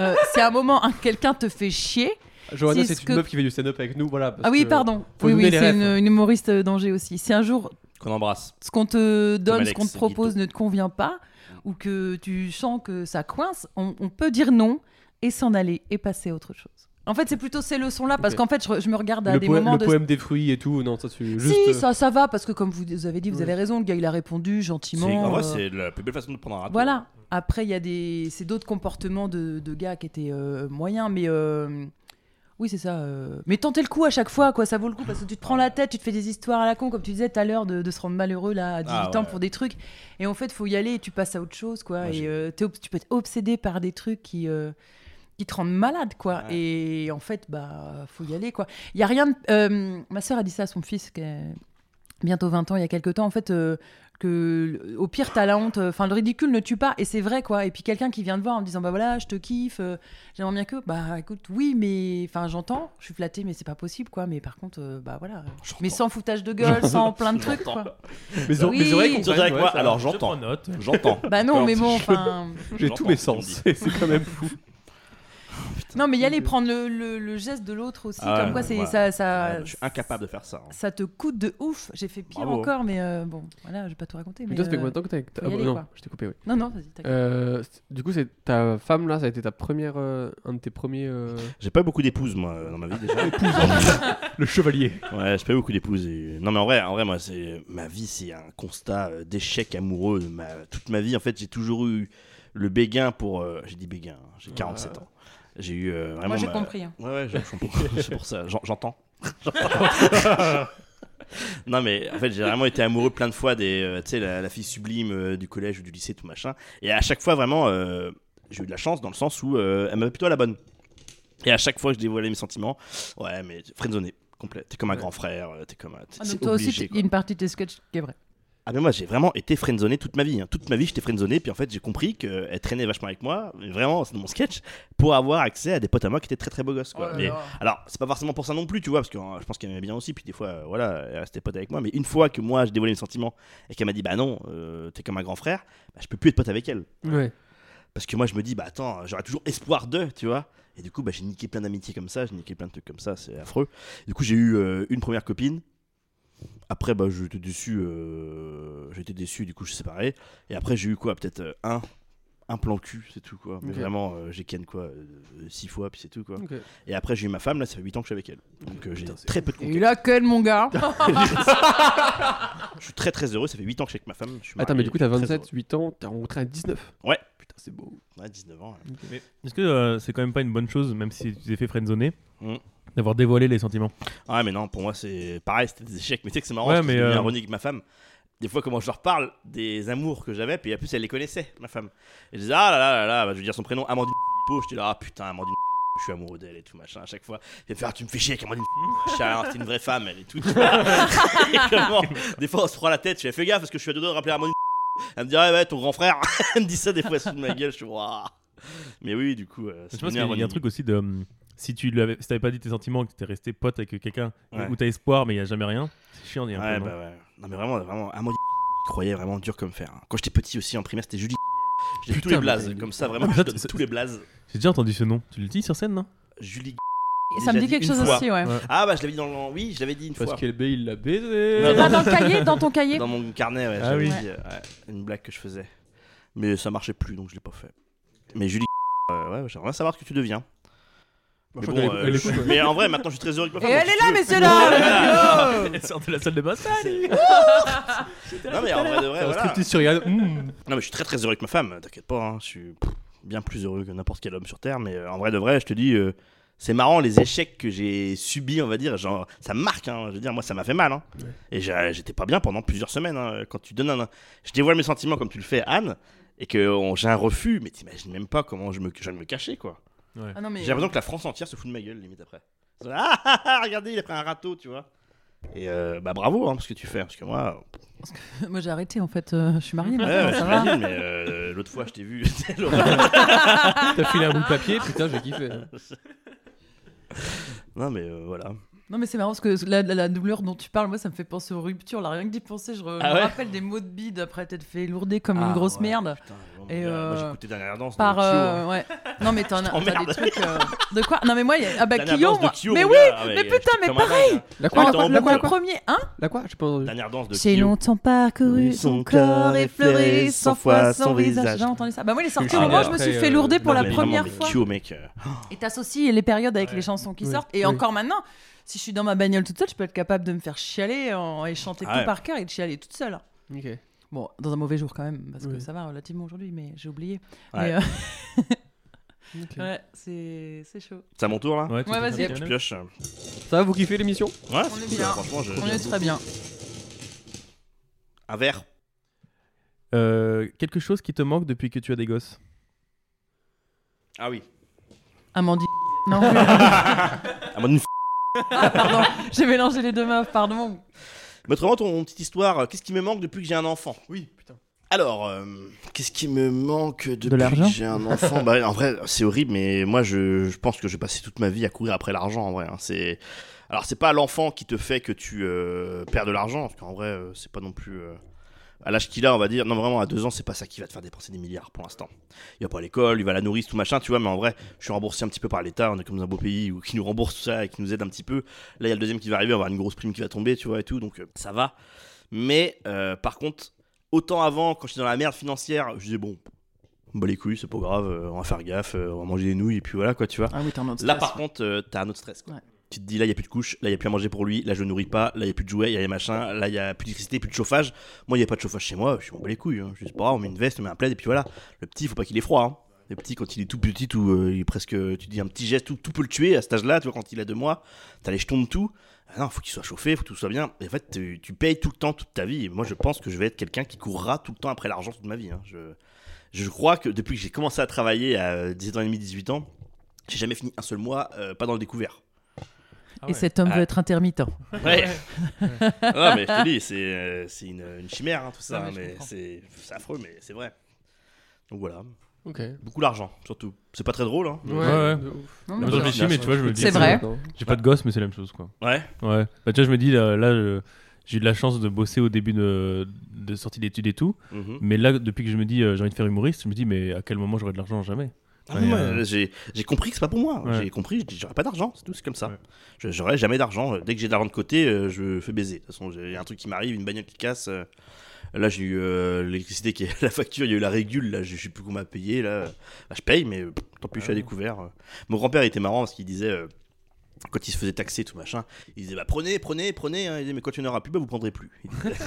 [SPEAKER 3] euh, c'est un moment hein, quelqu'un te fait chier.
[SPEAKER 4] Johanna,
[SPEAKER 3] Si,
[SPEAKER 4] c'est
[SPEAKER 3] ce
[SPEAKER 4] une
[SPEAKER 3] que-
[SPEAKER 4] meuf qui fait du stand-up avec nous, voilà. parce
[SPEAKER 3] ah oui,
[SPEAKER 4] que-
[SPEAKER 3] pardon.
[SPEAKER 4] faut
[SPEAKER 3] Oui,
[SPEAKER 4] donner
[SPEAKER 3] oui,
[SPEAKER 4] les
[SPEAKER 3] c'est
[SPEAKER 4] refs.
[SPEAKER 3] une, une humoriste euh, danger aussi. Si un jour
[SPEAKER 2] qu'on embrasse.
[SPEAKER 3] ce qu'on te donne, ce
[SPEAKER 2] Alex
[SPEAKER 3] qu'on te propose ne te convient pas, ou que tu sens que ça coince, on, on peut dire non et s'en aller et passer à autre chose. En fait, c'est plutôt ces leçons-là, parce
[SPEAKER 4] Ok.
[SPEAKER 3] qu'en fait, je, je me regarde à
[SPEAKER 4] Le,
[SPEAKER 3] des
[SPEAKER 4] poème,
[SPEAKER 3] moments
[SPEAKER 4] le
[SPEAKER 3] de...
[SPEAKER 4] poème des fruits et tout, non, ça tu. Juste,
[SPEAKER 3] si,
[SPEAKER 4] euh,
[SPEAKER 3] ça, ça va, parce que comme vous, vous avez dit, vous
[SPEAKER 4] Ouais.
[SPEAKER 3] avez raison, le gars, il a répondu gentiment.
[SPEAKER 2] C'est- En vrai,
[SPEAKER 3] euh,
[SPEAKER 2] c'est la plus belle façon de prendre un râteau.
[SPEAKER 3] voilà. Après, il y a des... C'est d'autres comportements de, de gars qui étaient euh, moyens, mais... euh, Oui, c'est ça. euh, Mais tenter le coup à chaque fois, quoi, ça vaut le coup, parce que tu te prends la tête, tu te fais des histoires à la con, comme tu disais tout à l'heure, de, de se rendre malheureux, là, à 18
[SPEAKER 2] Ah,
[SPEAKER 3] ans
[SPEAKER 2] ouais.
[SPEAKER 3] pour des trucs. Et en fait, faut y aller, et tu passes à autre chose, quoi.
[SPEAKER 2] Moi,
[SPEAKER 3] et
[SPEAKER 2] j'ai-
[SPEAKER 3] euh, t'es obs- tu peux être obsédé par des trucs qui... euh, qui te rendent malade, quoi.
[SPEAKER 2] Ouais.
[SPEAKER 3] Et en fait, bah, faut y aller, quoi. Il y a rien. de- euh, ma sœur a dit ça à son fils, qui a bientôt 20 ans, il y a quelques temps, en fait, euh, que le- au pire, t'as la honte. euh, Enfin, le ridicule ne tue pas, et c'est vrai, quoi. Et puis quelqu'un qui vient te voir en me disant, bah voilà, je te kiffe, euh, j'aimerais bien que. Bah écoute, oui, mais. Enfin, j'entends, je suis flattée, mais c'est pas possible, quoi. Mais par contre, euh, bah voilà. Mais sans foutage
[SPEAKER 2] *laughs*
[SPEAKER 3] de gueule, sans plein de trucs, quoi.
[SPEAKER 4] Mes, o-
[SPEAKER 3] Oui.
[SPEAKER 4] mes oreilles
[SPEAKER 3] Ils
[SPEAKER 2] Ils sont
[SPEAKER 4] comprennent,
[SPEAKER 2] avec
[SPEAKER 4] ouais,
[SPEAKER 2] moi,
[SPEAKER 4] ça-
[SPEAKER 2] alors
[SPEAKER 1] Je prends
[SPEAKER 2] j'entends.
[SPEAKER 1] note.
[SPEAKER 2] J'entends.
[SPEAKER 3] Bah non,
[SPEAKER 2] D'accord,
[SPEAKER 3] mais
[SPEAKER 2] si
[SPEAKER 3] bon,
[SPEAKER 2] je-
[SPEAKER 3] enfin.
[SPEAKER 4] J'ai
[SPEAKER 2] J'entends
[SPEAKER 4] tous mes
[SPEAKER 2] ce qu'on me dit.
[SPEAKER 4] sens. *laughs* C'est c'est quand
[SPEAKER 3] *laughs*
[SPEAKER 4] même fou.
[SPEAKER 3] Non, mais
[SPEAKER 2] *laughs*
[SPEAKER 3] y aller,
[SPEAKER 4] Ok.
[SPEAKER 3] prendre le, le- le geste de l'autre aussi,
[SPEAKER 2] Ah,
[SPEAKER 3] comme quoi, c'est
[SPEAKER 2] ouais.
[SPEAKER 3] ça. ça
[SPEAKER 2] Je suis incapable de faire ça. hein.
[SPEAKER 3] ça te coûte de ouf. J'ai fait pire
[SPEAKER 2] Bravo.
[SPEAKER 3] encore, mais euh, bon, voilà, je vais pas tout raconter. Mais
[SPEAKER 4] Mais toi, ça fait
[SPEAKER 3] euh,
[SPEAKER 4] combien de temps que t'as.
[SPEAKER 3] faut y
[SPEAKER 4] ah,
[SPEAKER 3] aller,
[SPEAKER 4] non,
[SPEAKER 3] quoi.
[SPEAKER 4] je t'ai coupé, oui.
[SPEAKER 3] Non, non, vas-y. t'inquiète.
[SPEAKER 4] Euh, c'est- du coup, c'est ta femme là, ça a été ta première, euh, un de tes premiers. euh,
[SPEAKER 2] J'ai pas eu beaucoup d'épouses, moi, euh, dans ma vie déjà.
[SPEAKER 4] Le chevalier.
[SPEAKER 2] *laughs* Ouais, j'ai pas eu beaucoup d'épouses. et- Non, mais en vrai, en vrai moi, c'est ma vie, c'est un constat euh, d'échec amoureux. Ma- Toute ma vie, en fait, j'ai toujours eu le béguin pour. euh, J'ai dit béguin, hein, j'ai 47 ans. J'ai eu euh, vraiment.
[SPEAKER 3] Moi, j'ai
[SPEAKER 2] ma-
[SPEAKER 3] compris. hein.
[SPEAKER 2] Ouais, ouais, je- je comprends. *laughs* c'est pour ça. J'en- J'entends. *laughs* non, mais en fait, j'ai vraiment été amoureux plein de fois des. euh, tu sais, la, la fille sublime euh, du collège ou du lycée, tout machin. Et à chaque fois, vraiment, euh, j'ai eu de la chance dans le sens où euh, elle m'avait plutôt à la bonne. Et à chaque fois que je dévoilais mes sentiments, ouais, mais friendzoné, complet. T'es comme un grand frère, euh, t'es comme un. t'es-
[SPEAKER 3] Ah,
[SPEAKER 2] c'est
[SPEAKER 3] donc, toi aussi,
[SPEAKER 2] obligé,
[SPEAKER 3] il y
[SPEAKER 2] quoi.
[SPEAKER 3] a une partie de tes sketchs qui est vraie.
[SPEAKER 2] Ah mais moi j'ai vraiment été friendzoné toute ma vie. hein. Toute ma vie j'étais friendzoné puis en fait j'ai compris qu'elle traînait vachement avec moi, mais vraiment c'est dans mon sketch, pour avoir accès à des potes à moi qui étaient très très beaux gosses. Quoi.
[SPEAKER 3] Oh là
[SPEAKER 2] Mais-
[SPEAKER 3] là.
[SPEAKER 2] alors c'est pas forcément pour ça non plus tu vois parce que hein, je pense qu'elle m'aimait bien aussi puis des fois euh, voilà elle restait pote avec moi mais une fois que moi je dévoilais mes sentiments et qu'elle m'a dit bah non euh, t'es comme un grand frère, bah, je peux plus être pote avec elle.
[SPEAKER 4] Ouais.
[SPEAKER 2] Parce que moi je me dis bah attends j'aurais toujours espoir d'eux tu vois. Et du coup bah, j'ai niqué plein d'amitiés comme ça, j'ai niqué plein de trucs comme ça, c'est affreux. Du coup j'ai eu euh, une première copine. Après bah j'étais déçu, euh, j'étais déçu du coup je suis séparé. Et après j'ai eu quoi peut-être euh, un un plan cul c'est tout quoi. Mais
[SPEAKER 4] Ok.
[SPEAKER 2] vraiment euh, j'ai ken quoi euh, six fois puis c'est tout quoi.
[SPEAKER 4] Ok.
[SPEAKER 2] Et après, j'ai eu ma femme, là, ça fait 8 ans que je suis avec elle. Donc euh, j'ai
[SPEAKER 4] Putain,
[SPEAKER 2] très peu de
[SPEAKER 3] Et
[SPEAKER 2] conquêtes.
[SPEAKER 3] là, quel
[SPEAKER 2] *laughs*
[SPEAKER 3] mon gars
[SPEAKER 2] Je suis très très heureux, ça fait 8 ans que je suis avec ma femme. Je suis
[SPEAKER 4] Attends,
[SPEAKER 2] marié,
[SPEAKER 4] mais du coup, t'as
[SPEAKER 2] je suis très
[SPEAKER 4] 27, 8 ans, t'as rencontré à 19.
[SPEAKER 2] Ouais.
[SPEAKER 4] Putain, c'est beau.
[SPEAKER 2] heureux. Ouais, 19 ans. ouais.
[SPEAKER 1] Mais est-ce que euh, c'est quand même pas une bonne chose, même si tu t'es fait friendzoner,
[SPEAKER 2] Mm.
[SPEAKER 1] d'avoir dévoilé les sentiments
[SPEAKER 2] Ah, mais non, pour moi, c'est pareil, c'était des échecs. Mais tu sais que c'est marrant,
[SPEAKER 1] Ouais,
[SPEAKER 2] parce que
[SPEAKER 1] mais,
[SPEAKER 2] c'est devenu
[SPEAKER 1] euh,
[SPEAKER 2] ironique avec ma femme. Des fois, comment je leur parle des amours que j'avais, puis en plus, elle les connaissait, ma femme. Et je disais, ah là là là là, bah, je veux dire son prénom, Amandine Po. J'étais là, ah putain, Amandine je suis amoureux d'elle et tout machin à chaque fois. Elle me fait, ah, tu me fais chier avec Amandine Chalin, c'est une vraie femme, elle et tout. tu vois. Et comment des fois, on se prend la tête, je fais, fais gaffe parce que je suis à deux doigts de rappeler Amandine Elle me dit, ah ouais, ton grand frère. *laughs* elle me dit ça des fois, elle se fout de ma gueule, je suis, waouh. Mais oui, du coup, euh,
[SPEAKER 1] Je
[SPEAKER 2] c'est
[SPEAKER 1] pense qu'il
[SPEAKER 2] devenu
[SPEAKER 1] y a un
[SPEAKER 2] ironique.
[SPEAKER 1] truc aussi de. hum, Si tu l'avais, si t'avais pas dit tes sentiments, que t'étais resté pote avec quelqu'un
[SPEAKER 2] Ouais.
[SPEAKER 1] où t'as espoir, mais il y a jamais rien, c'est chiant, il y a un
[SPEAKER 2] Ouais,
[SPEAKER 1] peu, non
[SPEAKER 2] bah ouais. Non, mais vraiment, vraiment, Amandine je croyais vraiment dur comme fer. hein. Quand j'étais petit aussi en primaire, c'était Julie. J'ai tous
[SPEAKER 4] Putain,
[SPEAKER 2] les
[SPEAKER 4] mais
[SPEAKER 2] blazes,
[SPEAKER 4] t'as-
[SPEAKER 2] comme
[SPEAKER 1] *laughs*
[SPEAKER 2] ça, vraiment,
[SPEAKER 1] Ah,
[SPEAKER 2] je
[SPEAKER 1] putain,
[SPEAKER 2] donne
[SPEAKER 1] c'est-
[SPEAKER 2] tous les blazes.
[SPEAKER 1] J'ai déjà entendu ce nom. Tu le dis sur scène, non
[SPEAKER 2] Julie.
[SPEAKER 3] Ça me
[SPEAKER 2] Déjà
[SPEAKER 3] dit quelque
[SPEAKER 2] une
[SPEAKER 3] chose
[SPEAKER 2] fois. *laughs*
[SPEAKER 3] aussi, ouais.
[SPEAKER 1] Ouais.
[SPEAKER 2] Ah, bah, je l'avais dit dans le. Oui, je l'avais dit une
[SPEAKER 4] Parce
[SPEAKER 2] fois.
[SPEAKER 4] qu'elle B, il l'a
[SPEAKER 2] Non,
[SPEAKER 4] baisé.
[SPEAKER 3] C'est pas
[SPEAKER 4] *laughs*
[SPEAKER 3] dans le cahier, dans ton cahier
[SPEAKER 2] Dans mon carnet, ouais,
[SPEAKER 1] Ah
[SPEAKER 2] j'avais
[SPEAKER 1] oui.
[SPEAKER 2] dit, euh, ouais, une blague que je faisais.
[SPEAKER 1] Bah,
[SPEAKER 2] Mais ça marchait plus, donc je l'ai pas fait. Mais Julie. euh, ouais, j'aimerais bien savoir ce que tu deviens. Mais, bon, euh, je suis- mais en vrai, maintenant, je suis très heureux que ma
[SPEAKER 3] Et
[SPEAKER 2] femme. donc,
[SPEAKER 3] elle
[SPEAKER 2] si
[SPEAKER 3] est
[SPEAKER 2] tu
[SPEAKER 3] là,
[SPEAKER 2] *laughs* veux-
[SPEAKER 3] messieurs là
[SPEAKER 1] Elle sort de la salle de bain. Salut
[SPEAKER 2] Non, mais en vrai, de vrai,
[SPEAKER 4] Un
[SPEAKER 2] voilà.
[SPEAKER 4] striptease sur Yann. Mm.
[SPEAKER 2] Non, mais je suis très très heureux avec ma femme, t'inquiète pas, hein, je suis pff, bien plus heureux que n'importe quel homme sur Terre, mais euh, en vrai de vrai, je te dis, euh, c'est marrant les échecs que j'ai subis, on va dire, genre, ça me marque, hein, je veux dire, moi ça m'a fait mal, hein. et j'ai- j'étais pas bien pendant plusieurs semaines, hein, quand tu donnes un... Je dévoile mes sentiments comme tu le fais, Anne, et que on- j'ai un refus, mais t'imagines même pas comment je, me, je viens de me cacher, quoi.
[SPEAKER 3] Ah non, mais.
[SPEAKER 2] J'ai l'impression que la France entière se fout de ma gueule, limite après. Ah, ah, ah, regardez, il a pris un râteau, tu vois. Et euh, bah bravo, hein, pour ce que tu fais, parce que moi,
[SPEAKER 3] *laughs* Moi j'ai arrêté en fait, euh, je suis mariée
[SPEAKER 2] ouais,
[SPEAKER 3] maintenant,
[SPEAKER 2] ouais,
[SPEAKER 3] ça va
[SPEAKER 2] j'imagine, mais euh, l'autre fois je t'ai vu, *laughs* c'est l'horreur.
[SPEAKER 4] T'as filé un bout de papier, putain, j'ai kiffé.
[SPEAKER 2] Non mais euh, voilà.
[SPEAKER 3] Non mais c'est marrant parce que la, la- la douleur dont tu parles, moi ça me fait penser aux ruptures. Là, rien que d'y penser, je re-
[SPEAKER 2] Ah
[SPEAKER 3] me
[SPEAKER 2] ouais
[SPEAKER 3] rappelle des mots de bide après t'être fait lourder comme
[SPEAKER 2] Ah,
[SPEAKER 3] une grosse
[SPEAKER 2] ouais,
[SPEAKER 3] merde.
[SPEAKER 2] putain, vraiment,
[SPEAKER 3] Et,
[SPEAKER 2] mon gars, Moi
[SPEAKER 3] euh,
[SPEAKER 2] j'écoutais dernière danse.
[SPEAKER 3] Par
[SPEAKER 2] de Kyo,
[SPEAKER 3] euh,
[SPEAKER 2] hein.
[SPEAKER 3] ouais.
[SPEAKER 2] *laughs*
[SPEAKER 3] Non mais t'en as t'as
[SPEAKER 2] t'emmerde.
[SPEAKER 3] des trucs. euh, De quoi Non mais moi, il y a... ah bah
[SPEAKER 2] Dernière
[SPEAKER 3] Kyo,
[SPEAKER 2] danse de
[SPEAKER 3] moi.
[SPEAKER 2] Kyo,
[SPEAKER 3] mais
[SPEAKER 2] mon
[SPEAKER 3] oui,
[SPEAKER 2] gars,
[SPEAKER 3] mais
[SPEAKER 2] ouais,
[SPEAKER 3] putain,
[SPEAKER 2] j'étais
[SPEAKER 3] mais
[SPEAKER 2] comme un
[SPEAKER 3] pareil.
[SPEAKER 2] dingue.
[SPEAKER 4] La
[SPEAKER 2] quoi
[SPEAKER 4] quoi
[SPEAKER 2] Ouais,
[SPEAKER 3] Ah,
[SPEAKER 2] t'es en
[SPEAKER 3] le
[SPEAKER 2] boucle.
[SPEAKER 3] premier, hein
[SPEAKER 4] La quoi J'ai pas entendu.
[SPEAKER 2] Dernière danse de
[SPEAKER 3] J'ai
[SPEAKER 2] Kyo.
[SPEAKER 3] longtemps parcouru
[SPEAKER 2] Oui, son
[SPEAKER 3] son corps
[SPEAKER 2] corps effleuré,
[SPEAKER 3] effleuré,
[SPEAKER 2] cent
[SPEAKER 3] sans
[SPEAKER 2] fois
[SPEAKER 3] foi, sans
[SPEAKER 2] son
[SPEAKER 3] visage.
[SPEAKER 2] visage.
[SPEAKER 3] J'ai entendu ça. Bah moi, il est sorti
[SPEAKER 4] Ah,
[SPEAKER 3] au moment où
[SPEAKER 4] mais
[SPEAKER 3] je me
[SPEAKER 4] après,
[SPEAKER 3] suis fait
[SPEAKER 4] euh,
[SPEAKER 3] lourder pour
[SPEAKER 4] non,
[SPEAKER 3] la
[SPEAKER 2] mais
[SPEAKER 3] première
[SPEAKER 2] vraiment, mais
[SPEAKER 3] fois.
[SPEAKER 2] Kyo, mec. euh,
[SPEAKER 3] Et t'associes les périodes avec les chansons qui
[SPEAKER 4] Oui.
[SPEAKER 3] sortent. Et
[SPEAKER 4] Oui.
[SPEAKER 3] encore maintenant, si je suis dans ma bagnole toute seule, je peux être capable de me faire chialer en- et chanter
[SPEAKER 2] Ah
[SPEAKER 3] tout
[SPEAKER 2] ouais.
[SPEAKER 3] par cœur et de chialer toute seule.
[SPEAKER 4] Ok.
[SPEAKER 3] Bon, dans un mauvais jour quand même, parce que
[SPEAKER 4] Oui.
[SPEAKER 3] ça va relativement aujourd'hui, mais j'ai oublié.
[SPEAKER 2] Ouais.
[SPEAKER 3] Mais, euh, ouais, c'est c'est chaud.
[SPEAKER 2] C'est à mon tour là.
[SPEAKER 1] Ouais, tout
[SPEAKER 3] Ouais,
[SPEAKER 1] à
[SPEAKER 3] vas-y.
[SPEAKER 1] fait.
[SPEAKER 2] Je pioche. euh,
[SPEAKER 4] Ça va, vous kiffez l'émission
[SPEAKER 2] Ouais,
[SPEAKER 3] On
[SPEAKER 2] c'est
[SPEAKER 3] est
[SPEAKER 2] cool,
[SPEAKER 3] bien.
[SPEAKER 2] hein, Franchement, je-
[SPEAKER 3] On est très bien.
[SPEAKER 2] un verre.
[SPEAKER 1] Euh, quelque chose qui te manque depuis que tu as des gosses
[SPEAKER 2] Ah oui.
[SPEAKER 3] Amandine. Non,
[SPEAKER 2] Ah, moi, une f-
[SPEAKER 3] ah, pardon, j'ai mélangé les deux meufs, pardon.
[SPEAKER 2] Mais autrement, ton petite histoire. euh, Qu'est-ce qui me manque depuis que j'ai un enfant
[SPEAKER 4] Oui, putain.
[SPEAKER 2] Alors, euh, qu'est-ce qui me manque depuis
[SPEAKER 1] l'argent
[SPEAKER 2] que j'ai un enfant Bah, En vrai, c'est horrible, mais moi, je, je pense que je vais passer toute ma vie à courir après l'argent, en vrai. hein. C'est... Alors, c'est pas l'enfant qui te fait que tu euh, perds de l'argent, parce qu'en vrai, euh, c'est pas non plus... euh, À l'âge qu'il a, on va dire, non vraiment, à deux ans, c'est pas ça qui va te faire dépenser des milliards pour l'instant. Il va pas à l'école, il va à la nourrice, tout machin, tu vois, mais en vrai, je suis remboursé un petit peu par l'État, on est comme dans un beau pays où, qui nous rembourse tout ça et qui nous aide un petit peu. Là, il y a le deuxième qui va arriver, on va avoir une grosse prime qui va tomber, tu vois, et tout, donc euh, ça va. Mais euh, par contre, Autant avant, quand j'étais dans la merde financière, je disais bon, bah les couilles, c'est pas grave, euh, on va faire gaffe, euh, on va manger des nouilles et puis voilà quoi, tu vois.
[SPEAKER 3] Ah oui, t'as un autre
[SPEAKER 2] Là par contre, euh, t'as un autre stress. quoi.
[SPEAKER 3] Ouais.
[SPEAKER 2] Tu te dis là, il y a plus de couches, là, il y a plus à manger pour lui, là, je le nourris pas, là, il y a plus de jouets, il y a les machins, là, il y a plus d'électricité, plus de chauffage. Moi, il y a pas de chauffage chez moi, je m'en bats les couilles. hein. Je sais pas, on met une veste, on met un plaid et puis voilà. Le petit, faut pas qu'il ait froid. hein. Le petit, quand il est tout petit, tout, euh, il est presque, tu dis un petit geste, tout, tout peut le tuer à cet âge-là, tu vois, quand il a deux mois, t'as les jetons de tout. Ah non, faut qu'il soit chauffé, faut que tout soit bien. Et en fait, tu, tu payes tout le temps, toute ta vie. Et moi, je pense que je vais être quelqu'un qui courra tout le temps après l'argent toute ma vie. hein. Je, je crois que depuis que j'ai commencé à travailler à 17 ans et demi, 18 ans, j'ai jamais fini un seul mois euh, pas dans le découvert.
[SPEAKER 3] Et cet homme
[SPEAKER 2] Ah.
[SPEAKER 3] veut être intermittent.
[SPEAKER 2] Ouais. non, mais je te dis, c'est euh, c'est une, une chimère, hein, tout ça.
[SPEAKER 3] Non, mais
[SPEAKER 2] hein,
[SPEAKER 3] je
[SPEAKER 2] mais
[SPEAKER 3] comprends.
[SPEAKER 2] c'est c'est affreux, mais c'est vrai. Donc voilà.
[SPEAKER 4] Ok. Ouais,
[SPEAKER 2] Beaucoup d'argent, surtout. C'est pas très drôle, hein. mais-
[SPEAKER 1] ouais.
[SPEAKER 4] de ouf.
[SPEAKER 1] Moi,
[SPEAKER 3] Non, mais
[SPEAKER 1] je
[SPEAKER 2] Bonjour,
[SPEAKER 3] c'est-
[SPEAKER 1] réfléchis, mais tu vois, je me dis.
[SPEAKER 3] C'est vrai.
[SPEAKER 1] J'ai pas de gosse, mais c'est la même chose, quoi.
[SPEAKER 2] Ouais.
[SPEAKER 1] Ouais. Bah, tu vois, je me dis, là, là, je- j'ai eu de la chance de bosser au début de, de sortie d'études et tout.
[SPEAKER 2] Mhm.
[SPEAKER 1] Mais là, depuis que je me dis, euh, j'ai envie de faire humoriste, je me dis, mais à quel moment j'aurai de l'argent Jamais.
[SPEAKER 2] Ah non,
[SPEAKER 1] Ouais,
[SPEAKER 2] moi,
[SPEAKER 1] euh,
[SPEAKER 2] j'ai j'ai compris que c'est pas pour moi.
[SPEAKER 1] Ouais.
[SPEAKER 2] J'ai compris, je dis, j'aurai pas d'argent, c'est tout, c'est comme ça.
[SPEAKER 1] Ouais.
[SPEAKER 2] Je- J'aurai jamais d'argent. Dès que j'ai de l'argent de côté, euh, je fais baiser. De toute façon, j'ai un truc qui m'arrive, une bagnole qui casse. euh, Là, j'ai eu euh, l'électricité qui est *laughs* la facture, il y a eu la régule, là, je je sais plus comment payer, là. Bah, je paye, mais euh, pff,
[SPEAKER 1] Ah
[SPEAKER 2] tant pis, je suis à découvert. euh. Mon grand-père il était marrant parce qu'il disait, euh, quand il se faisait taxer, tout machin, il disait, bah prenez, prenez, prenez. hein. Il disait, mais quand il n'y en aura plus, bah vous prendrez plus.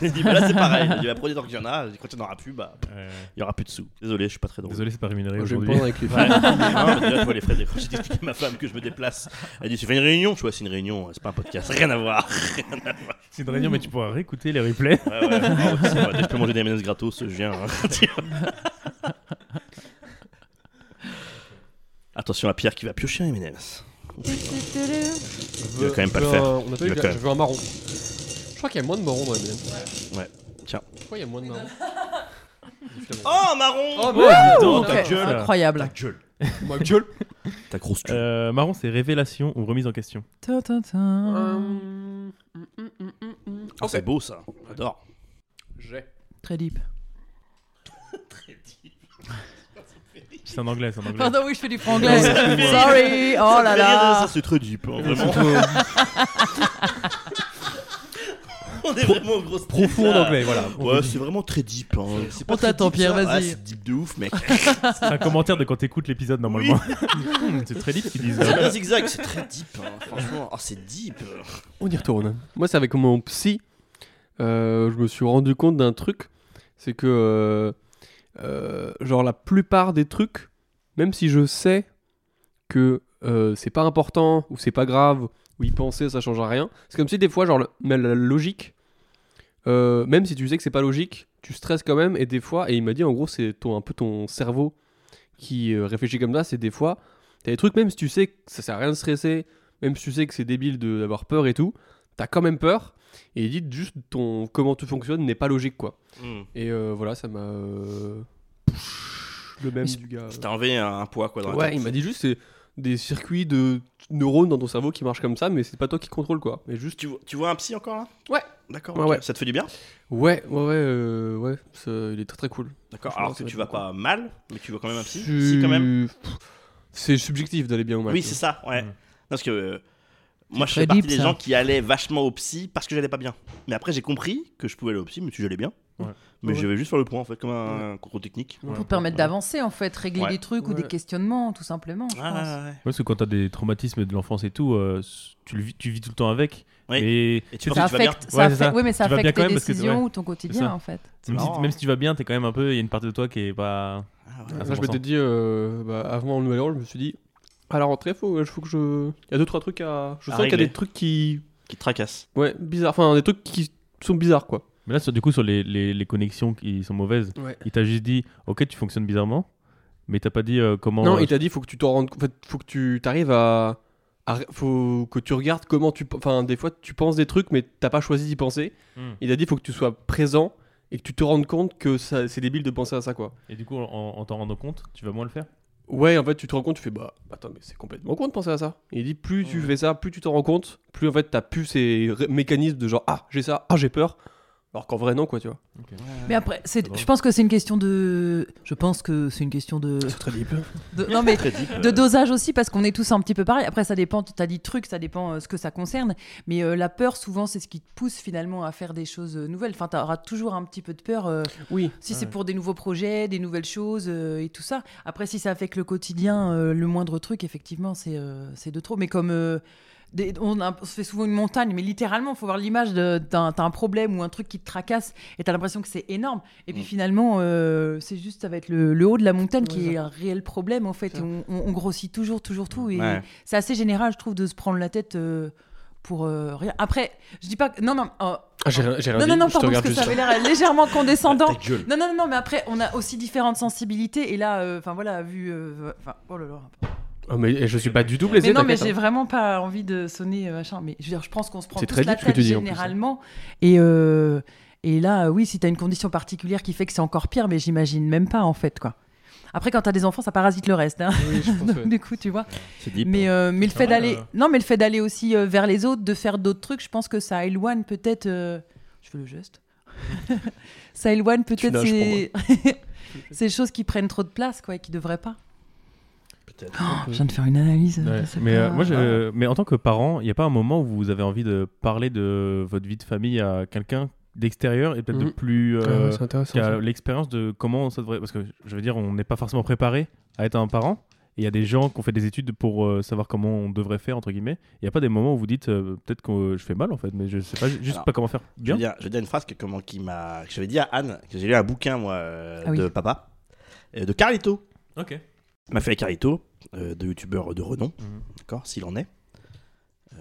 [SPEAKER 2] Il dit, *laughs* bah là, c'est pareil. Il dit, bah prenez tant qu'il y en a. Il dit, Quand il n'y en aura plus, bah il y aura plus de sous. Désolé, je suis pas très drôle.
[SPEAKER 1] Désolé, c'est pas rémunéré
[SPEAKER 4] Moi, je vais me
[SPEAKER 1] aujourd'hui. *laughs*
[SPEAKER 4] prendre avec les
[SPEAKER 2] *laughs* Ouais. Non, mais déjà, tu vois, les frais, des- quand j'ai expliqué à ma femme que je me déplace, elle dit Tu fais une réunion Tu vois, c'est une réunion, hein, c'est pas un podcast, rien à voir.
[SPEAKER 1] C'est une réunion, mais tu pourras réécouter les
[SPEAKER 4] *laughs*
[SPEAKER 1] replays.
[SPEAKER 2] Ouais, ouais, vraiment, c'est vrai, dès que je peux manger des M&M's gratos, je viens. hein, tu vois. *laughs* Attention à Pierre qui va piocher un M&M's.
[SPEAKER 4] Je
[SPEAKER 2] quand même pas le faire.
[SPEAKER 4] On a pas eu
[SPEAKER 2] Il
[SPEAKER 4] de-
[SPEAKER 2] veut quand même.
[SPEAKER 4] Je veux un marron. Je crois qu'il y a moins de marron dans les M&M.
[SPEAKER 2] Ouais. Tiens.
[SPEAKER 4] Je crois qu'il y a moins de marron.
[SPEAKER 2] Oh, marron
[SPEAKER 4] Oh, mais
[SPEAKER 1] Oh,
[SPEAKER 3] Ok, Incroyable.
[SPEAKER 2] gueule
[SPEAKER 4] Moi, gueule.
[SPEAKER 2] Ta grosse gueule.
[SPEAKER 1] Euh, marron, c'est révélation ou remise en question.
[SPEAKER 3] Tin, tin, tin.
[SPEAKER 4] Hum, hum, hum, hum, hum.
[SPEAKER 2] Ah, C'est beau ça, j'adore.
[SPEAKER 4] J'ai.
[SPEAKER 3] Très deep.
[SPEAKER 1] C'est en anglais, c'est en anglais.
[SPEAKER 3] Pardon, oui, je fais du franglais. Sorry. Oh là
[SPEAKER 2] Ça fait rire,
[SPEAKER 3] là.
[SPEAKER 2] ça, C'est très deep, hein, vraiment. *laughs* On est vraiment en grosse tête,
[SPEAKER 4] Profond en
[SPEAKER 2] là.
[SPEAKER 4] anglais, voilà.
[SPEAKER 2] Ouais, c'est vraiment très deep. hein.
[SPEAKER 4] C'est-
[SPEAKER 2] C'est pas
[SPEAKER 6] On
[SPEAKER 2] très
[SPEAKER 6] t'attend,
[SPEAKER 2] deep,
[SPEAKER 6] Pierre,
[SPEAKER 2] ça.
[SPEAKER 6] vas-y.
[SPEAKER 2] Ah, c'est deep de ouf, *laughs* mec.
[SPEAKER 1] C'est un commentaire de quand t'écoutes l'épisode normalement. Hmm, *laughs* c'est très deep qu'ils
[SPEAKER 4] *laughs*
[SPEAKER 1] disent.
[SPEAKER 2] C'est un zigzag, c'est très deep. hein. Franchement, oh, c'est deep.
[SPEAKER 4] On y retourne. Moi, c'est avec mon psy. euh, je me suis rendu compte d'un truc. C'est que, euh, euh, genre, la plupart des trucs, même si je sais que euh, c'est pas important, ou c'est pas grave, ou y penser, ça change à rien, c'est comme si des fois, genre, le- mais la logique, euh, même si tu sais que c'est pas logique, tu stresses quand même, et des fois, et il m'a dit, en gros, c'est ton, un peu ton cerveau qui euh, réfléchit comme ça, c'est des fois, t'as des trucs, même si tu sais que ça sert à rien de stresser, même si tu sais que c'est débile de- d'avoir peur et tout, t'as quand même peur. Et il dit juste ton comment tu fonctionnes n'est pas logique quoi. Et euh, voilà, ça m'a euh, pff, le même
[SPEAKER 6] Mais
[SPEAKER 4] du gars.
[SPEAKER 2] T'as enlevé un, un poids, quoi. Dans la
[SPEAKER 4] Ouais,
[SPEAKER 2] tête.
[SPEAKER 4] il m'a dit juste c'est des circuits de neurones dans ton cerveau qui marchent comme ça, mais c'est pas toi qui contrôle quoi. Mais juste
[SPEAKER 2] Tu, vois- tu vois un psy encore là
[SPEAKER 4] Ouais.
[SPEAKER 2] D'accord.
[SPEAKER 4] Ouais,
[SPEAKER 2] ok.
[SPEAKER 4] ouais.
[SPEAKER 2] Ça te fait du bien
[SPEAKER 4] ouais, ouais, ouais, euh, ouais, ça- il est très très cool.
[SPEAKER 2] D'accord.
[SPEAKER 4] Franchement,
[SPEAKER 2] Alors que
[SPEAKER 4] ça
[SPEAKER 2] tu
[SPEAKER 4] va
[SPEAKER 2] vas
[SPEAKER 4] être cool.
[SPEAKER 2] pas mal, mais tu vois quand même un psy
[SPEAKER 4] Tu-
[SPEAKER 2] Si, quand même.
[SPEAKER 4] Pff, C'est subjectif d'aller bien hein. ou mal.
[SPEAKER 2] Oui,
[SPEAKER 4] quoi.
[SPEAKER 2] c'est ça, ouais.
[SPEAKER 1] Mm.
[SPEAKER 2] Parce que euh, moi, je
[SPEAKER 6] très
[SPEAKER 2] fais partie
[SPEAKER 6] deep,
[SPEAKER 2] des
[SPEAKER 6] ça.
[SPEAKER 2] gens qui allaient vachement au psy parce que j'allais pas bien. Mais après, j'ai compris que je pouvais aller au psy, mais si j'allais bien.
[SPEAKER 1] Ouais.
[SPEAKER 2] Mais
[SPEAKER 4] Ouais.
[SPEAKER 2] je vais juste faire le point, en fait, comme un, un contrôle technique.
[SPEAKER 1] Ouais.
[SPEAKER 3] Pour permettre d'avancer, en fait, régler
[SPEAKER 2] Ouais.
[SPEAKER 3] des trucs ou
[SPEAKER 4] Ouais.
[SPEAKER 3] des questionnements, tout simplement, je
[SPEAKER 2] Ouais,
[SPEAKER 3] pense.
[SPEAKER 2] ouais, ouais.
[SPEAKER 1] Ouais, parce que quand t'as des traumatismes de l'enfance et tout, euh, s- tu, le vis, tu vis tout le temps avec.
[SPEAKER 2] Oui.
[SPEAKER 1] Mais
[SPEAKER 2] Et
[SPEAKER 1] c'est-
[SPEAKER 2] tu penses
[SPEAKER 3] Ça
[SPEAKER 2] que tu vas bien.
[SPEAKER 3] affecte, ça
[SPEAKER 1] Ouais, c'est
[SPEAKER 3] affecte-
[SPEAKER 1] ça.
[SPEAKER 3] oui, mais ça
[SPEAKER 1] Tu vas
[SPEAKER 3] affecte
[SPEAKER 1] bien quand
[SPEAKER 3] tes
[SPEAKER 1] même parce que-
[SPEAKER 3] décisions
[SPEAKER 1] ouais.
[SPEAKER 3] ou ton
[SPEAKER 1] C'est
[SPEAKER 3] quotidien,
[SPEAKER 1] ça.
[SPEAKER 3] en fait.
[SPEAKER 2] C'est
[SPEAKER 1] même, si,
[SPEAKER 2] marrant,
[SPEAKER 1] même
[SPEAKER 2] hein.
[SPEAKER 1] si tu vas bien, t'es quand même un peu. Il y a une partie de toi qui est pas.
[SPEAKER 2] Ah, ouais.
[SPEAKER 1] Ah,
[SPEAKER 4] Ça, je m'étais dit euh, bah, avant le nouvel an, je me suis dit à la rentrée, faut, euh, faut que je. Il y a deux trois trucs à. Je
[SPEAKER 2] À
[SPEAKER 4] sens qu'il y a
[SPEAKER 2] régler.
[SPEAKER 4] des trucs qui
[SPEAKER 2] Qui te tracasse.
[SPEAKER 4] Ouais, bizarre. Enfin, des trucs qui sont bizarres, quoi.
[SPEAKER 1] Mais là, sur- du coup, sur les, les, les connexions qui sont mauvaises,
[SPEAKER 4] Ouais.
[SPEAKER 1] il t'a juste dit Ok, tu fonctionnes bizarrement, mais t'as pas dit euh, comment.
[SPEAKER 4] non,
[SPEAKER 1] euh,
[SPEAKER 4] il t'a dit, faut que tu t'en rendes... En fait, faut que tu t'arrives à... à- Faut que tu regardes comment tu... Enfin, des fois, tu penses des trucs, mais t'as pas choisi d'y penser.
[SPEAKER 1] Hmm.
[SPEAKER 4] Il t'a dit, faut que tu sois présent et que tu te rendes compte que ça... c'est débile de penser à ça, quoi.
[SPEAKER 1] Et du coup, en, en t'en rendant compte, tu vas moins le faire
[SPEAKER 4] Ouais, en fait, tu te rends compte, tu fais, bah, attends, mais c'est complètement con de penser à ça. Et il dit, plus tu fais ça, plus tu t'en rends compte, plus, en fait, t'as plus ces ré- mécanismes de genre, ah, j'ai ça, ah, j'ai peur. Alors qu'en vrai, non, quoi, tu vois.
[SPEAKER 3] Mais après, c'est-
[SPEAKER 1] drôle.
[SPEAKER 3] je pense que c'est une question de. Je pense que c'est une
[SPEAKER 1] *laughs*
[SPEAKER 3] question de.
[SPEAKER 4] très débile.
[SPEAKER 3] de- Non, mais
[SPEAKER 2] Très deep. euh,
[SPEAKER 3] de dosage aussi parce qu'on est tous un petit peu pareil. Après, ça dépend. Tu as dit truc, ça dépend euh, ce que ça concerne. Mais euh, la peur, souvent, c'est ce qui te pousse finalement à faire des choses euh, nouvelles. Enfin, tu auras toujours un petit peu de peur euh,
[SPEAKER 4] Oui.
[SPEAKER 3] si
[SPEAKER 1] Ouais.
[SPEAKER 3] c'est pour des nouveaux projets, des nouvelles choses euh, et tout ça. Après, si ça affecte le quotidien, euh, le moindre truc, effectivement, c'est euh, c'est de trop. Mais comme euh, des- on, a- on se fait souvent une montagne, mais littéralement, il faut voir l'image de- d'un t'as un problème ou un truc qui te tracasse et tu as l'impression que c'est énorme. Et puis
[SPEAKER 2] Mm.
[SPEAKER 3] finalement, euh, c'est juste, ça va être le, le haut de la montagne qui
[SPEAKER 4] Ouais,
[SPEAKER 3] est un réel problème en fait.
[SPEAKER 4] Ça.
[SPEAKER 3] Et on, on- on grossit toujours, toujours tout. Et
[SPEAKER 2] Ouais.
[SPEAKER 3] c'est assez général, je trouve, de se prendre la tête. euh, pour euh, rien. Après, je dis pas que. Non, non, euh,
[SPEAKER 4] Ah, j'ai rien, j'ai rien
[SPEAKER 3] non,
[SPEAKER 4] dit,
[SPEAKER 3] non, non,
[SPEAKER 4] je te
[SPEAKER 3] pardon, parce
[SPEAKER 4] regarde
[SPEAKER 3] que ça
[SPEAKER 4] juste.
[SPEAKER 3] avait l'air
[SPEAKER 4] *laughs*
[SPEAKER 3] légèrement condescendant.
[SPEAKER 2] Ta gueule.
[SPEAKER 3] Non, non, non, non, mais après, on a aussi différentes sensibilités. Et là, euh, enfin voilà, vu. euh, Enfin, oh là là.
[SPEAKER 4] Ah, mais je suis pas du tout
[SPEAKER 3] Mais
[SPEAKER 4] blessé,
[SPEAKER 3] non, mais
[SPEAKER 4] t'inquiète,
[SPEAKER 3] j'ai
[SPEAKER 4] hein.
[SPEAKER 3] vraiment pas envie de sonner euh, machin. Mais je veux dire, je pense qu'on se prend
[SPEAKER 4] C'est
[SPEAKER 3] tous
[SPEAKER 4] très
[SPEAKER 3] la
[SPEAKER 4] deep ce que
[SPEAKER 3] tête
[SPEAKER 4] tu dis, en plus, hein.
[SPEAKER 3] généralement. Et, euh, et là, euh, oui, si t'as une condition particulière qui fait que c'est encore pire, mais j'imagine même pas, en fait, quoi. Après, quand t'as des enfants, ça parasite le reste. hein.
[SPEAKER 4] Oui, *laughs* je pense,
[SPEAKER 3] Donc, *laughs*
[SPEAKER 4] ouais.
[SPEAKER 3] Du coup, tu vois.
[SPEAKER 2] C'est deep.
[SPEAKER 3] Mais, euh, mais le fait
[SPEAKER 1] Ouais,
[SPEAKER 3] d'aller,
[SPEAKER 1] euh.
[SPEAKER 3] non, mais le fait d'aller aussi euh, vers les autres, de faire d'autres trucs, je pense que ça éloigne peut-être. euh, Je fais le geste. *laughs* ça éloigne peut-être
[SPEAKER 4] nages
[SPEAKER 3] ces... *laughs* ces choses qui prennent trop de place, quoi, et qui devraient pas.
[SPEAKER 2] Peut-être.
[SPEAKER 3] Oh, je viens de faire une analyse.
[SPEAKER 1] Ouais.
[SPEAKER 3] je sais
[SPEAKER 1] Mais,
[SPEAKER 3] pas.
[SPEAKER 1] euh, moi, je- euh, mais en tant que parent, il n'y a pas un moment où vous avez envie de parler de votre vie de famille à quelqu'un d'extérieur et peut-être de
[SPEAKER 4] Mhm.
[SPEAKER 1] plus. euh,
[SPEAKER 4] Ah ouais, c'est intéressant.
[SPEAKER 1] qui a
[SPEAKER 4] ça.
[SPEAKER 1] l'expérience de comment ça devrait. Parce que je veux dire, on n'est pas forcément préparé à être un parent. Et il y a des gens qui ont fait des études pour euh, savoir comment on devrait faire, entre guillemets. Il n'y a pas des moments où vous dites euh, peut-être que euh, je fais mal en fait, mais je sais pas, juste
[SPEAKER 2] Alors,
[SPEAKER 1] pas comment faire
[SPEAKER 2] Je
[SPEAKER 1] bien.
[SPEAKER 2] vais, dire, je vais dire une phrase que, comment, qui m'a, que j'avais dit à Anne, que j'ai lu un bouquin, moi, euh,
[SPEAKER 3] Ah oui.
[SPEAKER 2] de papa, euh, de Carlito.
[SPEAKER 1] Ok.
[SPEAKER 2] m'a fait Carlito, euh, de youtubeur de renom,
[SPEAKER 1] Mhm.
[SPEAKER 2] d'accord, s'il
[SPEAKER 3] *laughs*
[SPEAKER 2] en est.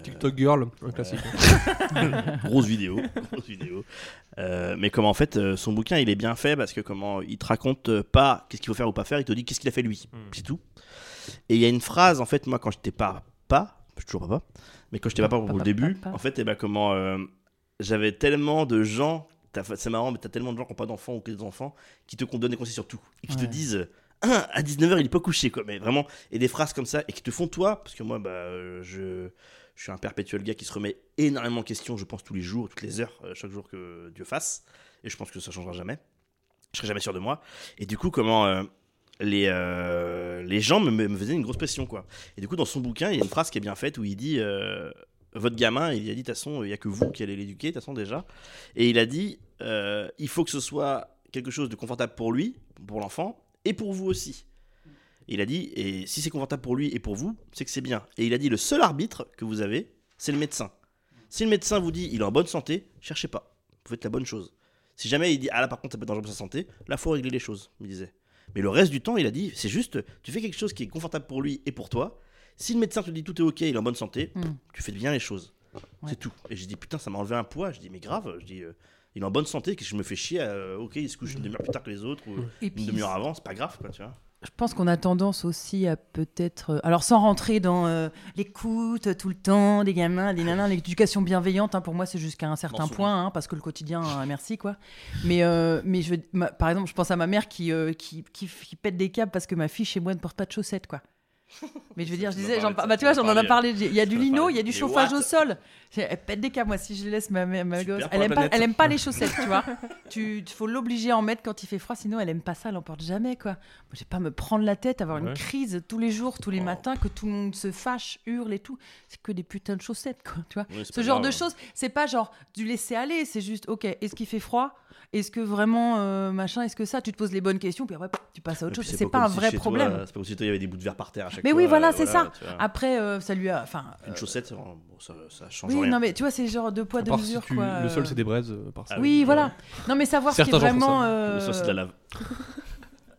[SPEAKER 4] TikTok Girl, un classique.
[SPEAKER 2] grosse vidéo, grosse vidéo. Euh, mais comment en fait euh, son bouquin il est bien fait parce que comment il te raconte euh, pas qu'est-ce qu'il faut faire ou pas faire, il te dit qu'est-ce qu'il a fait lui,
[SPEAKER 3] Mhm.
[SPEAKER 1] Mm.
[SPEAKER 2] c'est tout. Et il y a une phrase en fait moi quand j'étais pas pas, je suis toujours pas pas, mais quand j'étais pas pas
[SPEAKER 3] Pas,
[SPEAKER 2] au
[SPEAKER 3] pas,
[SPEAKER 2] début,
[SPEAKER 3] pas, pas.
[SPEAKER 2] en fait et ben comment euh, j'avais tellement de gens, t'as fait- c'est marrant mais t'as tellement de gens qui ont pas d'enfants ou qui ont des enfants qui te qu'on te donne des conseils sur tout et qui
[SPEAKER 3] Ouais.
[SPEAKER 2] te disent Ah, à 19h il est pas couché quoi mais vraiment et des phrases comme ça et qui te font toi parce que moi bah euh, je je suis un perpétuel gars qui se remet énormément en question, je pense, tous les jours, toutes les heures, euh, chaque jour que Dieu fasse. Et je pense que ça changera jamais. Je serai jamais sûr de moi. Et du coup, comment euh, les, euh, les gens me, me faisaient une grosse pression, quoi. Et du coup, dans son bouquin, il y a une phrase qui est bien faite où il dit euh, votre gamin, il lui a dit, de toute façon, il n'y a que vous qui allez l'éduquer, de toute façon déjà. Et il a dit, euh, il faut que ce soit quelque chose de confortable pour lui, pour l'enfant, et pour vous aussi. Il a dit, et si c'est confortable pour lui et pour vous, c'est que c'est bien. Et il a dit, le seul arbitre que vous avez, c'est le médecin. Si le médecin vous dit, il est en bonne santé, cherchez pas. Vous faites la bonne chose. Si jamais il dit, ah là par contre, ça peut être dangereux pour sa santé, là, faut régler les choses, il disait. Mais le reste du temps, il a dit, c'est juste, tu fais quelque chose qui est confortable pour lui et pour toi. Si le médecin te dit tout est ok, il est en bonne santé,
[SPEAKER 3] Hmm.
[SPEAKER 2] tu fais bien les choses.
[SPEAKER 3] Ouais.
[SPEAKER 2] C'est tout. Et j'ai dit, putain, ça m'a enlevé un poids. Je dis, mais grave, je dis, euh, il est en bonne santé, que je me fais chier, à, euh, ok, il se couche une demi-heure plus tard que les autres, ou
[SPEAKER 3] Et
[SPEAKER 2] une
[SPEAKER 3] puis,
[SPEAKER 2] demi-heure avant, c'est pas grave, quoi, tu vois.
[SPEAKER 3] je pense qu'on a tendance aussi à peut-être. euh, Alors, sans rentrer dans euh, l'écoute euh, tout le temps des gamins, des nanas, l'éducation bienveillante, hein, pour moi, c'est jusqu'à un certain
[SPEAKER 2] souviens.
[SPEAKER 3] point, hein, parce que le quotidien, euh, merci, quoi. Mais, euh, mais je, veux- ma- par exemple, je pense à ma mère qui, euh, qui, qui, qui pète des câbles parce que ma fille chez moi ne porte pas de chaussettes, quoi. Mais je veux dire, je
[SPEAKER 2] Tu m'en
[SPEAKER 3] disais,
[SPEAKER 2] parlais
[SPEAKER 3] j'en-
[SPEAKER 2] de ça,
[SPEAKER 3] bah,
[SPEAKER 2] tu hein.
[SPEAKER 3] tu vois,
[SPEAKER 2] m'en
[SPEAKER 3] j'en en a
[SPEAKER 2] parlais.
[SPEAKER 3] parlé. Il y a du
[SPEAKER 2] m'en
[SPEAKER 3] lino,
[SPEAKER 2] parlais.
[SPEAKER 3] il y a du
[SPEAKER 2] Mais
[SPEAKER 3] chauffage
[SPEAKER 2] what
[SPEAKER 3] au sol. C'est- Elle pète des câbles, moi, si je laisse ma, ma, ma
[SPEAKER 2] Super
[SPEAKER 3] gosse.
[SPEAKER 2] pour
[SPEAKER 3] Elle
[SPEAKER 2] la
[SPEAKER 3] aime, pas,
[SPEAKER 2] planète.
[SPEAKER 3] elle aime
[SPEAKER 2] *laughs*
[SPEAKER 3] pas les chaussettes, tu vois. Tu tu- faut l'obliger à en mettre quand il fait froid, sinon elle aime pas ça, elle en porte jamais, quoi. Moi, je vais pas me prendre la tête, avoir
[SPEAKER 1] Ouais.
[SPEAKER 3] une crise tous les jours, tous les
[SPEAKER 2] Oh.
[SPEAKER 3] matins, que tout le monde se fâche, hurle et tout. C'est que des putains de chaussettes, quoi, tu vois.
[SPEAKER 2] Ouais, c'est
[SPEAKER 3] Ce
[SPEAKER 2] pas
[SPEAKER 3] genre
[SPEAKER 2] grave.
[SPEAKER 3] de choses, c'est pas genre du laisser aller, c'est juste, ok, est-ce qu'il fait froid Est-ce que vraiment, euh, machin, est-ce que ça Tu te poses les bonnes questions, puis après, tu passes à
[SPEAKER 2] Et
[SPEAKER 3] autre
[SPEAKER 2] puis,
[SPEAKER 3] chose. C'est
[SPEAKER 2] pas
[SPEAKER 3] pas
[SPEAKER 2] comme
[SPEAKER 3] un
[SPEAKER 2] si
[SPEAKER 3] vrai
[SPEAKER 2] chez toi,
[SPEAKER 3] problème.
[SPEAKER 2] euh, C'est pas comme si toi, il y avait des bouts de verre par terre à chaque
[SPEAKER 3] Mais
[SPEAKER 2] fois,
[SPEAKER 3] oui,
[SPEAKER 2] euh,
[SPEAKER 3] voilà, c'est ça.
[SPEAKER 2] tu vois.
[SPEAKER 3] Après, euh, ça lui a. Enfin. euh,
[SPEAKER 2] Une chaussette, euh, bon, ça, ça change
[SPEAKER 3] oui,
[SPEAKER 2] rien.
[SPEAKER 3] non, mais tu vois, c'est genre deux poids,
[SPEAKER 4] À
[SPEAKER 3] deux
[SPEAKER 4] part si
[SPEAKER 3] mesures,
[SPEAKER 4] tu-
[SPEAKER 3] quoi.
[SPEAKER 4] Le sol,
[SPEAKER 3] euh.
[SPEAKER 4] c'est des braises. euh, par ça.
[SPEAKER 3] Oui, voilà. Non, mais savoir ce qui est
[SPEAKER 4] Certains gens font ça.
[SPEAKER 3] vraiment.
[SPEAKER 2] Le sol, c'est de la
[SPEAKER 3] euh,
[SPEAKER 2] lave.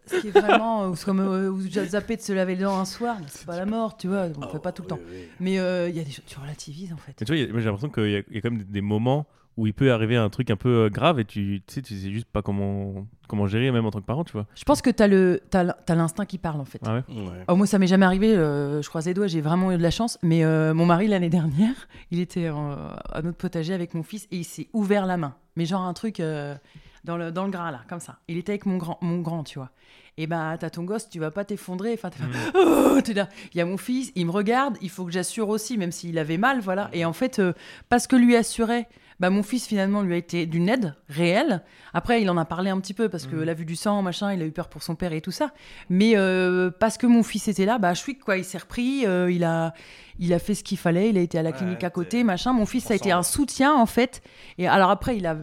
[SPEAKER 3] ce qui est vraiment euh, c'est comme euh, ou déjà zapper de se laver les dents un soir mais c'est pas la mort tu vois on
[SPEAKER 2] Ah
[SPEAKER 3] le fait pas tout le temps mais euh, il y a des choses tu relativises en fait
[SPEAKER 1] Mais tu vois, il y a- moi, j'ai l'impression qu'il y, a- il y a quand même des- des moments où il peut arriver un truc un peu euh, grave et tu tu sais, tu sais juste pas comment, comment gérer, même en tant que parent, tu vois.
[SPEAKER 3] je pense que t'as le t'as l- t'as l'instinct qui parle en fait
[SPEAKER 1] Ah ouais.
[SPEAKER 2] Ouais.
[SPEAKER 3] Oh, moi, ça m'est jamais arrivé. euh, je croise les doigts, j'ai vraiment eu de la chance. Mais euh, mon mari, l'année dernière, *laughs* il était en- à notre potager avec mon fils et il s'est ouvert la main. Mais genre un truc euh, dans, le, dans le gras, là, comme ça. Il était avec mon grand, mon grand tu vois. Et bah, t'as ton gosse, tu vas pas t'effondrer.
[SPEAKER 2] Mm.
[SPEAKER 3] Enfin, t'es pas- Oh, t'es là. Il y a mon fils, il me regarde, il faut que j'assure aussi, même s'il avait mal,
[SPEAKER 2] Mm.
[SPEAKER 3] voilà. Et en fait, euh, parce que lui assurait. Bah, mon fils finalement lui a été d'une aide réelle. Après, il en a parlé un petit peu parce
[SPEAKER 2] Mm.
[SPEAKER 3] que la vue du sang, machin, il a eu peur pour son père et tout ça. Mais euh, parce que mon fils était là, bah chouic quoi, il s'est repris, euh, il a, il a fait ce qu'il fallait, il a été à la
[SPEAKER 2] Ouais,
[SPEAKER 3] clinique
[SPEAKER 2] ouais,
[SPEAKER 3] à côté,
[SPEAKER 2] t'es-
[SPEAKER 3] machin. Mon fils ça a été un
[SPEAKER 2] ensemble.
[SPEAKER 3] soutien en fait. Et alors après, il a,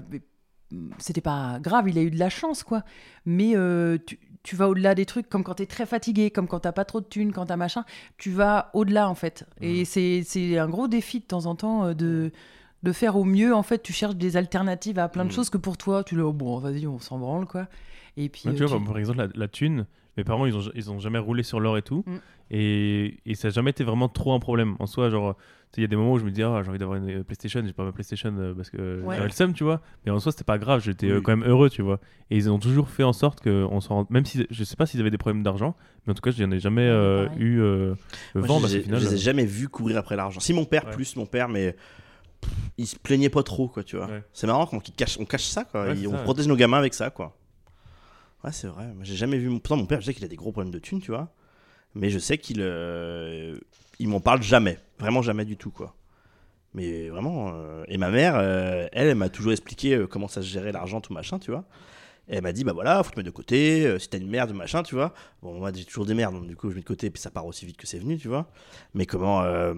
[SPEAKER 3] c'était pas grave, il a eu de la chance quoi. Mais euh, tu, tu vas au-delà des trucs, comme quand t'es très fatigué, comme quand t'as pas trop de thunes, quand t'as machin, tu vas au-delà en fait.
[SPEAKER 1] Mhm.
[SPEAKER 3] Et c'est, c'est un gros défi de temps en temps euh, de de faire au mieux, en fait, tu cherches des alternatives à
[SPEAKER 1] Mhm.
[SPEAKER 3] plein de
[SPEAKER 2] Mm.
[SPEAKER 3] choses que pour toi, tu le oh, bon, vas-y, on s'en branle, quoi. Et puis,
[SPEAKER 1] Ouais,
[SPEAKER 3] euh,
[SPEAKER 1] Bah, tu vois,
[SPEAKER 3] tu-
[SPEAKER 1] par- par exemple, la, la thune, mes parents, ils ont, ils ont jamais roulé sur l'or et tout.
[SPEAKER 3] Mm.
[SPEAKER 1] Et, et ça n'a jamais été vraiment trop un problème. En soi, genre, tu sais, il y a des moments où je me dis, ah, j'ai envie d'avoir une euh, PlayStation, j'ai pas ma PlayStation euh, parce que euh,
[SPEAKER 3] Ouais.
[SPEAKER 1] j'avais le seum, tu vois. Mais en soi, c'était pas grave, j'étais euh,
[SPEAKER 2] Oui.
[SPEAKER 1] quand même heureux, tu vois. Et ils ont toujours fait en sorte qu'on s'en rende. Même si je sais pas s'ils avaient des problèmes d'argent, mais en tout cas, je n'en ai jamais euh,
[SPEAKER 3] pareil.
[SPEAKER 1] eu euh,
[SPEAKER 2] Moi,
[SPEAKER 1] vent
[SPEAKER 2] je, les
[SPEAKER 1] parce
[SPEAKER 2] ai,
[SPEAKER 1] que final.
[SPEAKER 2] je les ai
[SPEAKER 1] euh,
[SPEAKER 2] jamais vus courir après l'argent. Si mon père,
[SPEAKER 1] Ouais.
[SPEAKER 2] plus mon père, mais pff, il se plaignait pas trop, quoi, tu vois.
[SPEAKER 1] Ouais.
[SPEAKER 2] C'est marrant qu'on qu'il cache, on cache ça, quoi.
[SPEAKER 1] Ouais,
[SPEAKER 2] Et
[SPEAKER 1] c'est
[SPEAKER 2] on
[SPEAKER 1] ça, ouais.
[SPEAKER 2] protège nos gamins avec ça, quoi. Ouais, c'est vrai. Moi, J'ai jamais vu mon. Pourtant, mon père, je sais qu'il a des gros problèmes de thunes, tu vois. Mais je sais qu'il. euh, Il m'en parle jamais. Vraiment jamais du tout, quoi. Mais vraiment. euh, Et ma mère, euh, elle, elle m'a toujours expliqué euh, comment ça se gérait l'argent, tout machin, tu vois. Et elle m'a dit, bah voilà, faut te mettre de côté, euh, si t'as une merde, machin, tu vois. Bon, moi, j'ai toujours des merdes, donc du coup, je mets de côté, puis ça part aussi vite que c'est venu, tu vois. Mais comment. euh,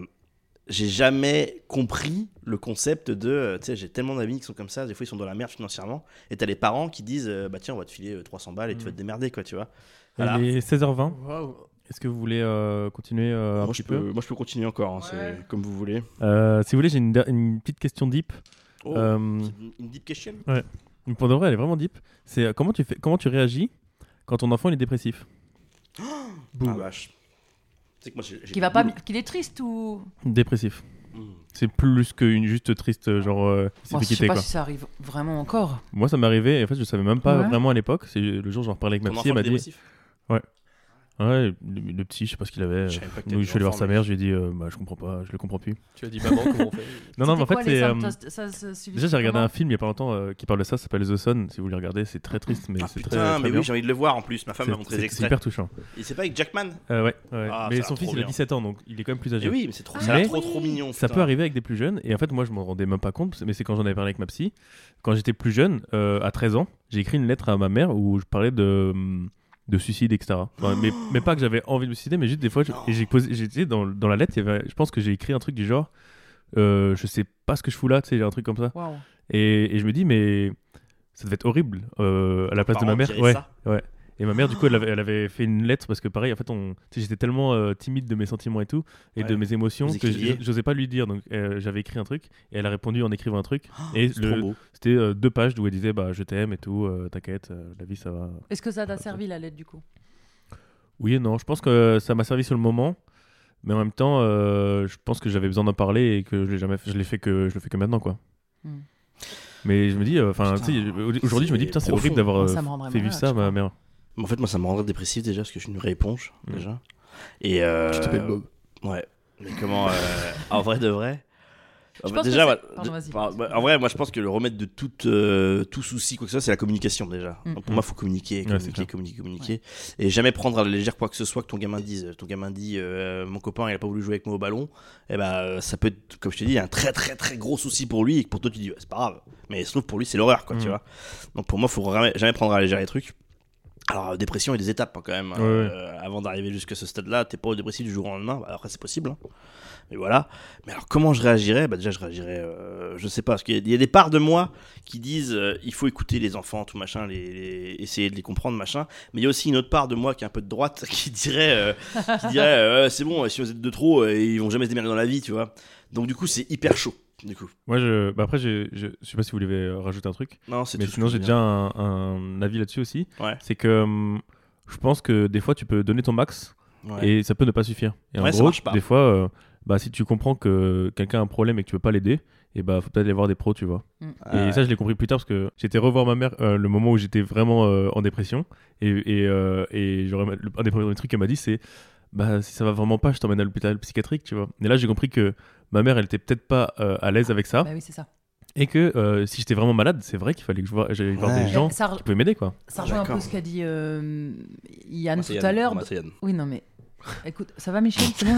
[SPEAKER 2] j'ai jamais compris le concept de. euh, Tu sais, j'ai tellement d'amis qui sont comme ça, des fois, ils sont dans la merde financièrement. Et t'as les parents qui disent, euh, bah tiens, on va te filer euh, 300 balles et tu
[SPEAKER 1] Mhm.
[SPEAKER 2] vas te démerder, quoi, tu vois. Voilà.
[SPEAKER 1] Il est 16h20.
[SPEAKER 4] Waouh.
[SPEAKER 1] Est-ce que vous voulez euh, continuer euh, un
[SPEAKER 2] moi,
[SPEAKER 1] petit
[SPEAKER 2] je
[SPEAKER 1] peu
[SPEAKER 2] peux, moi, je peux continuer encore, hein, c'est
[SPEAKER 3] Ouais.
[SPEAKER 2] comme vous voulez.
[SPEAKER 1] Euh, Si vous voulez, j'ai une, der- une petite question deep.
[SPEAKER 2] Oh,
[SPEAKER 1] Euh,
[SPEAKER 2] c'est une, une deep question
[SPEAKER 1] Mais Pour de vrai, elle est vraiment deep. C'est euh, comment tu fais, comment tu réagis quand ton enfant il est dépressif,
[SPEAKER 2] Ah,
[SPEAKER 4] Boum.
[SPEAKER 2] vache. C'est que moi, j'ai- j'ai
[SPEAKER 3] Qu'il va pas,
[SPEAKER 2] boum.
[SPEAKER 3] qu'il est triste ou
[SPEAKER 1] dépressif.
[SPEAKER 2] Mhm.
[SPEAKER 1] C'est plus qu'une juste triste euh, genre euh, il s'est
[SPEAKER 3] Moi,
[SPEAKER 1] fait
[SPEAKER 3] Je sais
[SPEAKER 1] quitter,
[SPEAKER 3] pas
[SPEAKER 1] quoi.
[SPEAKER 3] si ça arrive vraiment encore.
[SPEAKER 1] Moi ça m'est arrivé et en fait je savais même pas
[SPEAKER 3] Ouais.
[SPEAKER 1] vraiment à l'époque. C'est le jour où j'en reparlais avec
[SPEAKER 2] Ton
[SPEAKER 1] ma psy, elle
[SPEAKER 2] enfant
[SPEAKER 1] m'a
[SPEAKER 2] est
[SPEAKER 1] dit
[SPEAKER 2] dépressif
[SPEAKER 1] ouais le, le petit je sais pas ce qu'il avait. euh,
[SPEAKER 2] Je savais pas que
[SPEAKER 1] donc je suis allé
[SPEAKER 2] t'avais
[SPEAKER 1] voir
[SPEAKER 2] un
[SPEAKER 1] sa
[SPEAKER 2] enfant,
[SPEAKER 1] mère, je lui ai dit euh, bah je comprends pas, je le comprends plus.
[SPEAKER 4] Tu as dit maman, comment on fait
[SPEAKER 1] Non non mais en
[SPEAKER 3] C'était
[SPEAKER 1] fait
[SPEAKER 3] quoi, les
[SPEAKER 1] c'est euh,
[SPEAKER 3] symptômes Ça se- se-
[SPEAKER 1] déjà j'ai regardé
[SPEAKER 3] comment
[SPEAKER 1] un film il y a pas longtemps euh, qui parle de ça, ça s'appelle The Sun. Si vous le regardez c'est très triste mais
[SPEAKER 2] Ah
[SPEAKER 1] c'est très,
[SPEAKER 2] putain,
[SPEAKER 1] très
[SPEAKER 2] mais
[SPEAKER 1] bien.
[SPEAKER 2] oui, j'ai envie de le voir en plus. Ma femme m'a
[SPEAKER 1] C'est-
[SPEAKER 2] montré des
[SPEAKER 1] c'est c'est
[SPEAKER 2] extraits.
[SPEAKER 1] hyper touchant.
[SPEAKER 2] Et c'est pas avec Jackman
[SPEAKER 1] Euh, ouais, ouais.
[SPEAKER 2] Ah, ça
[SPEAKER 1] mais
[SPEAKER 2] a
[SPEAKER 1] son
[SPEAKER 2] l'air
[SPEAKER 1] fils
[SPEAKER 2] trop
[SPEAKER 1] il a
[SPEAKER 2] bien.
[SPEAKER 1] 17 ans donc il est quand même plus
[SPEAKER 2] Mais
[SPEAKER 1] âgé.
[SPEAKER 2] oui, mais c'est trop,
[SPEAKER 1] Ah,
[SPEAKER 2] ça a l'air
[SPEAKER 1] oui.
[SPEAKER 2] trop, trop mignon.
[SPEAKER 1] Ça
[SPEAKER 2] putain.
[SPEAKER 1] peut arriver avec des plus jeunes, et en fait, moi, je me rendais même pas compte, mais c'est quand j'en avais parlé avec ma psy. Quand j'étais plus jeune, euh, à 13 ans, j'ai écrit une lettre à ma mère où je parlais de, mm, de suicide, etc. Enfin,
[SPEAKER 2] *gasps*
[SPEAKER 1] mais, mais pas que j'avais envie de me suicider, mais juste des fois, je-
[SPEAKER 2] Non.
[SPEAKER 1] et j'ai posé, j'étais dans, dans la lettre, il y avait, je pense que j'ai écrit un truc du genre euh, je sais pas ce que je fous là, tu sais, un truc comme ça.
[SPEAKER 3] Waouh.
[SPEAKER 1] Et, et je me dis, mais ça devait être horrible euh, à la place de ma
[SPEAKER 2] Parents
[SPEAKER 1] mère.
[SPEAKER 2] diraient
[SPEAKER 1] Ouais.
[SPEAKER 2] ça.
[SPEAKER 1] Et ma mère, du coup,
[SPEAKER 3] Ah.
[SPEAKER 1] elle avait, elle avait fait une lettre parce que, pareil, en fait, on, tu sais, j'étais tellement euh, timide de mes sentiments et tout, et de
[SPEAKER 2] Ouais.
[SPEAKER 1] mes émotions,
[SPEAKER 2] Vous
[SPEAKER 1] que
[SPEAKER 2] écriviez
[SPEAKER 1] je- j'osais pas lui dire. Donc, euh, j'avais écrit un truc, et elle a répondu en écrivant un truc. et
[SPEAKER 2] Oh, C'est
[SPEAKER 1] le-
[SPEAKER 2] trop beau.
[SPEAKER 1] c'était euh, deux pages où elle disait, bah, je t'aime et tout, euh, t'inquiète, euh, la vie, ça va.
[SPEAKER 3] Est-ce que
[SPEAKER 2] Ah,
[SPEAKER 3] ça t'a servi la lettre du coup
[SPEAKER 1] Oui et non, je pense que ça m'a servi sur le moment, mais en même temps, euh, je pense que j'avais besoin d'en parler et que je l'ai jamais fait, je l'ai fait que je le fais que maintenant quoi.
[SPEAKER 3] Hmm.
[SPEAKER 1] Mais je me dis, euh, enfin,
[SPEAKER 2] Putain,
[SPEAKER 1] tu sais, au- aujourd'hui je me dis
[SPEAKER 2] c'est
[SPEAKER 1] putain c'est
[SPEAKER 2] profond.
[SPEAKER 1] horrible d'avoir
[SPEAKER 3] Oh,
[SPEAKER 1] euh,
[SPEAKER 3] ça me rendrait
[SPEAKER 1] fait vivre
[SPEAKER 3] malade,
[SPEAKER 1] ça,
[SPEAKER 3] je
[SPEAKER 1] à ma mère.
[SPEAKER 2] Mais En fait, moi, ça me rendrait dépressif déjà parce que je suis une vraie éponge
[SPEAKER 1] Mm.
[SPEAKER 2] déjà. Et euh,
[SPEAKER 4] Tu t'appelles Bob.
[SPEAKER 2] Ouais. Mais comment euh, En vrai de vrai.
[SPEAKER 3] Je
[SPEAKER 2] Ah,
[SPEAKER 3] pense
[SPEAKER 2] déjà,
[SPEAKER 3] que
[SPEAKER 2] ouais,
[SPEAKER 3] c'est- pardon,
[SPEAKER 2] de-
[SPEAKER 3] vas-y.
[SPEAKER 2] par- bah, en vrai, moi, je pense que le remède de tout, euh, tout souci, quoi que ce soit, c'est la communication déjà.
[SPEAKER 3] Mm.
[SPEAKER 2] Pour moi, faut communiquer,
[SPEAKER 1] c'est
[SPEAKER 2] communiquer,
[SPEAKER 1] clair.
[SPEAKER 2] communiquer, communiquer, et jamais prendre à la légère quoi que ce soit que ton gamin dise. Ton gamin dit, euh, mon copain, il a pas voulu jouer avec moi au ballon. Et ben, euh, ça peut, être, comme je te dis, un très très très gros souci pour lui et que pour toi, tu dis, Ouais, c'est pas grave. Mais sauf pour lui, c'est l'horreur, quoi,
[SPEAKER 1] Mm.
[SPEAKER 2] tu vois. Donc pour moi, faut jamais, jamais prendre à la légère les trucs. Alors, euh, dépression et des étapes hein, quand même. hein.
[SPEAKER 1] Ouais, ouais.
[SPEAKER 2] Euh, avant d'arriver jusqu'à ce stade-là, t'es pas au dépressif du jour au lendemain. Bah, après, c'est possible. hein. Mais voilà. Mais alors, comment je réagirais bah, Déjà, je réagirais, euh, je sais pas. Parce qu'il y a- il y, a des parts de moi qui disent euh, il faut écouter les enfants, tout machin, les, les- essayer de les comprendre, machin. Mais il y a aussi une autre part de moi qui est un peu de droite *laughs* qui dirait, euh, qui dirait euh, c'est bon, si vous êtes de trop, euh, ils vont jamais se démerder dans la vie, tu vois. Donc, du coup, c'est hyper chaud. Du coup,
[SPEAKER 1] Moi, je, bah après, je, je, je sais pas si vous voulez euh, rajouter un truc,
[SPEAKER 2] non, c'est
[SPEAKER 1] mais
[SPEAKER 2] tout ce
[SPEAKER 1] sinon
[SPEAKER 2] que je
[SPEAKER 1] j'ai
[SPEAKER 2] veux
[SPEAKER 1] déjà un, un avis là-dessus aussi.
[SPEAKER 2] Ouais.
[SPEAKER 1] C'est que hum, je pense que des fois tu peux donner ton max
[SPEAKER 2] dire. Ouais.
[SPEAKER 1] et ça peut ne pas suffire. Et
[SPEAKER 2] Ouais,
[SPEAKER 1] en
[SPEAKER 2] ça
[SPEAKER 1] gros,
[SPEAKER 2] marche pas.
[SPEAKER 1] des fois, euh, bah, si tu comprends que quelqu'un a un problème et que tu peux pas l'aider, et bah faut peut-être aller voir des pros, tu vois.
[SPEAKER 2] Ah,
[SPEAKER 1] Et ça, je l'ai compris plus tard parce que j'étais revoir ma mère euh, le moment où j'étais vraiment euh, en dépression. Et, et, euh, et j'aurais- le- un des premiers trucs qu'elle m'a dit, c'est bah, si ça va vraiment pas, je t'emmène à l'hôpital psychiatrique, tu vois. Et là, j'ai compris que ma mère, elle était peut-être pas euh, à l'aise avec ça.
[SPEAKER 2] Ah.
[SPEAKER 3] Bah oui, c'est ça.
[SPEAKER 1] Et que euh, si j'étais vraiment malade, c'est vrai qu'il fallait que je voie- j'aille voir
[SPEAKER 2] Ouais.
[SPEAKER 1] des gens qui
[SPEAKER 3] Ça, re-
[SPEAKER 1] pouvaient m'aider, quoi.
[SPEAKER 3] ça rejoint un peu
[SPEAKER 2] Ah, D'accord.
[SPEAKER 3] ce qu'a dit euh, Yann
[SPEAKER 2] moi,
[SPEAKER 3] tout
[SPEAKER 2] c'est
[SPEAKER 3] à
[SPEAKER 2] Yann.
[SPEAKER 3] l'heure.
[SPEAKER 2] Moi, c'est
[SPEAKER 3] *laughs*
[SPEAKER 2] Yann.
[SPEAKER 3] Oui,
[SPEAKER 2] *laughs*
[SPEAKER 3] non mais écoute, ça va Michel, c'est bon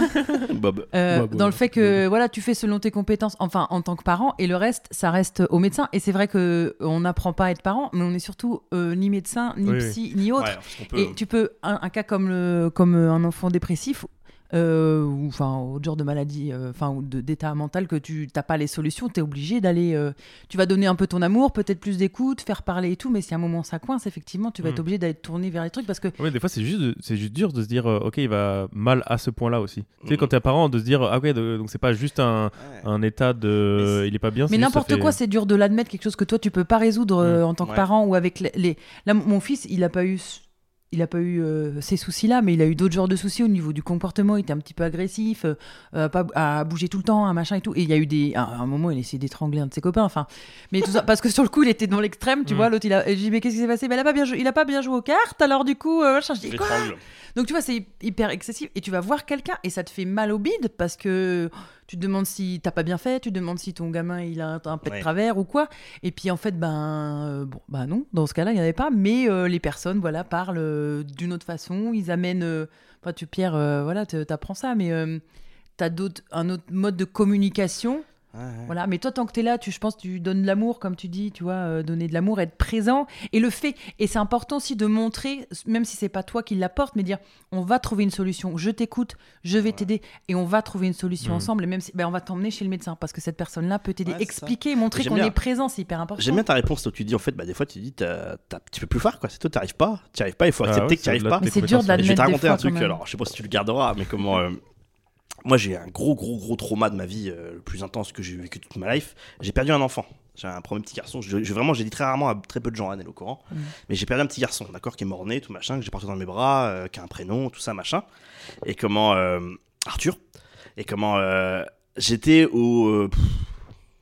[SPEAKER 2] Bob.
[SPEAKER 3] Euh,
[SPEAKER 4] Ouais, bon,
[SPEAKER 3] dans le fait que voilà, tu fais selon tes compétences, enfin en tant que parent, et le reste, ça reste au médecin. Et c'est vrai que euh, on n'apprend pas à être parent, mais on est surtout euh, ni médecin, ni
[SPEAKER 1] Oui, oui.
[SPEAKER 3] psy, ni autre.
[SPEAKER 2] Ouais, parce qu'on peut-
[SPEAKER 3] Et tu peux, un, un cas comme, le, comme euh, un enfant dépressif, euh, ou enfin, autre genre de maladie, euh, enfin, ou de- d'état mental que tu n'as pas les solutions, tu es obligé d'aller. euh, tu vas donner un peu ton amour, peut-être plus d'écoute, faire parler et tout, mais si à un moment ça coince, effectivement, tu vas être
[SPEAKER 1] Mm.
[SPEAKER 3] obligé d'aller te tourner vers les trucs parce que.
[SPEAKER 1] Ouais, mais des fois, c'est juste, de- c'est juste dur de se dire, euh, ok, il va mal à ce point-là aussi. Tu sais,
[SPEAKER 2] Mhm.
[SPEAKER 1] quand t'es un parent, de se dire, ah ouais, de- donc c'est pas juste un,
[SPEAKER 2] Ouais.
[SPEAKER 1] un état de.
[SPEAKER 2] Mais
[SPEAKER 1] il est pas bien. c'est
[SPEAKER 3] Mais
[SPEAKER 1] juste, ça
[SPEAKER 3] n'importe
[SPEAKER 1] fait- Mm.
[SPEAKER 3] quoi, c'est dur de l'admettre, quelque chose que toi tu peux pas résoudre euh, en tant que
[SPEAKER 2] Ouais.
[SPEAKER 3] parent ou avec les. les- Là, m- mon fils, il a pas eu. ce- Il a pas eu euh, ces soucis-là, mais il a eu d'autres genres de soucis au niveau du comportement. Il était un petit peu agressif, euh, euh, pas, à bouger tout le temps, un machin et tout. Et il y a eu des. À un moment, il a essayé d'étrangler un de ses copains. Enfin, mais tout ça parce que sur le coup, il était dans l'extrême, tu
[SPEAKER 1] Mm.
[SPEAKER 3] vois. L'autre, il a. et Je dis mais qu'est-ce qui s'est passé Ben, il a pas bien joué. Il a pas bien joué aux cartes. Alors du coup, euh, machin. Je dis
[SPEAKER 2] Je
[SPEAKER 3] quoi
[SPEAKER 2] l'étrangle.
[SPEAKER 3] donc tu vois, c'est hyper excessif. Et tu vas voir quelqu'un et ça te fait mal au bide parce que tu te demandes si t'as pas bien fait, tu te demandes si ton gamin il a un- un pet de
[SPEAKER 2] Ouais.
[SPEAKER 3] travers ou quoi. Et puis en fait, ben, euh, bon, ben non, dans ce cas-là, il n'y en avait pas. Mais euh, les personnes, voilà, parlent euh, d'une autre façon. Ils amènent. euh, Enfin, tu, Pierre, euh, voilà, te- t'apprends ça, mais. euh, T'as d'autres, un autre mode de communication,
[SPEAKER 2] Ouais, ouais.
[SPEAKER 3] voilà. Mais toi, tant que t'es là, tu, je pense, tu donnes de l'amour, comme tu dis, tu vois, euh, donner de l'amour, être présent, et le fait. Et c'est important aussi de montrer, même si c'est pas toi qui l'apporte, mais dire on va trouver une solution. Je t'écoute, je vais
[SPEAKER 2] Ouais.
[SPEAKER 3] t'aider et on va trouver une solution
[SPEAKER 1] Mhm.
[SPEAKER 3] ensemble. Et même si ben, on va t'emmener chez le médecin parce que cette personne-là peut t'aider.
[SPEAKER 2] Mm. Ouais, c'est ça.
[SPEAKER 3] Expliquer, montrer
[SPEAKER 2] J'aime
[SPEAKER 3] qu'on
[SPEAKER 2] bien.
[SPEAKER 3] est présent, c'est hyper important.
[SPEAKER 2] J'aime bien ta réponse là où tu dis en fait, bah, des fois tu dis t'as t'as un petit peu plus fort quoi, c'est toi t'arrives pas, t'y arrives pas, il faut
[SPEAKER 1] Ah
[SPEAKER 2] accepter
[SPEAKER 1] ouais,
[SPEAKER 2] que t'y
[SPEAKER 1] ça
[SPEAKER 2] arrives
[SPEAKER 1] doit
[SPEAKER 2] pas.
[SPEAKER 1] être
[SPEAKER 3] Mais c'est
[SPEAKER 1] tes
[SPEAKER 3] dur de
[SPEAKER 1] compétences.
[SPEAKER 2] Et je vais te
[SPEAKER 3] l'admettre
[SPEAKER 2] raconter
[SPEAKER 3] des fois,
[SPEAKER 2] un truc,
[SPEAKER 3] quand même.
[SPEAKER 2] alors je sais pas si tu le garderas, mais comment. euh, moi j'ai eu un gros, gros, gros trauma de ma vie, euh, le plus intense que j'ai vécu toute ma life. J'ai perdu un enfant. J'ai un premier petit garçon. Je, je- vraiment, j'ai dit très rarement à très peu de gens, Anne est au courant.
[SPEAKER 3] Mhm.
[SPEAKER 2] Mais j'ai perdu un petit garçon, d'accord, qui est mort-né, tout machin, que j'ai porté dans mes bras, euh, qui a un prénom, tout ça, machin. Et comment. euh, Arthur. Et comment. euh, j'étais au. euh, pff,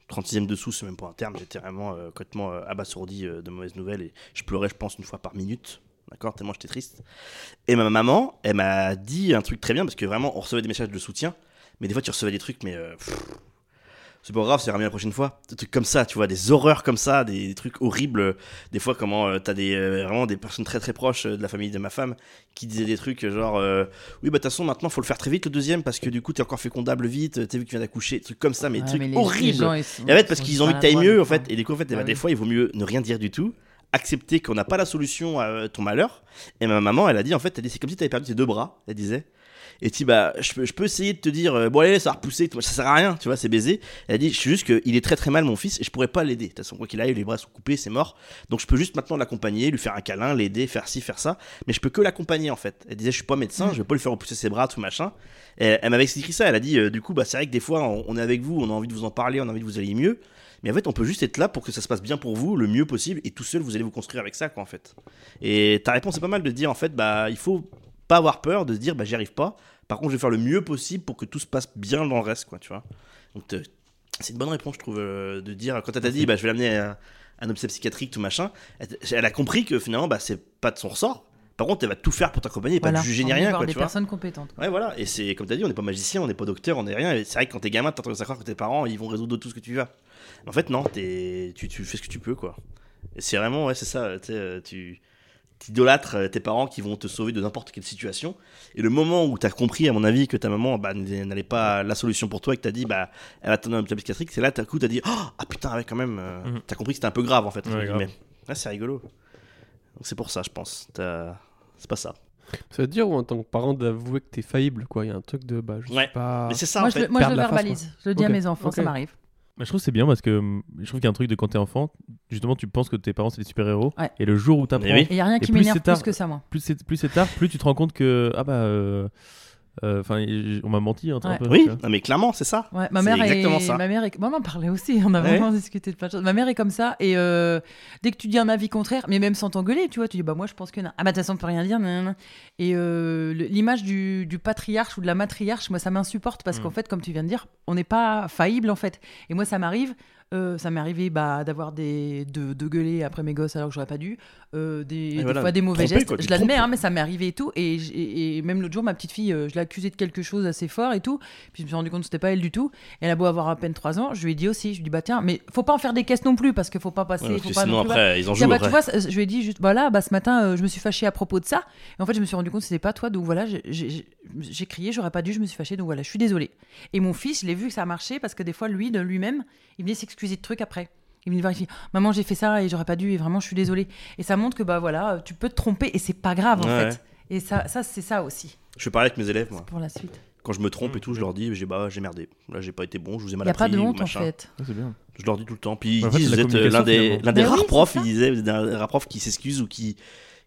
[SPEAKER 2] 36e dessous, c'est même pas un terme. J'étais vraiment euh, complètement euh, abasourdi euh, de mauvaises nouvelles et je pleurais, je pense, une fois par minute. D'accord Tellement j'étais triste. Et ma maman, elle m'a dit un truc très bien parce que vraiment, on recevait des messages de soutien, mais des fois, tu recevais des trucs, mais. euh, pff, c'est pas grave, ça ira bien la prochaine fois. Des trucs comme ça, tu vois, des horreurs comme ça, des, des trucs horribles. Des fois, comment euh, t'as des, euh, vraiment des personnes très très proches euh, de la famille de ma femme qui disaient des trucs euh, genre euh, Oui, bah de toute façon, maintenant, faut le faire très vite le deuxième parce que du coup, t'es encore fécondable vite, euh, t'as vu que tu viens d'accoucher, des trucs comme ça, mais des
[SPEAKER 3] Ouais,
[SPEAKER 2] trucs
[SPEAKER 3] mais les- les
[SPEAKER 2] horribles.
[SPEAKER 3] gens, ils sont-
[SPEAKER 2] Et en fait, parce
[SPEAKER 3] sont
[SPEAKER 2] qu'ils ont envie que
[SPEAKER 3] pas
[SPEAKER 2] t'ailles
[SPEAKER 3] la
[SPEAKER 2] mieux,
[SPEAKER 3] droite,
[SPEAKER 2] en fait.
[SPEAKER 3] enfin.
[SPEAKER 2] Et du coup, en fait, eh ben,
[SPEAKER 3] Ah
[SPEAKER 2] des
[SPEAKER 3] oui.
[SPEAKER 2] fois, il vaut mieux ne rien dire du tout, accepter qu'on n'a pas la solution à euh, ton malheur. Et ma maman, elle a dit, en fait, elle dit, c'est comme si t'avais perdu tes deux bras, elle disait. Et tu dis, bah, je peux, je peux essayer de te dire, euh, bon, allez, ça va repousser, tout, ça sert à rien, tu vois, c'est baisé. Elle a dit, je suis juste qu'il est très très mal, mon fils, et je pourrais pas l'aider. De toute façon, quoi qu'il arrive, les bras sont coupés, c'est mort. Donc, je peux juste maintenant l'accompagner, lui faire un câlin, l'aider, faire ci, faire ça. Mais je peux que l'accompagner, en fait. Elle disait, je suis pas médecin, je vais pas lui faire repousser ses bras, tout machin. Et elle m'avait expliqué ça. Elle a dit, euh, du coup, bah, c'est vrai que des fois, on, on est avec vous, on a envie de vous en parler, on a envie de vous aller mieux. Mais en fait, on peut juste être là pour que ça se passe bien pour vous, le mieux possible, et tout seul, vous allez vous construire avec ça, quoi, en fait. Et ta réponse est pas mal de dire, en fait, bah, il faut pas avoir peur de se dire, bah, j'y arrive pas. Par contre, je vais faire le mieux possible pour que tout se passe bien dans le reste, quoi, tu vois. Donc, te- c'est une bonne réponse, je trouve, euh, de dire, quand elle t'a dit, bah, je vais l'amener à un objet psychiatrique, tout machin, elle, elle a compris que finalement, bah, c'est pas de son ressort. Par contre, elle va tout faire pour t'accompagner, et pas
[SPEAKER 3] Voilà.
[SPEAKER 2] te juger ni
[SPEAKER 3] On va
[SPEAKER 2] rien,
[SPEAKER 3] voir
[SPEAKER 2] quoi,
[SPEAKER 3] des
[SPEAKER 2] tu vois.
[SPEAKER 3] personnes compétentes.
[SPEAKER 2] Ouais, voilà. Et c'est comme t'as dit, on n'est pas magicien, on n'est pas docteur, on n'est rien. Et c'est vrai que quand t'es gamin, t'entends ça croire que tes parents, ils vont résoudre tout ce que tu vas. En fait, non, t'es- tu, tu fais ce que tu peux, quoi. Et c'est vraiment, ouais, c'est ça. tu sais, euh, Tu idolâtres tes parents qui vont te sauver de n'importe quelle situation. Et le moment où t'as compris, à mon avis, que ta maman bah, n- n'allait pas la solution pour toi et que t'as dit, bah, elle attendait un hôpital psychiatrique, c'est là, d'un coup, t'as dit, oh, ah putain, ouais, quand même, euh,
[SPEAKER 1] Mhm.
[SPEAKER 2] t'as compris que c'était un peu grave, en fait. entre
[SPEAKER 1] Ouais, grave.
[SPEAKER 2] guillemets. Ouais, c'est rigolo. Donc c'est pour ça, je pense. T'as- C'est pas ça.
[SPEAKER 4] *laughs* Ça veut dire, ou en tant que parent, d'avouer que t'es faillible, quoi. Il y a un truc de, bah, je
[SPEAKER 2] Ouais.
[SPEAKER 4] suis pas.
[SPEAKER 2] Mais c'est ça,
[SPEAKER 3] moi,
[SPEAKER 2] en
[SPEAKER 3] je,
[SPEAKER 2] fait.
[SPEAKER 3] le- moi, je
[SPEAKER 4] perdre
[SPEAKER 3] le
[SPEAKER 4] la face,
[SPEAKER 3] verbalise. je le dis
[SPEAKER 4] Ok.
[SPEAKER 3] à mes enfants, ça
[SPEAKER 4] Ok.
[SPEAKER 3] m'arrive.
[SPEAKER 1] Bah, je trouve que c'est bien parce que hum, je trouve qu'il y a un truc de quand t'es enfant, justement, tu penses que tes parents c'est des super-héros.
[SPEAKER 3] Ouais.
[SPEAKER 1] Et le jour où t'apprends,
[SPEAKER 2] Mais Eh oui.
[SPEAKER 3] Et il y a rien
[SPEAKER 1] Et
[SPEAKER 3] qui
[SPEAKER 1] plus
[SPEAKER 3] m'énerve
[SPEAKER 1] c'est tard-
[SPEAKER 3] plus que ça, moi.
[SPEAKER 1] plus c'est plus c'est tard, plus tu te rends compte que ah bah, euh, euh, enfin, j- on m'a menti hein, un
[SPEAKER 3] Ouais.
[SPEAKER 1] peu.
[SPEAKER 2] Oui,
[SPEAKER 1] tu vois.
[SPEAKER 2] non, mais clairement, c'est ça.
[SPEAKER 3] Ouais, ma
[SPEAKER 2] C'est
[SPEAKER 3] mère
[SPEAKER 2] exactement
[SPEAKER 3] est...
[SPEAKER 2] ça.
[SPEAKER 3] Ma mère est... Maman en parlait aussi, on a
[SPEAKER 2] Ouais.
[SPEAKER 3] vraiment discuté de plein de choses. Ma mère est comme ça, et euh, dès que tu dis un avis contraire, mais même sans t'engueuler, tu vois, tu dis, bah moi je pense que non. Ah bah de toute façon, on peut rien dire, nan, nan, nan. Et euh, le- l'image du, du patriarche ou de la matriarche, moi ça m'insupporte, parce
[SPEAKER 1] Mm.
[SPEAKER 3] qu'en fait, comme tu viens de dire, on n'est pas faillible en fait. Et moi ça m'arrive, euh, ça m'est arrivé bah, d'avoir des... De, de gueuler après mes gosses alors que j'aurais pas dû, euh, des, des
[SPEAKER 2] voilà,
[SPEAKER 3] fois des mauvais
[SPEAKER 2] tromper,
[SPEAKER 3] gestes.
[SPEAKER 2] quoi, tu
[SPEAKER 3] je l'admets,
[SPEAKER 2] trompes.
[SPEAKER 3] hein, mais ça m'est arrivé et tout. Et, j- et- et même l'autre jour, ma petite fille, euh, je l'ai accusée de quelque chose assez fort et tout. Puis je me suis rendu compte que c'était pas elle du tout. Elle a beau avoir à peine 3 ans, je lui ai dit aussi, je lui ai dit, bah tiens, mais faut pas en faire des caisses non plus parce que faut pas passer.
[SPEAKER 2] Ouais, parce
[SPEAKER 3] faut
[SPEAKER 2] que
[SPEAKER 3] pas
[SPEAKER 2] sinon,
[SPEAKER 3] non plus-
[SPEAKER 2] après, ils en
[SPEAKER 3] Je
[SPEAKER 2] jouent.
[SPEAKER 3] dis, Ah bah,
[SPEAKER 2] après.
[SPEAKER 3] tu vois, c- je lui ai dit juste, voilà, bah, ce matin, euh, je me suis fâchée à propos de ça. Et en fait, je me suis rendu compte que c'était pas toi. Donc voilà, j'ai- j'ai j'ai crié, j'aurais pas dû, je me suis fâchée. Donc voilà, je suis désolée. Et mon fils, je l'ai vu que ça a marché parce que des fois, lui, de lui-même, il venait s'excuser de trucs après. Il venait voir, il dit, maman, j'ai fait ça et j'aurais pas dû et vraiment, je suis désolée. Et ça montre que, bah voilà, tu peux te tromper et c'est pas grave en
[SPEAKER 2] Ouais.
[SPEAKER 3] fait. Et ça, ça c'est ça aussi
[SPEAKER 2] Je parlais avec mes élèves, moi.
[SPEAKER 3] pour la suite.
[SPEAKER 2] Quand je me trompe et tout, je leur dis, j'ai bah, j'ai merdé. Là, j'ai pas été bon, je vous ai
[SPEAKER 3] Il
[SPEAKER 2] mal
[SPEAKER 3] n'y a pas
[SPEAKER 2] appris.
[SPEAKER 3] de
[SPEAKER 2] ou
[SPEAKER 3] honte en
[SPEAKER 2] machin.
[SPEAKER 3] fait.
[SPEAKER 1] Ouais, c'est bien.
[SPEAKER 2] Je leur dis tout le temps. Puis
[SPEAKER 1] Bah, en
[SPEAKER 2] ils
[SPEAKER 1] fait,
[SPEAKER 2] disent,
[SPEAKER 1] c'est la
[SPEAKER 2] vous êtes euh, l'un
[SPEAKER 1] communication,
[SPEAKER 2] des,
[SPEAKER 1] finalement.
[SPEAKER 2] l'un des
[SPEAKER 3] Mais Bah oui,
[SPEAKER 2] rares
[SPEAKER 3] c'est
[SPEAKER 2] profs,
[SPEAKER 3] ça.
[SPEAKER 2] ils disaient, vous êtes un des rares profs qui s'excuse ou qui,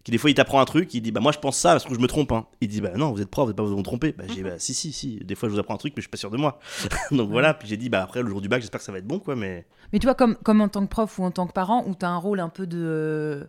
[SPEAKER 2] qui des fois il t'apprend un truc, il dit bah moi je pense ça parce que je me trompe. Hein. Il dit bah non, vous êtes prof, vous êtes pas vous vous trompez. Bah j'ai bah
[SPEAKER 3] Mm-hmm.
[SPEAKER 2] si si si. Des fois je vous apprends un truc mais je suis pas sûr de moi. *laughs* Donc voilà. Puis j'ai dit bah après le jour du bac, j'espère que ça va être bon quoi. Mais
[SPEAKER 3] Mais tu vois, comme, comme en tant que prof ou en tant que parent, où tu as un rôle un peu de.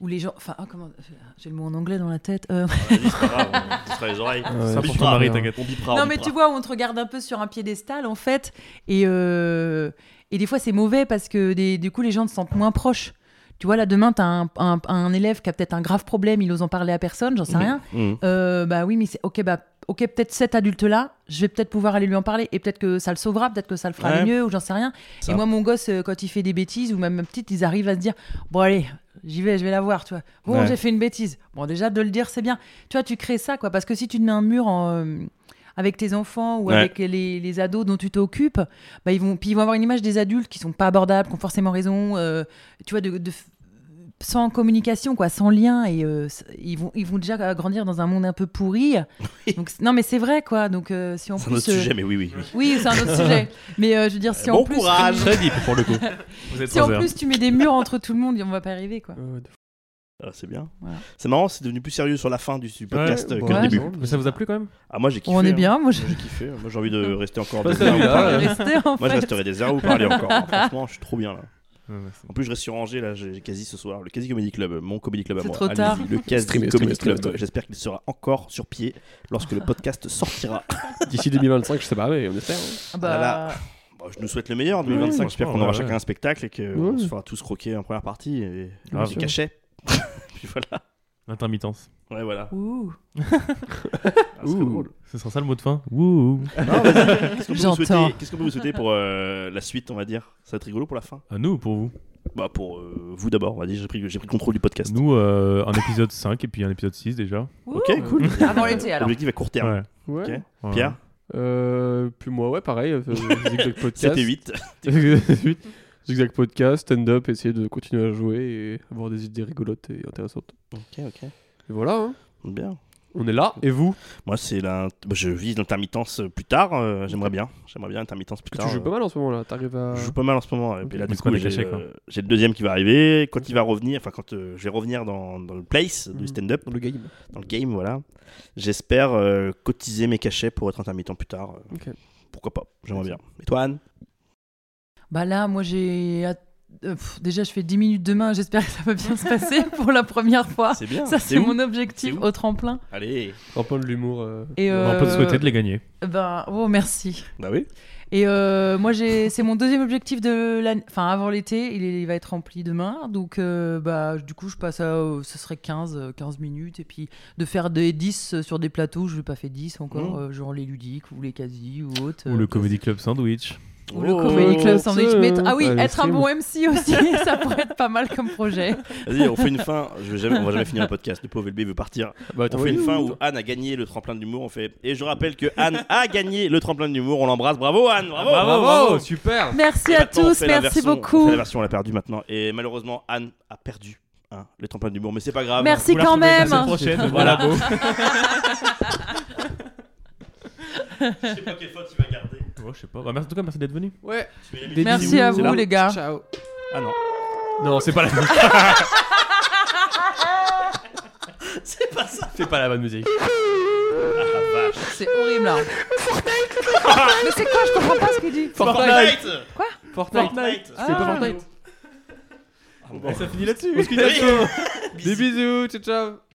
[SPEAKER 3] Où les gens. Enfin, ah, comment. J'ai le mot en anglais dans la tête. euh,
[SPEAKER 2] Ouais, c'est pas grave, on se fera les oreilles.
[SPEAKER 1] Ça
[SPEAKER 2] On
[SPEAKER 1] pour ton
[SPEAKER 2] bipera,
[SPEAKER 1] mari,
[SPEAKER 2] hein.
[SPEAKER 1] t'inquiète.
[SPEAKER 2] On bipera,
[SPEAKER 3] Non,
[SPEAKER 2] on
[SPEAKER 3] mais
[SPEAKER 2] bipera.
[SPEAKER 3] tu vois, on te regarde un peu sur un piédestal, en fait. Et, euh, et des fois, c'est mauvais parce que des- du coup, les gens te sentent moins proches. Tu vois, là, demain, t'as un, un, un élève qui a peut-être un grave problème, il ose en parler à personne, j'en sais rien.
[SPEAKER 2] Mhm.
[SPEAKER 3] Euh, bah oui, mais c'est ok, bah ok, peut-être cet adulte-là, je vais peut-être pouvoir aller lui en parler et peut-être que ça le sauvera, peut-être que ça le fera
[SPEAKER 2] Ouais.
[SPEAKER 3] aller mieux ou j'en sais rien.
[SPEAKER 2] Ça.
[SPEAKER 3] Et moi, mon gosse, euh, quand il fait des bêtises ou même ma petite, ils arrivent à se dire bon allez, j'y vais, je vais la voir, tu vois. Bon,
[SPEAKER 2] Ouais.
[SPEAKER 3] j'ai fait une bêtise. Bon, déjà de le dire, c'est bien. Tu vois, tu crées ça quoi, parce que si tu te mets un mur en, euh, avec tes enfants ou
[SPEAKER 2] Ouais.
[SPEAKER 3] avec les, les ados dont tu t'occupes, bah, ils vont puis ils vont avoir une image des adultes qui sont pas abordables, qui ont forcément raison, euh, tu vois, de, de f- sans communication, quoi, sans lien, et euh, c- ils vont ils vont déjà euh, grandir dans un monde un
[SPEAKER 2] *laughs*
[SPEAKER 3] peu pourri. Donc, c- non, mais c'est vrai, quoi. Donc euh, si en
[SPEAKER 2] C'est un
[SPEAKER 3] plus,
[SPEAKER 2] autre
[SPEAKER 3] euh,
[SPEAKER 2] sujet, mais oui oui. oui.
[SPEAKER 3] oui, c'est un
[SPEAKER 2] *laughs*
[SPEAKER 3] autre sujet. Mais euh, je veux dire, si en
[SPEAKER 2] Bon
[SPEAKER 3] plus,
[SPEAKER 2] courage.
[SPEAKER 3] tu-
[SPEAKER 1] Très deep pour le coup. Vous êtes
[SPEAKER 3] si en
[SPEAKER 1] trois heures.
[SPEAKER 3] plus tu mets des murs entre tout le monde, on va pas y arriver, quoi.
[SPEAKER 4] Ouais, ouais, Euh, de-
[SPEAKER 2] Ah, c'est bien.
[SPEAKER 3] Voilà.
[SPEAKER 2] C'est marrant, c'est devenu plus sérieux sur la fin du du podcast
[SPEAKER 4] Ouais,
[SPEAKER 2] euh, que
[SPEAKER 4] bon,
[SPEAKER 2] le
[SPEAKER 3] ouais,
[SPEAKER 2] début.
[SPEAKER 4] non, mais
[SPEAKER 1] Mais ça vous a plu quand même
[SPEAKER 2] Ah moi j'ai kiffé.
[SPEAKER 3] on est
[SPEAKER 2] hein.
[SPEAKER 3] bien, moi je
[SPEAKER 2] Moi, J'ai kiffé. Moi j'ai envie
[SPEAKER 3] *laughs*
[SPEAKER 2] de rester encore
[SPEAKER 4] Pas
[SPEAKER 2] deux
[SPEAKER 4] celui-là,
[SPEAKER 2] heures.
[SPEAKER 4] euh.
[SPEAKER 3] restais en
[SPEAKER 2] Ah, bah, Moi je
[SPEAKER 3] fait.
[SPEAKER 2] resterai des heures ou parler encore.
[SPEAKER 3] *laughs*
[SPEAKER 2] hein. Franchement, je suis trop bien là. En plus, je reste sur Angers là, j'ai j'ai quasi ce soir. Le Quasi Comedy Club, mon Comedy Club à
[SPEAKER 3] C'est
[SPEAKER 2] moi.
[SPEAKER 3] trop
[SPEAKER 2] Allez-y,
[SPEAKER 3] tard.
[SPEAKER 2] Le Quasi
[SPEAKER 4] Streamer,
[SPEAKER 2] Comedy
[SPEAKER 4] streamer, streamer,
[SPEAKER 2] Club.
[SPEAKER 4] ouais.
[SPEAKER 2] J'espère qu'il sera encore sur pied lorsque le podcast
[SPEAKER 3] *laughs*
[SPEAKER 2] sortira.
[SPEAKER 4] D'ici 2025, je sais pas, mais on espère. hein.
[SPEAKER 3] Ah bah,
[SPEAKER 2] Voilà. Bon, je nous souhaite le meilleur en
[SPEAKER 1] Ouais,
[SPEAKER 2] 2025. J'espère qu'on aura
[SPEAKER 1] ouais,
[SPEAKER 2] chacun
[SPEAKER 1] ouais.
[SPEAKER 2] un spectacle et qu'on
[SPEAKER 4] Ouais.
[SPEAKER 2] se fera tous croquer en première partie et
[SPEAKER 1] Grave.
[SPEAKER 2] des cachets. *laughs* Puis voilà.
[SPEAKER 1] L'intermittence.
[SPEAKER 2] Ouais, voilà.
[SPEAKER 3] Ouh.
[SPEAKER 2] Ah, c'est
[SPEAKER 4] Ouh.
[SPEAKER 2] drôle.
[SPEAKER 1] Ce sera ça le mot de fin. Wouh.
[SPEAKER 2] Non, vas-y, Qu'est-ce qu'on peut, vous
[SPEAKER 3] J'entends.
[SPEAKER 2] souhaiter- qu'est-ce qu'on peut vous souhaiter pour euh, la suite, on va dire Ça va être rigolo pour la fin
[SPEAKER 1] À nous ou pour vous
[SPEAKER 2] Bah, pour euh, vous d'abord, on va dire. J'ai pris, j'ai pris le contrôle du podcast.
[SPEAKER 1] Nous, euh, un épisode 5 et puis un épisode 6 déjà.
[SPEAKER 3] Ouh.
[SPEAKER 2] Ok, cool.
[SPEAKER 3] Avant l'été, alors.
[SPEAKER 2] Objectif à court terme.
[SPEAKER 1] Ouais.
[SPEAKER 4] Eh, *laughs* Ouais.
[SPEAKER 2] Ok.
[SPEAKER 1] Ouais.
[SPEAKER 2] Pierre,
[SPEAKER 4] Euh, puis moi, ouais, pareil. *laughs* euh, Zigzag Podcast.
[SPEAKER 2] c'était
[SPEAKER 4] *laughs*
[SPEAKER 2] 8.
[SPEAKER 4] Zigzag Podcast, stand-up, essayer de continuer à jouer et avoir des idées rigolotes et intéressantes.
[SPEAKER 2] Ok, ok.
[SPEAKER 4] Et voilà, hein.
[SPEAKER 2] Bien.
[SPEAKER 4] On est là. Et vous
[SPEAKER 2] Moi, c'est la... bah, je vise l'intermittence plus tard. euh, j'aimerais bien. J'aimerais bien l'intermittence plus
[SPEAKER 4] Parce
[SPEAKER 2] tard.
[SPEAKER 4] que tu joues
[SPEAKER 2] euh.
[SPEAKER 4] pas mal en ce moment là. T'arrives à.
[SPEAKER 2] Je joue pas mal en ce moment. Et
[SPEAKER 4] Ok.
[SPEAKER 2] puis là,
[SPEAKER 1] Donc,
[SPEAKER 2] du
[SPEAKER 1] c'est pas
[SPEAKER 2] coup, j'ai,
[SPEAKER 4] hein.
[SPEAKER 1] décaché, quoi.
[SPEAKER 2] euh, j'ai le deuxième qui va arriver. Quand il va revenir, enfin, quand euh, je vais revenir dans, dans le place
[SPEAKER 4] Mhm.
[SPEAKER 2] du stand-up,
[SPEAKER 4] Dans le game.
[SPEAKER 2] dans le game, voilà, j'espère euh, cotiser mes cachets pour être intermittent plus tard. euh,
[SPEAKER 4] Ok.
[SPEAKER 2] Pourquoi pas J'aimerais bien. Et toi, Anne
[SPEAKER 3] Bah là, moi, j'ai. att- euh, pff, Déjà, je fais 10 minutes demain. J'espère que ça va bien se passer pour la première fois.
[SPEAKER 2] C'est bien.
[SPEAKER 3] Ça, c'est
[SPEAKER 2] où
[SPEAKER 3] mon objectif
[SPEAKER 2] C'est où
[SPEAKER 3] au tremplin.
[SPEAKER 2] Allez.
[SPEAKER 4] Un peu de l'humour. euh,
[SPEAKER 3] Et
[SPEAKER 4] dans-
[SPEAKER 1] On peut te
[SPEAKER 3] Euh,
[SPEAKER 1] souhaiter de les gagner.
[SPEAKER 3] Ben, oh, merci.
[SPEAKER 2] Bah oui.
[SPEAKER 3] Et euh, moi, j'ai, c'est mon deuxième objectif de l'année. Enfin, avant l'été, il, est- il va être rempli demain. Donc, euh, bah, du coup, je passe à. euh, ce serait 15, euh, 15 minutes. Et puis, de faire des 10 sur des plateaux, je n'ai pas fait 10 encore.
[SPEAKER 2] Mm.
[SPEAKER 3] euh, genre les ludiques ou les quasi ou autres.
[SPEAKER 1] Ou
[SPEAKER 3] euh,
[SPEAKER 1] le Comedy Club Sandwich.
[SPEAKER 3] Ou le
[SPEAKER 2] Oh.
[SPEAKER 3] Comedy Club Sandwich.
[SPEAKER 4] ça,
[SPEAKER 3] Mais t- ah oui,
[SPEAKER 4] ouais, les
[SPEAKER 3] être un
[SPEAKER 4] films.
[SPEAKER 3] bon MC aussi, *laughs* ça pourrait être pas mal comme projet.
[SPEAKER 2] Vas-y, on fait une fin. Je vais jamais- on va jamais finir le podcast. Le pauvre LB veut partir.
[SPEAKER 4] Bah,
[SPEAKER 2] On fait une fin où Anne a gagné le tremplin de l'humour. On fait. Et je rappelle que Anne a gagné le tremplin de l'humour. On l'embrasse. Bravo Anne. Bravo.
[SPEAKER 4] Bravo, bravo, super.
[SPEAKER 3] Merci
[SPEAKER 2] Et
[SPEAKER 3] à
[SPEAKER 2] maintenant, on
[SPEAKER 3] tous,
[SPEAKER 2] fait la
[SPEAKER 3] merci
[SPEAKER 2] version- On
[SPEAKER 3] beaucoup.
[SPEAKER 2] fait la version, on l'a perdu maintenant. Et malheureusement, Anne a perdu hein, le tremplin d'humour, mais c'est pas grave.
[SPEAKER 3] Merci
[SPEAKER 1] Vous la
[SPEAKER 3] quand
[SPEAKER 1] retrouvez la
[SPEAKER 3] même.
[SPEAKER 1] semaine *laughs* prochaine.
[SPEAKER 2] Voilà.
[SPEAKER 1] voilà.
[SPEAKER 2] Je sais pas quelle faute il va garder.
[SPEAKER 1] Ouais, je sais pas. Bah, merci- en tout cas, merci d'être venu.
[SPEAKER 4] Ouais.
[SPEAKER 2] Tu mets la-
[SPEAKER 4] Des
[SPEAKER 3] Merci
[SPEAKER 4] bisous.
[SPEAKER 3] à vous,
[SPEAKER 2] là.
[SPEAKER 3] les gars.
[SPEAKER 4] Ciao.
[SPEAKER 2] Ah non,
[SPEAKER 4] Non, c'est pas la
[SPEAKER 3] *laughs*
[SPEAKER 4] musique.
[SPEAKER 2] c'est pas ça.
[SPEAKER 4] c'est pas la bonne musique.
[SPEAKER 2] Ah, la vache.
[SPEAKER 3] C'est horrible hein. là. *laughs* Mais c'est quoi Je comprends pas ce qu'il dit.
[SPEAKER 4] Fortnite.
[SPEAKER 3] Quoi
[SPEAKER 4] Fortnite.
[SPEAKER 2] Fortnite.
[SPEAKER 4] C'est pas
[SPEAKER 3] Ah.
[SPEAKER 4] Fortnite.
[SPEAKER 2] Ah, bon.
[SPEAKER 1] finit là-dessus.
[SPEAKER 4] *laughs* Mosquito. Des bisous. Ciao, ciao.